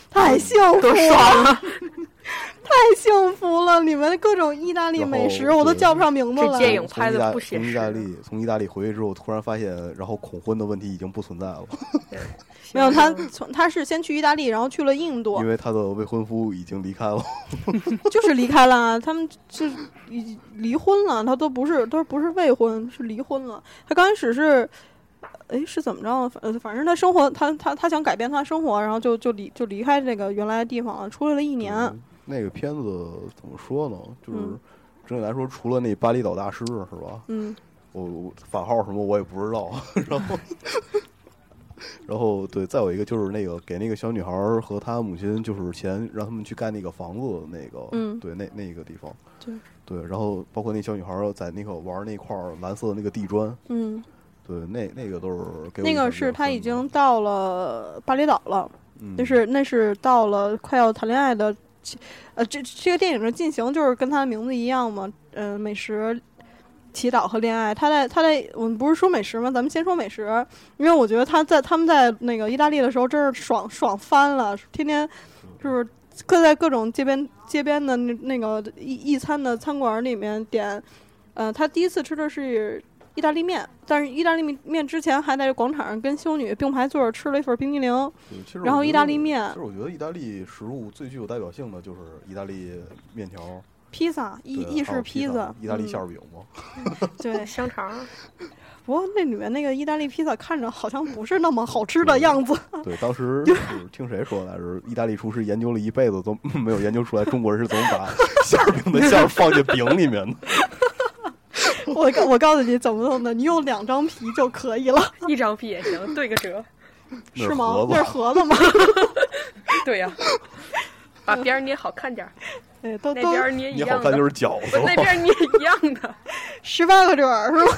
S2: 太幸福了，太幸福了！你们各种意大利美食
S3: 然后
S2: 我都
S3: 对
S2: 叫不上名字
S4: 这
S2: 来。
S4: 电影
S3: 从
S4: 拍得
S3: 意大
S4: 不写
S3: [LAUGHS] 从意
S4: 实
S3: 大利从意大利回去之后，突然发现，然后恐婚的问题已经不存在了，
S2: 没有他
S4: 行
S2: 从他是先去意大利，然后去了印度，
S3: 因为她的未婚夫已经离开了。 [LAUGHS]
S2: [LAUGHS] 就是离开了啊，他们是离离婚了，他都不是都不是未婚，是离婚了。他刚开始是，哎，是怎么着啊？反呃反正他生活，他他他想改变他生活，然后就就离就离开这个原来的地方了，出来了一年。
S3: 嗯那个片子怎么说呢？就是
S2: 嗯
S3: 整体来说，除了那巴厘岛大师是吧？
S2: 嗯，
S3: 我我法号什么我也不知道， [LAUGHS] 然后。然后对，再有一个就是那个给那个小女孩儿和她母亲，就是钱让他们去盖那个房子，那个，
S2: 嗯
S3: 对，那那个地方，
S2: 对
S3: 对，然后包括那小女孩儿在那个玩那块儿蓝色的那个地砖，
S2: 嗯，
S3: 对，那那个都是给我
S2: 那
S3: 印象
S2: 个
S3: 比较
S2: 是他
S3: 深
S2: 已
S3: 的
S2: 经到了巴厘岛了，
S3: 嗯
S2: 那是那是到了快要谈恋爱的期，呃，这这个电影的进行就是跟他的名字一样嘛，呃，美食、祈祷和恋爱。他在他在我们不是说美食吗？咱们先说美食，因为我觉得他在他们在那个意大利的时候真是爽爽翻了，天天就是各在各种街边街边的那那个意意餐的餐馆里面点，呃，他第一次吃的是。意大利面，但是意大利面面之前还在广场上跟修女并排坐着吃了一份冰激凌，
S3: 对其实
S2: 然
S3: 我
S2: 后
S3: 觉
S2: 意大
S3: 得
S2: 利面
S3: 其实我觉得意大利食物最具有代表性的就是意大利面条，
S2: 披萨，意
S3: 对
S2: 意
S3: 还有
S2: 式
S3: 披
S2: 萨，
S3: 意大利馅
S2: 嗯。
S3: 儿饼嘛。
S2: 对，
S4: 香肠，
S2: 不过那里面那个意大利披萨看着好像不是那么好吃的样子。 [LAUGHS]
S3: 对，当时就是听谁说来着？意大利厨师研究了一辈子都 [LAUGHS] 没有研究出来中国人是怎么把馅儿饼的馅儿放进饼里面
S2: [LAUGHS]
S3: 的。
S2: 我告我告诉你怎么弄的，你用两张皮就可以了，
S4: 一张皮也行，对个折，
S2: 是
S3: 那是
S2: 吗
S3: 盒？子啊
S2: 那是盒子吗？ [LAUGHS]
S4: 对呀、把边儿捏好看点儿，
S2: 哎，都
S4: 那
S2: 都
S4: 边儿捏一
S3: 你好
S4: 样
S3: 看
S4: 的，
S3: 就是饺
S4: 不
S3: 子
S4: 是那边
S3: 了。
S4: 儿捏一样的，
S2: 十八个褶儿是吗？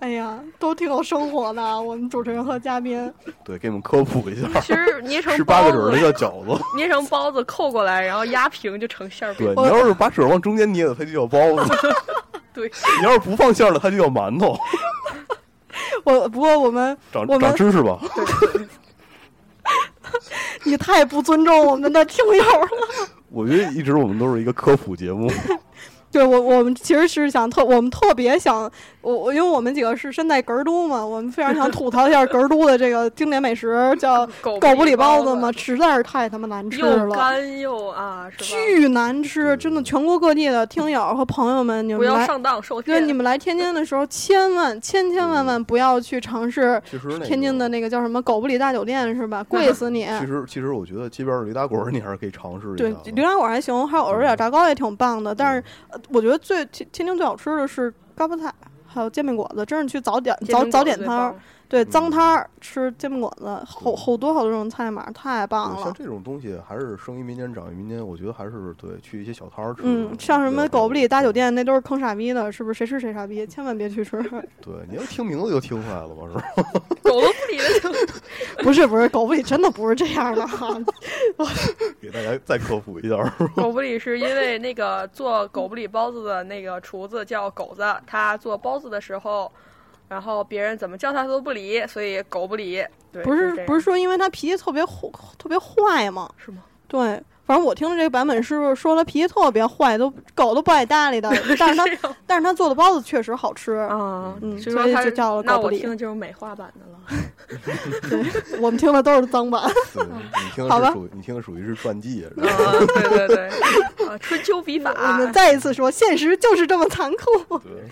S2: [LAUGHS] 哎呀，都挺有生活的啊，我们主持人和嘉宾。
S3: [LAUGHS] 对，给你们科普一下，
S4: 其实捏成
S3: 十八
S4: 包
S3: 个褶儿
S4: 子，
S3: 的叫饺子。
S4: 捏成包子扣过来，然后压平就成馅儿饼
S3: 对，。你要是把褶儿往中间捏的，它就叫包子； [LAUGHS]
S4: 对，
S3: 你要是不放馅儿的，它就叫
S2: [LAUGHS]
S3: 馒头。
S2: 我不过我们
S3: 长
S2: 我们
S3: 长知识吧。
S2: 你太不尊重我们的听友了。
S3: 我觉得一直我们都是一个科普
S2: [LAUGHS]
S3: 节目。
S2: 对我，我们其实是想特，我们特别想，我我因为我们几个是身在格都嘛，我们非常
S4: [LAUGHS]
S2: 想吐槽一下格都的这个经典美食，叫
S4: 狗
S2: 狗
S4: 不
S2: 不理包
S4: 包
S2: 子嘛，，实在是太他妈难吃
S4: 又
S2: 了，
S4: 干又啊，是吧？
S2: 巨难吃！真的，全国各地的听友和朋友们，你
S4: 不
S2: 们
S4: 要
S2: 来，
S4: 上当受
S2: 对
S4: 骗。
S2: 你们来天津的时候，千万千千万万不要去尝试
S3: 其实那个
S2: 天津的那个叫什么狗不理大酒店是吧？贵死你！
S3: 其实其实我觉得街边的驴打滚儿你还是可以尝试一
S2: 对
S3: 下，的。
S2: 驴打滚还行，还有偶尔点炸糕也挺棒的，但是
S3: 嗯
S2: 呃我觉得最天天津最好吃的是嘎巴菜。还有煎饼果子，真是去早点
S4: 煎饼
S2: 早
S4: 果
S2: 早
S4: 子
S2: 点
S4: 最
S2: 摊儿
S4: 棒，
S2: 对，
S3: 嗯
S2: 脏摊儿吃煎饼果子，好
S3: 对
S2: 好多好多这种菜码，太棒
S3: 对像
S2: 了。嗯
S3: 这种东西还是生于民间，长于民间，我觉得还是对去一些小摊儿吃。
S2: 嗯，像什么
S3: 比较
S2: 狗不理大酒
S3: 对
S2: 店，那都是坑傻逼的，是不是？谁吃谁傻逼，千万别去吃。 [LAUGHS]
S3: 对，你要听名字就听出来了嘛，是吧？
S4: 狗都不理了就。
S2: 不是不是，狗不理真的不是这样
S3: [LAUGHS]
S2: 的啊哈。
S3: 给大家再科普一
S2: [LAUGHS]
S3: 下儿。
S4: [LAUGHS] 狗不理是因为那个做狗不理包子的那个厨子叫狗子，他做包子的时候，然后别人怎么叫他都不理，所以狗不理。对，
S2: 不是
S4: 这样
S2: 不是说因为他脾气特别坏特别坏吗？
S4: 是吗？
S2: 对，反正我听的这个版本是说他脾气特别坏，都狗都不爱搭理他。但是
S4: [LAUGHS]
S2: 他
S4: 这样
S2: 但是他做的包子确实好吃，
S4: 啊，
S2: 嗯，
S4: 所以
S2: 所
S4: 说
S2: 以
S4: 他
S2: 就是叫了
S4: 那
S2: 狗不
S4: 我
S2: 理
S4: 听。的就是美化版的了。
S2: 对，我们听的都是脏版。
S3: 对，你听
S2: 好
S3: 的
S2: 吧
S3: 是属于你听的属于是传
S2: [LAUGHS]
S3: 记，然后
S4: [LAUGHS] 啊，对对对，啊，春秋笔法。
S2: 我们再一次说，现实就是这么残酷。
S3: 对，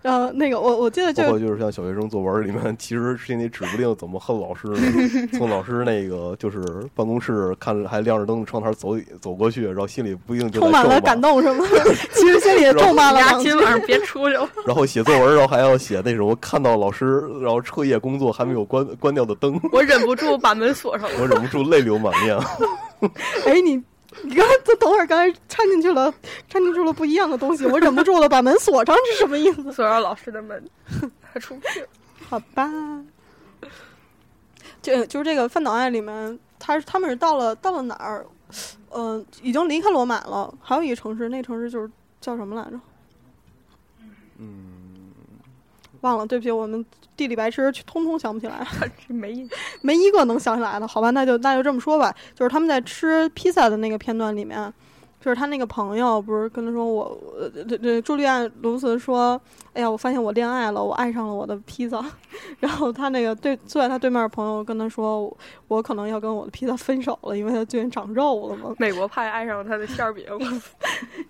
S2: 然后那个我我记得就
S3: 包括
S2: 是
S3: 就是像小学生作文里面，其实心里指不定怎么恨老师呢。
S2: [LAUGHS]
S3: 从老师那个就是办公室看着还亮着灯的窗台走走过去，然后心里不一定就在
S2: 充满了
S3: 咒骂
S2: 感动，是吗？ [LAUGHS] 其实心里也咒骂了
S4: 你俩
S2: 两句
S4: 今。晚上别出去了，
S3: 然后写作文，然后还要写那种看到老师，然后彻夜工作还没有关关掉的灯，
S4: 我忍不住把门锁上了。
S3: 我忍不住泪流满面。
S2: 哎，你你刚才等会儿刚才掺进去了，掺进去了不一样的东西，我忍不住了，把门锁上是什么意思？
S4: 锁上老师的 [LAUGHS] 门，他出不去。
S2: 好吧，这就是这个饭岛爱里面，他他们是到了到了哪儿？嗯、已经离开罗马了，还有一个城市，那城市就是叫什么来着？
S3: 嗯，
S2: 忘了，对不起，我们地理白痴通通想不起来。
S4: 他这没印象。
S2: 没一个能想起来的。好吧，那就那就这么说吧，就是他们在吃披萨的那个片段里面，就是他那个朋友不是跟他说我，呃这这朱莉安·卢茨说，哎呀，我发现我恋爱了，我爱上了我的披萨。 [LAUGHS] 然后他那个对坐在他对面的朋友跟他说，我我可能要跟我的披萨分手了，因为他最近长肉了嘛， [LAUGHS]
S4: 美国派爱上了他的馅儿饼，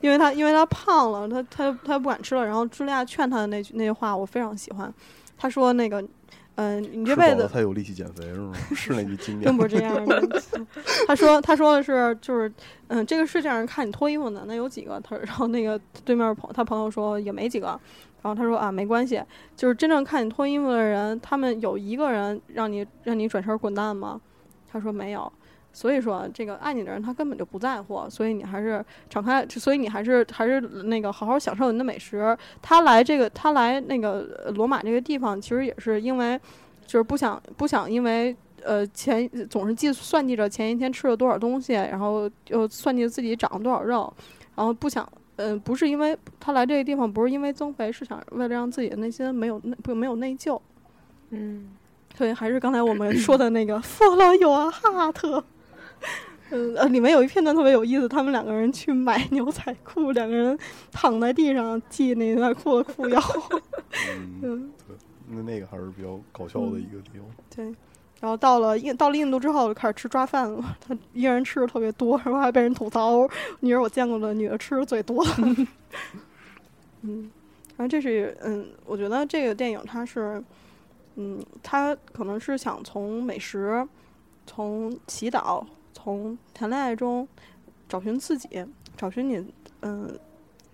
S2: 因为他因为他胖了，他他他不敢吃了。然后朱莉亚劝他的那句那句话我非常喜欢，他说那个，嗯、你这
S3: 吃
S2: 辈
S3: 饱
S2: 子
S3: 了才有力气减肥
S2: [LAUGHS]
S3: 是吗？是那句经典
S2: 并。不是这样的。他说他说的是就是嗯，这个世界上看你脱衣服的那有几个？他然后那个对面朋他朋友说也没几个。然后他说啊，没关系，就是真正看你脱衣服的人，他们有一个人让你让你转身滚蛋吗？他说没有。所以说，这个爱你的人他根本就不在乎，所以你还是敞开，所以你还是还是那个好好享受你的美食。他来这个，他来那个呃罗马这个地方，其实也是因为，就是不想不想因为呃前总是计算计着前一天吃了多少东西，然后又算计自己长了多少肉，然后不想。呃，不是因为他来这个地方，不是因为增肥，是想为了让自己的内心没有内不没有内疚，
S4: 嗯，
S2: 对，还是刚才我们说的那个弗朗尤啊哈特。嗯呃，里面有一片段特别有意思，他们两个人去买牛仔裤，两个人躺在地上系那牛仔裤的裤腰。
S3: 嗯，
S2: [LAUGHS] 嗯，
S3: 那那个还是比较搞笑的一个地方。
S2: 对。然后到了印到了印度之后，就开始吃抓饭了。他一个人吃的特别多，然后还被人吐槽，你是我见过的女的吃的最多。嗯，然后这是嗯，我觉得这个电影它是，嗯，它可能是想从美食、从祈祷、从谈恋爱中找寻自己，找寻你，嗯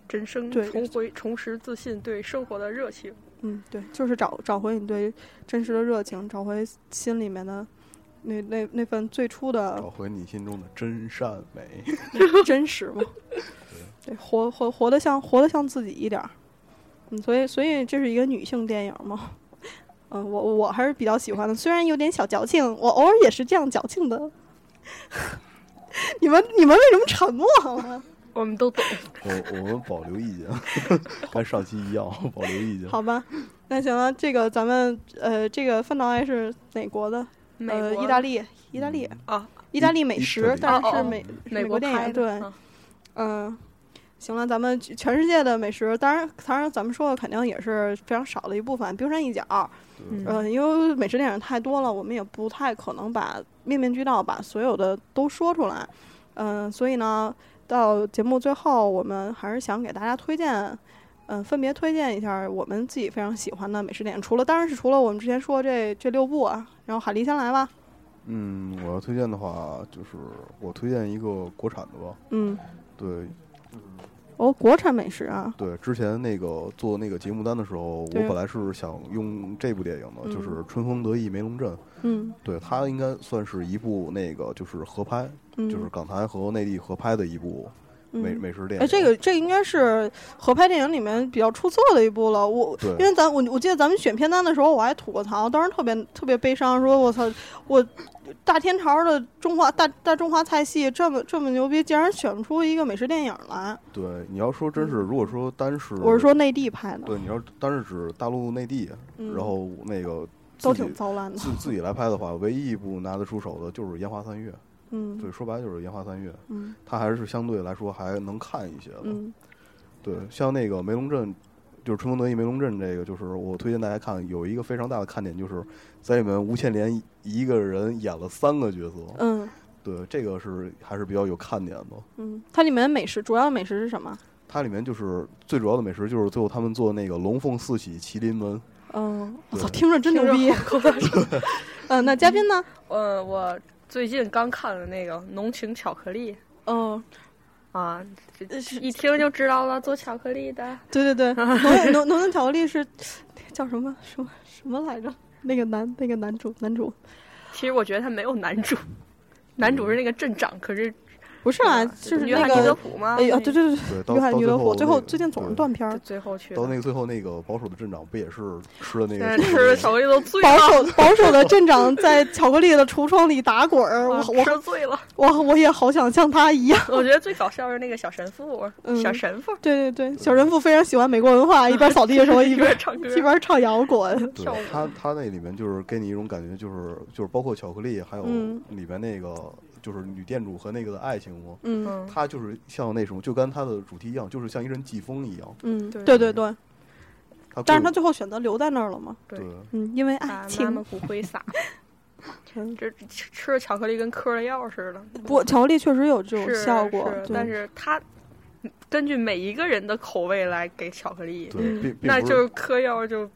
S4: 真生
S2: 对
S4: 重回重拾自信对生活的热情。
S2: 嗯，对，就是找找回你对真实的热情，找回心里面的那那那份最初的
S3: 找回你心中的真善
S2: [LAUGHS]
S3: 美。
S2: 真实嘛，对，活活活得像活得像自己一点儿，嗯，所以所以这是一个女性电影嘛，嗯，我我还是比较喜欢的，虽然有点小矫情，我偶尔也是这样矫情的。 [LAUGHS] 你们你们为什么沉默了？
S4: 我们都懂，
S3: 我我们保留意见，跟上期一样保留意见。
S2: 好吧，那行了，这个咱们呃，这个饭岛爱是哪国的？
S4: 美
S2: 呃，
S4: 国、
S2: 意大利，意大利，
S4: 啊，
S2: 意大利美
S3: 嗯意大
S2: 食
S3: 利，
S2: 但
S4: 哦
S2: 是
S4: 哦
S2: 是美是
S4: 美
S2: 美国电
S4: 拍
S2: 影
S4: 的
S2: 对，
S4: 啊
S2: 嗯，行了，咱们全全世界的美食，当然，当然，咱们说的肯定也是非常少的一部分，冰山一角。
S3: 嗯
S4: 嗯
S2: 嗯，因为美食电影太多了，我们也不太可能把面面俱到，把所有的都说出来。嗯，所以呢，到节目最后，我们还是想给大家推荐，嗯，分别推荐一下我们自己非常喜欢的美食电影。除了，当然是除了我们之前说的这这六部啊，然后海狸先来吧。
S3: 嗯，我要推荐的话，就是我推荐一个国产的吧。
S2: 嗯，
S3: 对，
S2: 哦，国产美食啊，
S3: 对，之前那个做那个节目单的时候，我
S2: 对
S3: 本来是想用这部电影的，就是
S2: 嗯
S3: 《春风得意梅龙镇》。
S2: 嗯
S3: 对，它应该算是一部那个就是合拍，
S2: 嗯，
S3: 就是港台和内地合拍的一部美、
S2: 嗯
S3: 美食电影。
S2: 哎，这个这应该是合拍电影里面比较出色的一部了。我
S3: 对
S2: 因为咱我我记得咱们选片单的时候，我还吐过槽，当时特别特别悲伤，说我操，我大天朝的中华大大中华菜系这么这么牛逼，竟然选不出一个美食电影来。
S3: 对，你要说真是，如果说单是
S2: 嗯我是说内地拍的，
S3: 对，你要单是指大陆内地，
S2: 嗯
S3: 然后
S2: [LAUGHS]
S3: 那个
S2: 都
S3: 自己
S2: 挺糟烂的。
S3: 自自己来拍的话，唯一一部拿得出手的就是《烟花三月》。对，
S2: 嗯
S3: 说白了就是《烟花三月》，
S2: 嗯
S3: 它还是相对来说还能看一些的。
S2: 嗯
S3: 对，像那个梅龙镇，就是《春风得意梅龙镇》这个，就是我推荐大家看，有一个非常大的看点，就是在里面吴倩莲一个人演了三个角色。
S2: 嗯
S3: 对，这个是还是比较有看点的。
S2: 嗯，它里面美食主要的美食是什么？
S3: 它里面就是最主要的美食，就是最后他们做那个龙凤四喜麒麟门。
S2: 嗯，我操，
S3: 对
S2: 听着真牛逼。 [LAUGHS] 嗯，那嘉宾呢？
S4: 嗯，我最近刚看了那个《浓情巧克力》
S2: 嗯，
S4: 啊，这
S2: 呃是
S4: 一听就知道了，做巧克力的。
S2: [LAUGHS] 对对对，
S4: [LAUGHS]
S2: 农农农村巧克力是叫什么什么什么来着？那个男那个男主男主
S4: 其实我觉得他没有男主， [LAUGHS] 男主是那个镇长，可是
S2: 不是啊，
S4: 对吧
S2: 就是
S4: 约
S2: 那
S4: 翰尼德
S2: 个
S4: 普吗？
S2: 哎呀，
S4: 那
S2: 对对
S3: 对，
S2: 对，
S3: 到
S2: 约翰
S3: 到
S2: 尼德普，
S3: 最
S2: 最
S3: 后
S2: 后
S3: 那个
S2: 最近总是
S3: 对
S2: 断片
S4: 就
S2: 儿，
S4: 最后去的
S3: 到那个最后那个保守的镇长不也是吃了那
S4: 对
S3: 个
S4: 吃的巧克力都醉
S2: 保
S4: 了，啊
S2: 守保守的镇长在巧克力的橱窗里打滚儿，我
S4: 啊
S2: 我
S4: 吃
S2: [LAUGHS]
S4: 醉了。
S2: 我我也好想像他
S4: [LAUGHS]
S2: 一样。
S4: 我觉得最搞笑是那个小神父，
S2: 嗯
S4: 小神父
S2: 对对对，小人物非常喜欢美国文化，一边扫地的时
S4: [LAUGHS]
S2: 候一
S4: 一边
S2: 边
S4: 唱歌，
S2: 一边唱摇滚。
S4: 跳舞
S3: 对它它那里面就是给你一种感觉，就是就是包括巧克力，还有
S2: 嗯
S3: 里面那个就是女店主和那个的爱情嘛，
S2: 嗯
S4: 嗯，
S3: 它就是像那种就跟它的主题一样，就是像一阵季风一样。
S2: 嗯，
S4: 对
S2: 对对对，
S3: 它
S2: 但是
S3: 各
S2: 他最后选择留在那儿了嘛？
S4: 对
S3: 对
S2: 嗯，因为爱
S4: 把啊妈妈
S2: 情。
S4: 骨灰撒，
S2: [LAUGHS] 嗯
S4: 这吃吃着巧克力跟嗑了药似的。
S2: 不，巧克力确实有这种
S4: 是
S2: 效果，
S4: 是
S2: 对
S4: 但是他根据每一个人的口味来给巧克力，
S3: 对，并
S2: 嗯
S3: 并
S4: 那
S3: 不
S4: 就是是嗑药就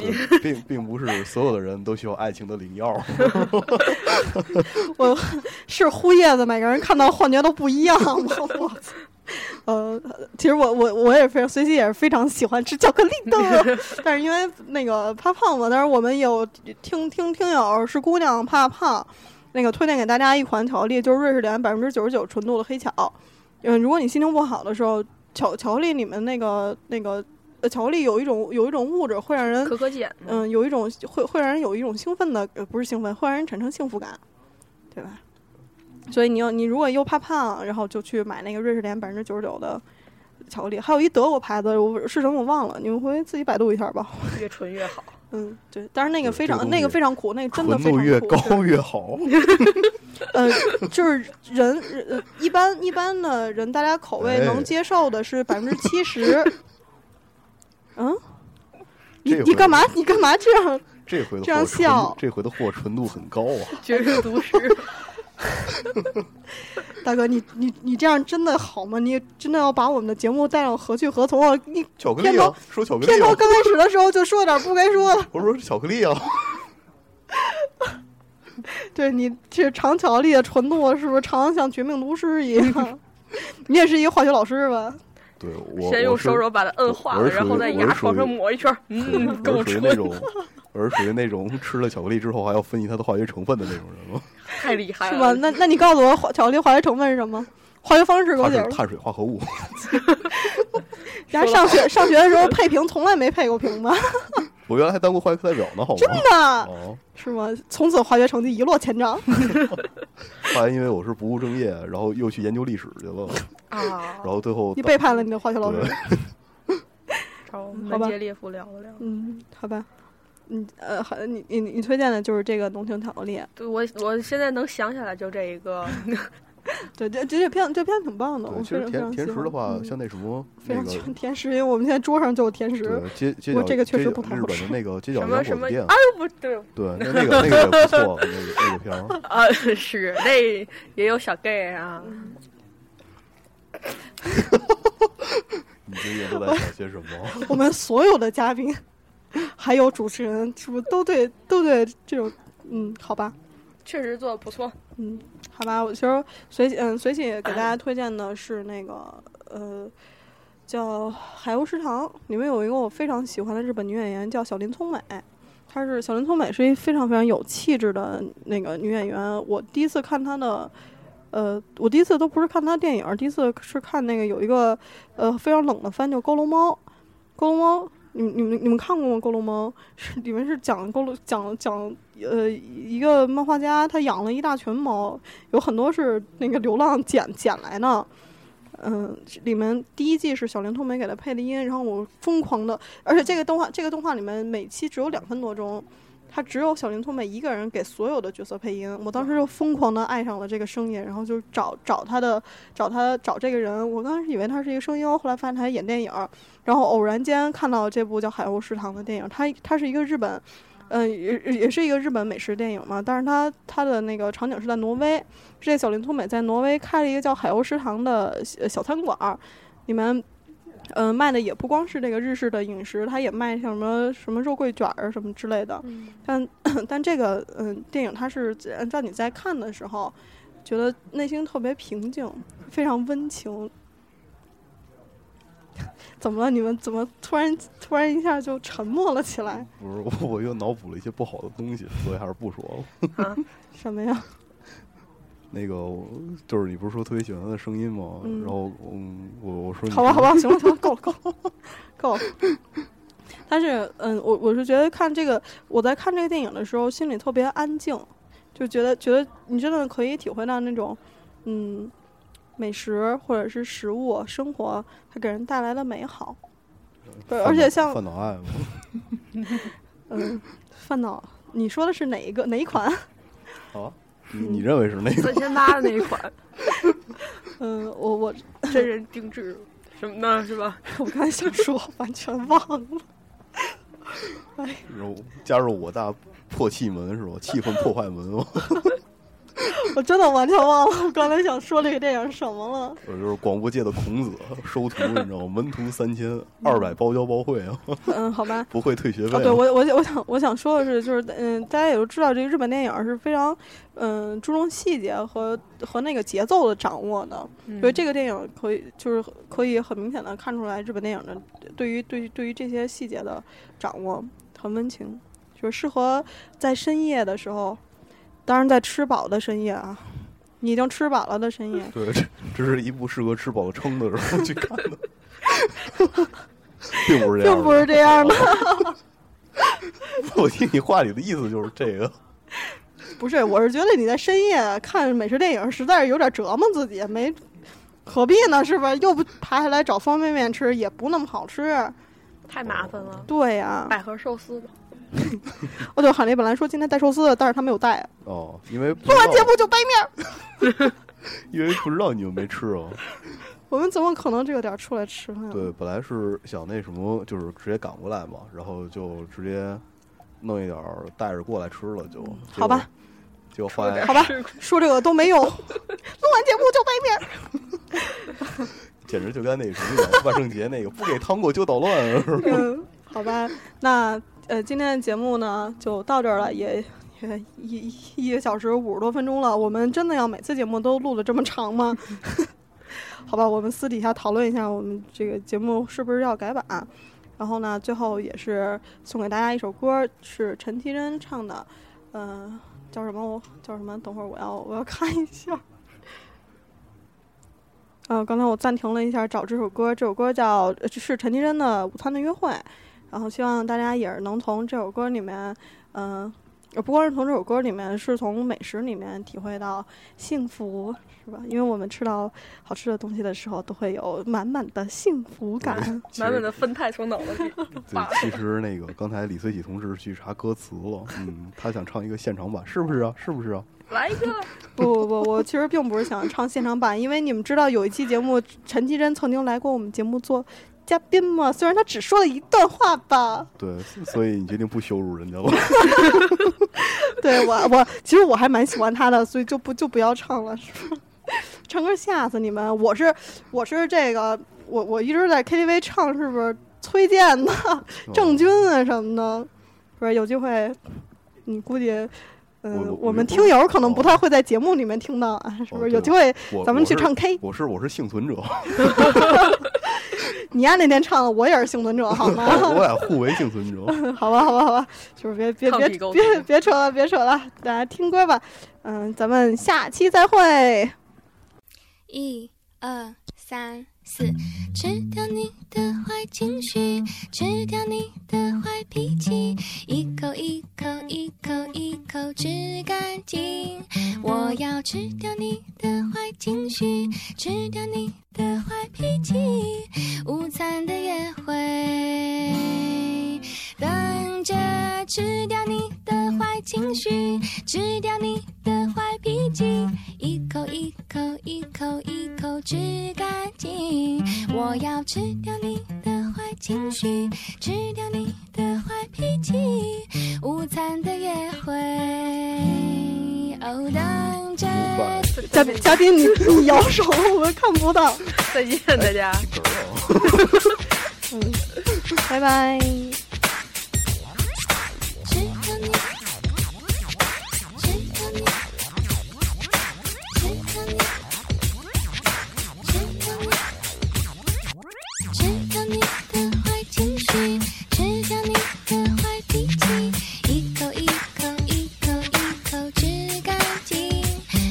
S3: 对并并不是所有的人都需要爱情的灵药。
S2: 我是呼叶子，每个人看到幻觉都不一样。我 [LAUGHS] 我操呃，其实我我我也非常，随喜也是非常喜欢吃巧克力的，但是因为那个怕胖嘛，但是我们有听听听友是姑娘怕胖，那个推荐给大家一款巧克力，就是瑞士莲百分之九十九纯度的黑巧。嗯，如果你心情不好的时候，巧巧克力里面那个那个呃巧克力有一种有一种物质会让人
S4: 可可碱嘛。
S2: 嗯，有一种会会让人有一种兴奋的，呃，不是兴奋，会让人产生幸福感，对吧？所以你要你如果又怕胖，然后就去买那个瑞士莲百分之九十九的巧克力，还有一德国牌子，我是什么我忘了，你们回去自己百度一下吧。 [LAUGHS]
S4: 越纯越好。
S2: 嗯，对，但是那个
S3: 对
S2: 非
S3: 这个
S2: 常
S3: 东
S2: 那个
S3: 西
S2: 非常苦，那个 [LAUGHS] 真的
S3: 纯
S2: 非常
S3: 度
S2: 苦。
S3: 越
S2: 对
S3: 高越好。
S2: 呃，就是人呃一般一般的人，大家口味能
S3: 哎
S2: 接受的是百分之七
S3: [LAUGHS]
S2: 十。嗯，你
S3: 这
S2: 你
S3: 回
S2: 干嘛？你干嘛这样？
S3: 这回的
S2: 这样
S3: 货纯
S2: 笑
S3: 度，这回的货纯度很高
S2: [LAUGHS]
S3: 啊！
S4: 绝世毒师，
S2: 大哥，你你你这样真的好吗？你真的要把我们的节目带上何去何从啊？你
S3: 巧克力
S2: 片头
S3: 啊，说巧克
S2: 片
S3: 力
S2: 头
S3: 啊，
S2: 刚开始的时候就说点不该说的，
S3: 我说巧克力
S4: [LAUGHS]
S3: 啊，
S2: 对你这尝巧克力的纯度是不是尝得像绝命毒师一样？ [LAUGHS] 你也是一个化学老师吧？
S3: 对我
S4: 先用
S3: 我是
S4: 手手把它摁化
S3: 我
S4: 了，
S3: 是属于
S4: 然后在牙床上抹一圈，嗯，够
S3: 我是属于那
S4: 纯，
S3: 种，我是属于那种吃了巧克力之后还要分析它的化学成分的那种人了。
S4: 太厉害
S2: 是吧？
S4: 了。
S2: 那那你告诉我化巧克力化学成分是什么？化学方式给我
S3: 它
S2: 解
S3: 是
S2: 释。
S3: 碳水化合物，
S2: 然后上
S3: [LAUGHS]
S2: 学上学的时候配平从来没配过平吧？ [LAUGHS]
S3: 我原来还当过化学课代表呢，好吗？真
S2: 真的
S3: 哦，
S2: 是吗？从此化学成绩一落千
S3: [LAUGHS]
S2: 丈。
S3: 后来因为我是不务正业，然后又去研究历史去了，
S4: 啊
S3: 然，后最后
S2: 你背叛了你的化学老师。
S3: 对
S4: 找
S2: 好
S4: 门
S2: 吧
S4: 捷列夫聊了聊。
S2: 嗯，好吧，嗯呃，好，你你你推荐的就是这个浓情巧克力，
S4: 对我，我现在能想起来就这一个，
S2: 对，这这这片这片挺棒的，
S3: 对，
S2: 我
S3: 其
S2: 非
S3: 实
S2: 常非
S3: 甜
S2: 常喜
S3: 甜
S2: 欢。
S3: 食的话，
S2: 嗯
S3: 像那什么
S2: 非
S3: 那
S2: 常
S3: 个
S2: 喜。欢甜食，因为我们现在桌上就有甜食。
S3: 对街街
S2: 我
S3: 角
S2: 这个确
S3: 街
S2: 实
S3: 角
S2: 不太
S3: 日
S2: 好
S3: 本的那个街角
S4: 什
S3: 洋
S4: 么
S3: 火
S4: 什么
S3: 店
S4: 啊，不对
S3: 对，
S4: [LAUGHS]
S3: 那那个那个也不错，那个那个片儿，
S4: 啊， [LAUGHS] 是那也有小 gay 啊，
S3: 你最近都在想些什么？ [LAUGHS]
S2: 我们所有的嘉宾， [LAUGHS] 还有主持人，是不是都对都对这种嗯，好吧，
S4: 确实做的不错。
S2: 嗯，好吧，我其实随喜嗯随喜给大家推荐的是那个呃叫《海鸥食堂》，里面有一个我非常喜欢的日本女演员叫小林聪美，她是小林聪美是一非常非常有气质的那个女演员。我第一次看她的，呃，我第一次都不是看她电影，第一次是看那个有一个呃非常冷的番叫《佝偻猫》，《佝偻猫》。你们你们你们看过吗？《佝偻猫》是里面是讲佝偻讲讲呃一个漫画家他养了一大群猫，有很多是那个流浪捡捡来的，嗯，里面第一季是小林通美给他配的音，然后我疯狂的，而且这个动画这个动画里面每期只有两分多钟，他只有小林通美一个人给所有的角色配音，我当时就疯狂的爱上了这个声音，然后就找找他的找他找这个人，我刚开始以为他是一个声优，后来发现他演电影儿，然后偶然间看到这部叫《海鸥食堂》的电影，他他是一个日本。嗯，也也是一个日本美食电影嘛，但是它它的那个场景是在挪威，是这小林聪美在挪威开了一个叫海鸥食堂的小小餐馆儿，里面，嗯、卖的也不光是这个日式的饮食，它也卖像什么什么肉桂卷儿什么之类的。
S4: 嗯
S2: 但 [CLEARS THROAT] 但这个嗯、电影它是让你在看的时候，觉得内心特别平静，非常温情。 [LAUGHS] 怎么了？你们怎么突然突然一下就沉默了起来？
S3: 不是，我我又脑补了一些不好的东西，所以还是不说了。
S2: 什么呀？
S3: 那个我就是你不是说特别喜欢他的声音吗？
S2: 嗯
S3: 然后嗯，我我说你
S2: 好吧，好吧，行了，行了，够了，够了，够了。但是，嗯，我我是觉得看这个，我在看这个电影的时候，心里特别安静，就觉得觉得你真的可以体会到那种，嗯，美食或者是食物、生活它给人带来的美好。对，而且像
S3: 范岛爱嘛，
S2: 嗯，饭岛，你说的是哪一个哪一款？ [LAUGHS]
S3: 好吧， [LAUGHS] 你你认为是那个？
S4: 三千八的那一款，
S2: 嗯，我我
S4: 真人定制什么的，是吧？
S2: 我刚才想说，完全忘了。
S3: 然后加入我大破气门是吧？气氛破坏门嘛，
S2: 我真的完全忘了，我刚才想说这个电影是什么了。
S3: [LAUGHS] 我就是广播界的孔子，收徒你知道吗？门徒三千，二百包教包会啊，
S2: 嗯，好吧，
S3: 不会退学费
S2: 啊，
S3: 啊。
S2: 对我我我想我想说的是，就是嗯，大家也都知道，这个日本电影是非常嗯注重细节和和那个节奏的掌握的，
S4: 嗯
S2: 所以这个电影可以就是可以很明显的看出来日本电影的对于对于对于这些细节的掌握很温情，就是适合在深夜的时候，当然在吃饱的深夜啊，你已经吃饱了的深夜，
S3: 对，这这是一部适合吃饱了撑的时候去看的，并不是这样，
S2: 并不是这样的。
S3: [LAUGHS] 我听你话里的意思就是这个，
S2: 不是，我是觉得你在深夜看美食电影，实在是有点折磨自己，没何必呢？是吧？又不爬下来找方便面吃，也不那么好吃。
S4: 太麻烦了。
S2: 对呀、
S4: 百合寿司吧，
S2: 哦对，海丽本来说今天带寿司的，但是他没有带。
S3: 哦，因为不
S2: 录
S3: 知
S2: 完节
S3: 道，
S2: 目就掰面儿，
S3: 因为不知道你们没吃啊。
S2: 我们怎么可能这个点儿出来吃饭？
S3: 对，本来是想那什么，就是直接赶过来嘛，然后就直接弄一点儿带着过来吃了就。结
S2: 嗯好吧
S3: 果，结果后来
S2: 好吧，说这个都没用。录完节目就掰面儿。
S3: 简直就跟那什么一样万圣节那个不给糖果就捣乱，是吧
S2: 嗯，好吧，那呃，今天的节目呢就到这儿了，也。也一一一个小时五十多分钟了，我们真的要每次节目都录的这么长吗？ [LAUGHS] 好吧，我们私底下讨论一下，我们这个节目是不是要改版？然后呢，最后也是送给大家一首歌，是陈绮贞唱的，呃，叫什么？我叫什么？等会儿我要我要看一下。呃，刚才我暂停了一下找这首歌，这首歌叫呃是陈绮贞的《午餐的约会》，然后希望大家也是能从这首歌里面，嗯、呃，不光是从这首歌里面，是从美食里面体会到幸福，是吧？因为我们吃到好吃的东西的时候，都会有满满的幸福感。
S3: 其
S4: 满满
S3: 实
S4: 的分态从脑子里发
S3: 对，其实那个刚才李思喜同志去查歌词了，嗯，他想唱一个现场版，是不是啊？是不是啊？
S4: 来一个， [LAUGHS]
S2: [LAUGHS] 不不不，我其实并不是想唱现场版，因为你们知道有一期节目，陈绮贞曾经来过我们节目做嘉宾嘛。虽然她只说了一段话吧，
S3: 对，所以你决定不羞辱人家了。
S2: [LAUGHS] 对我我其实我还蛮喜欢她的，所以就不就不要唱了，是吧？ [LAUGHS] 唱歌吓死你们！我是我是这个我我一直在 KTV 唱，是不是崔健
S3: 哦
S2: 的、
S3: [LAUGHS] 嗯
S2: 郑钧啊什么的？不是有机会，你估计，嗯、
S3: 我
S2: 我们听友可能
S3: 啊
S2: 不太会在节目里面听到啊，是不是？有机会
S3: 哦我
S2: 咱们去
S3: 我是
S2: 唱 K。
S3: 我是我是幸存者，
S2: 你丫那天唱的我也是幸存
S3: [LAUGHS]
S2: 者，好吗？ [LAUGHS]
S3: 我俩互为幸存者。
S2: 好吧，好吧，好吧，就是别别
S4: 抗
S2: 别
S4: 体构
S2: 别
S4: 成
S2: 别扯了，别扯了，大家听歌吧。嗯，咱们下期再会。
S7: 一二三四，吃掉你的坏情绪，吃掉你的坏脾气，一口一口一口一口吃干净。我要吃掉你的坏情绪，吃掉你的坏脾气，午餐的约会。等着吃掉你的坏情绪，吃掉你的坏脾气，一口一口一口一口吃干净。我要吃掉你的坏情绪，吃掉你的坏脾气，午餐的约会。哦，等着。
S2: 嘉宾嘉宾，你你摇手，我们看不到。
S4: 再见，啊大家。
S2: 嗯，拜拜。
S7: 吃掉你，吃掉你，吃掉你，吃掉你，吃掉你的坏情绪，吃掉你的坏脾气，一口一口一口一口吃干净。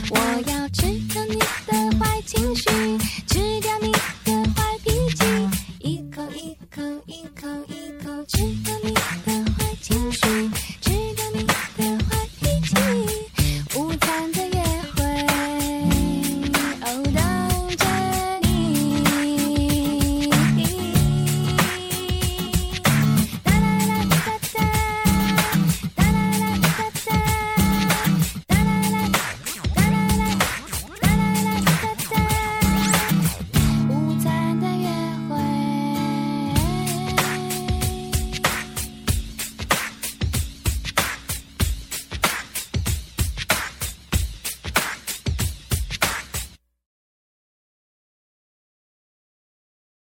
S7: 我要吃掉你的坏情绪，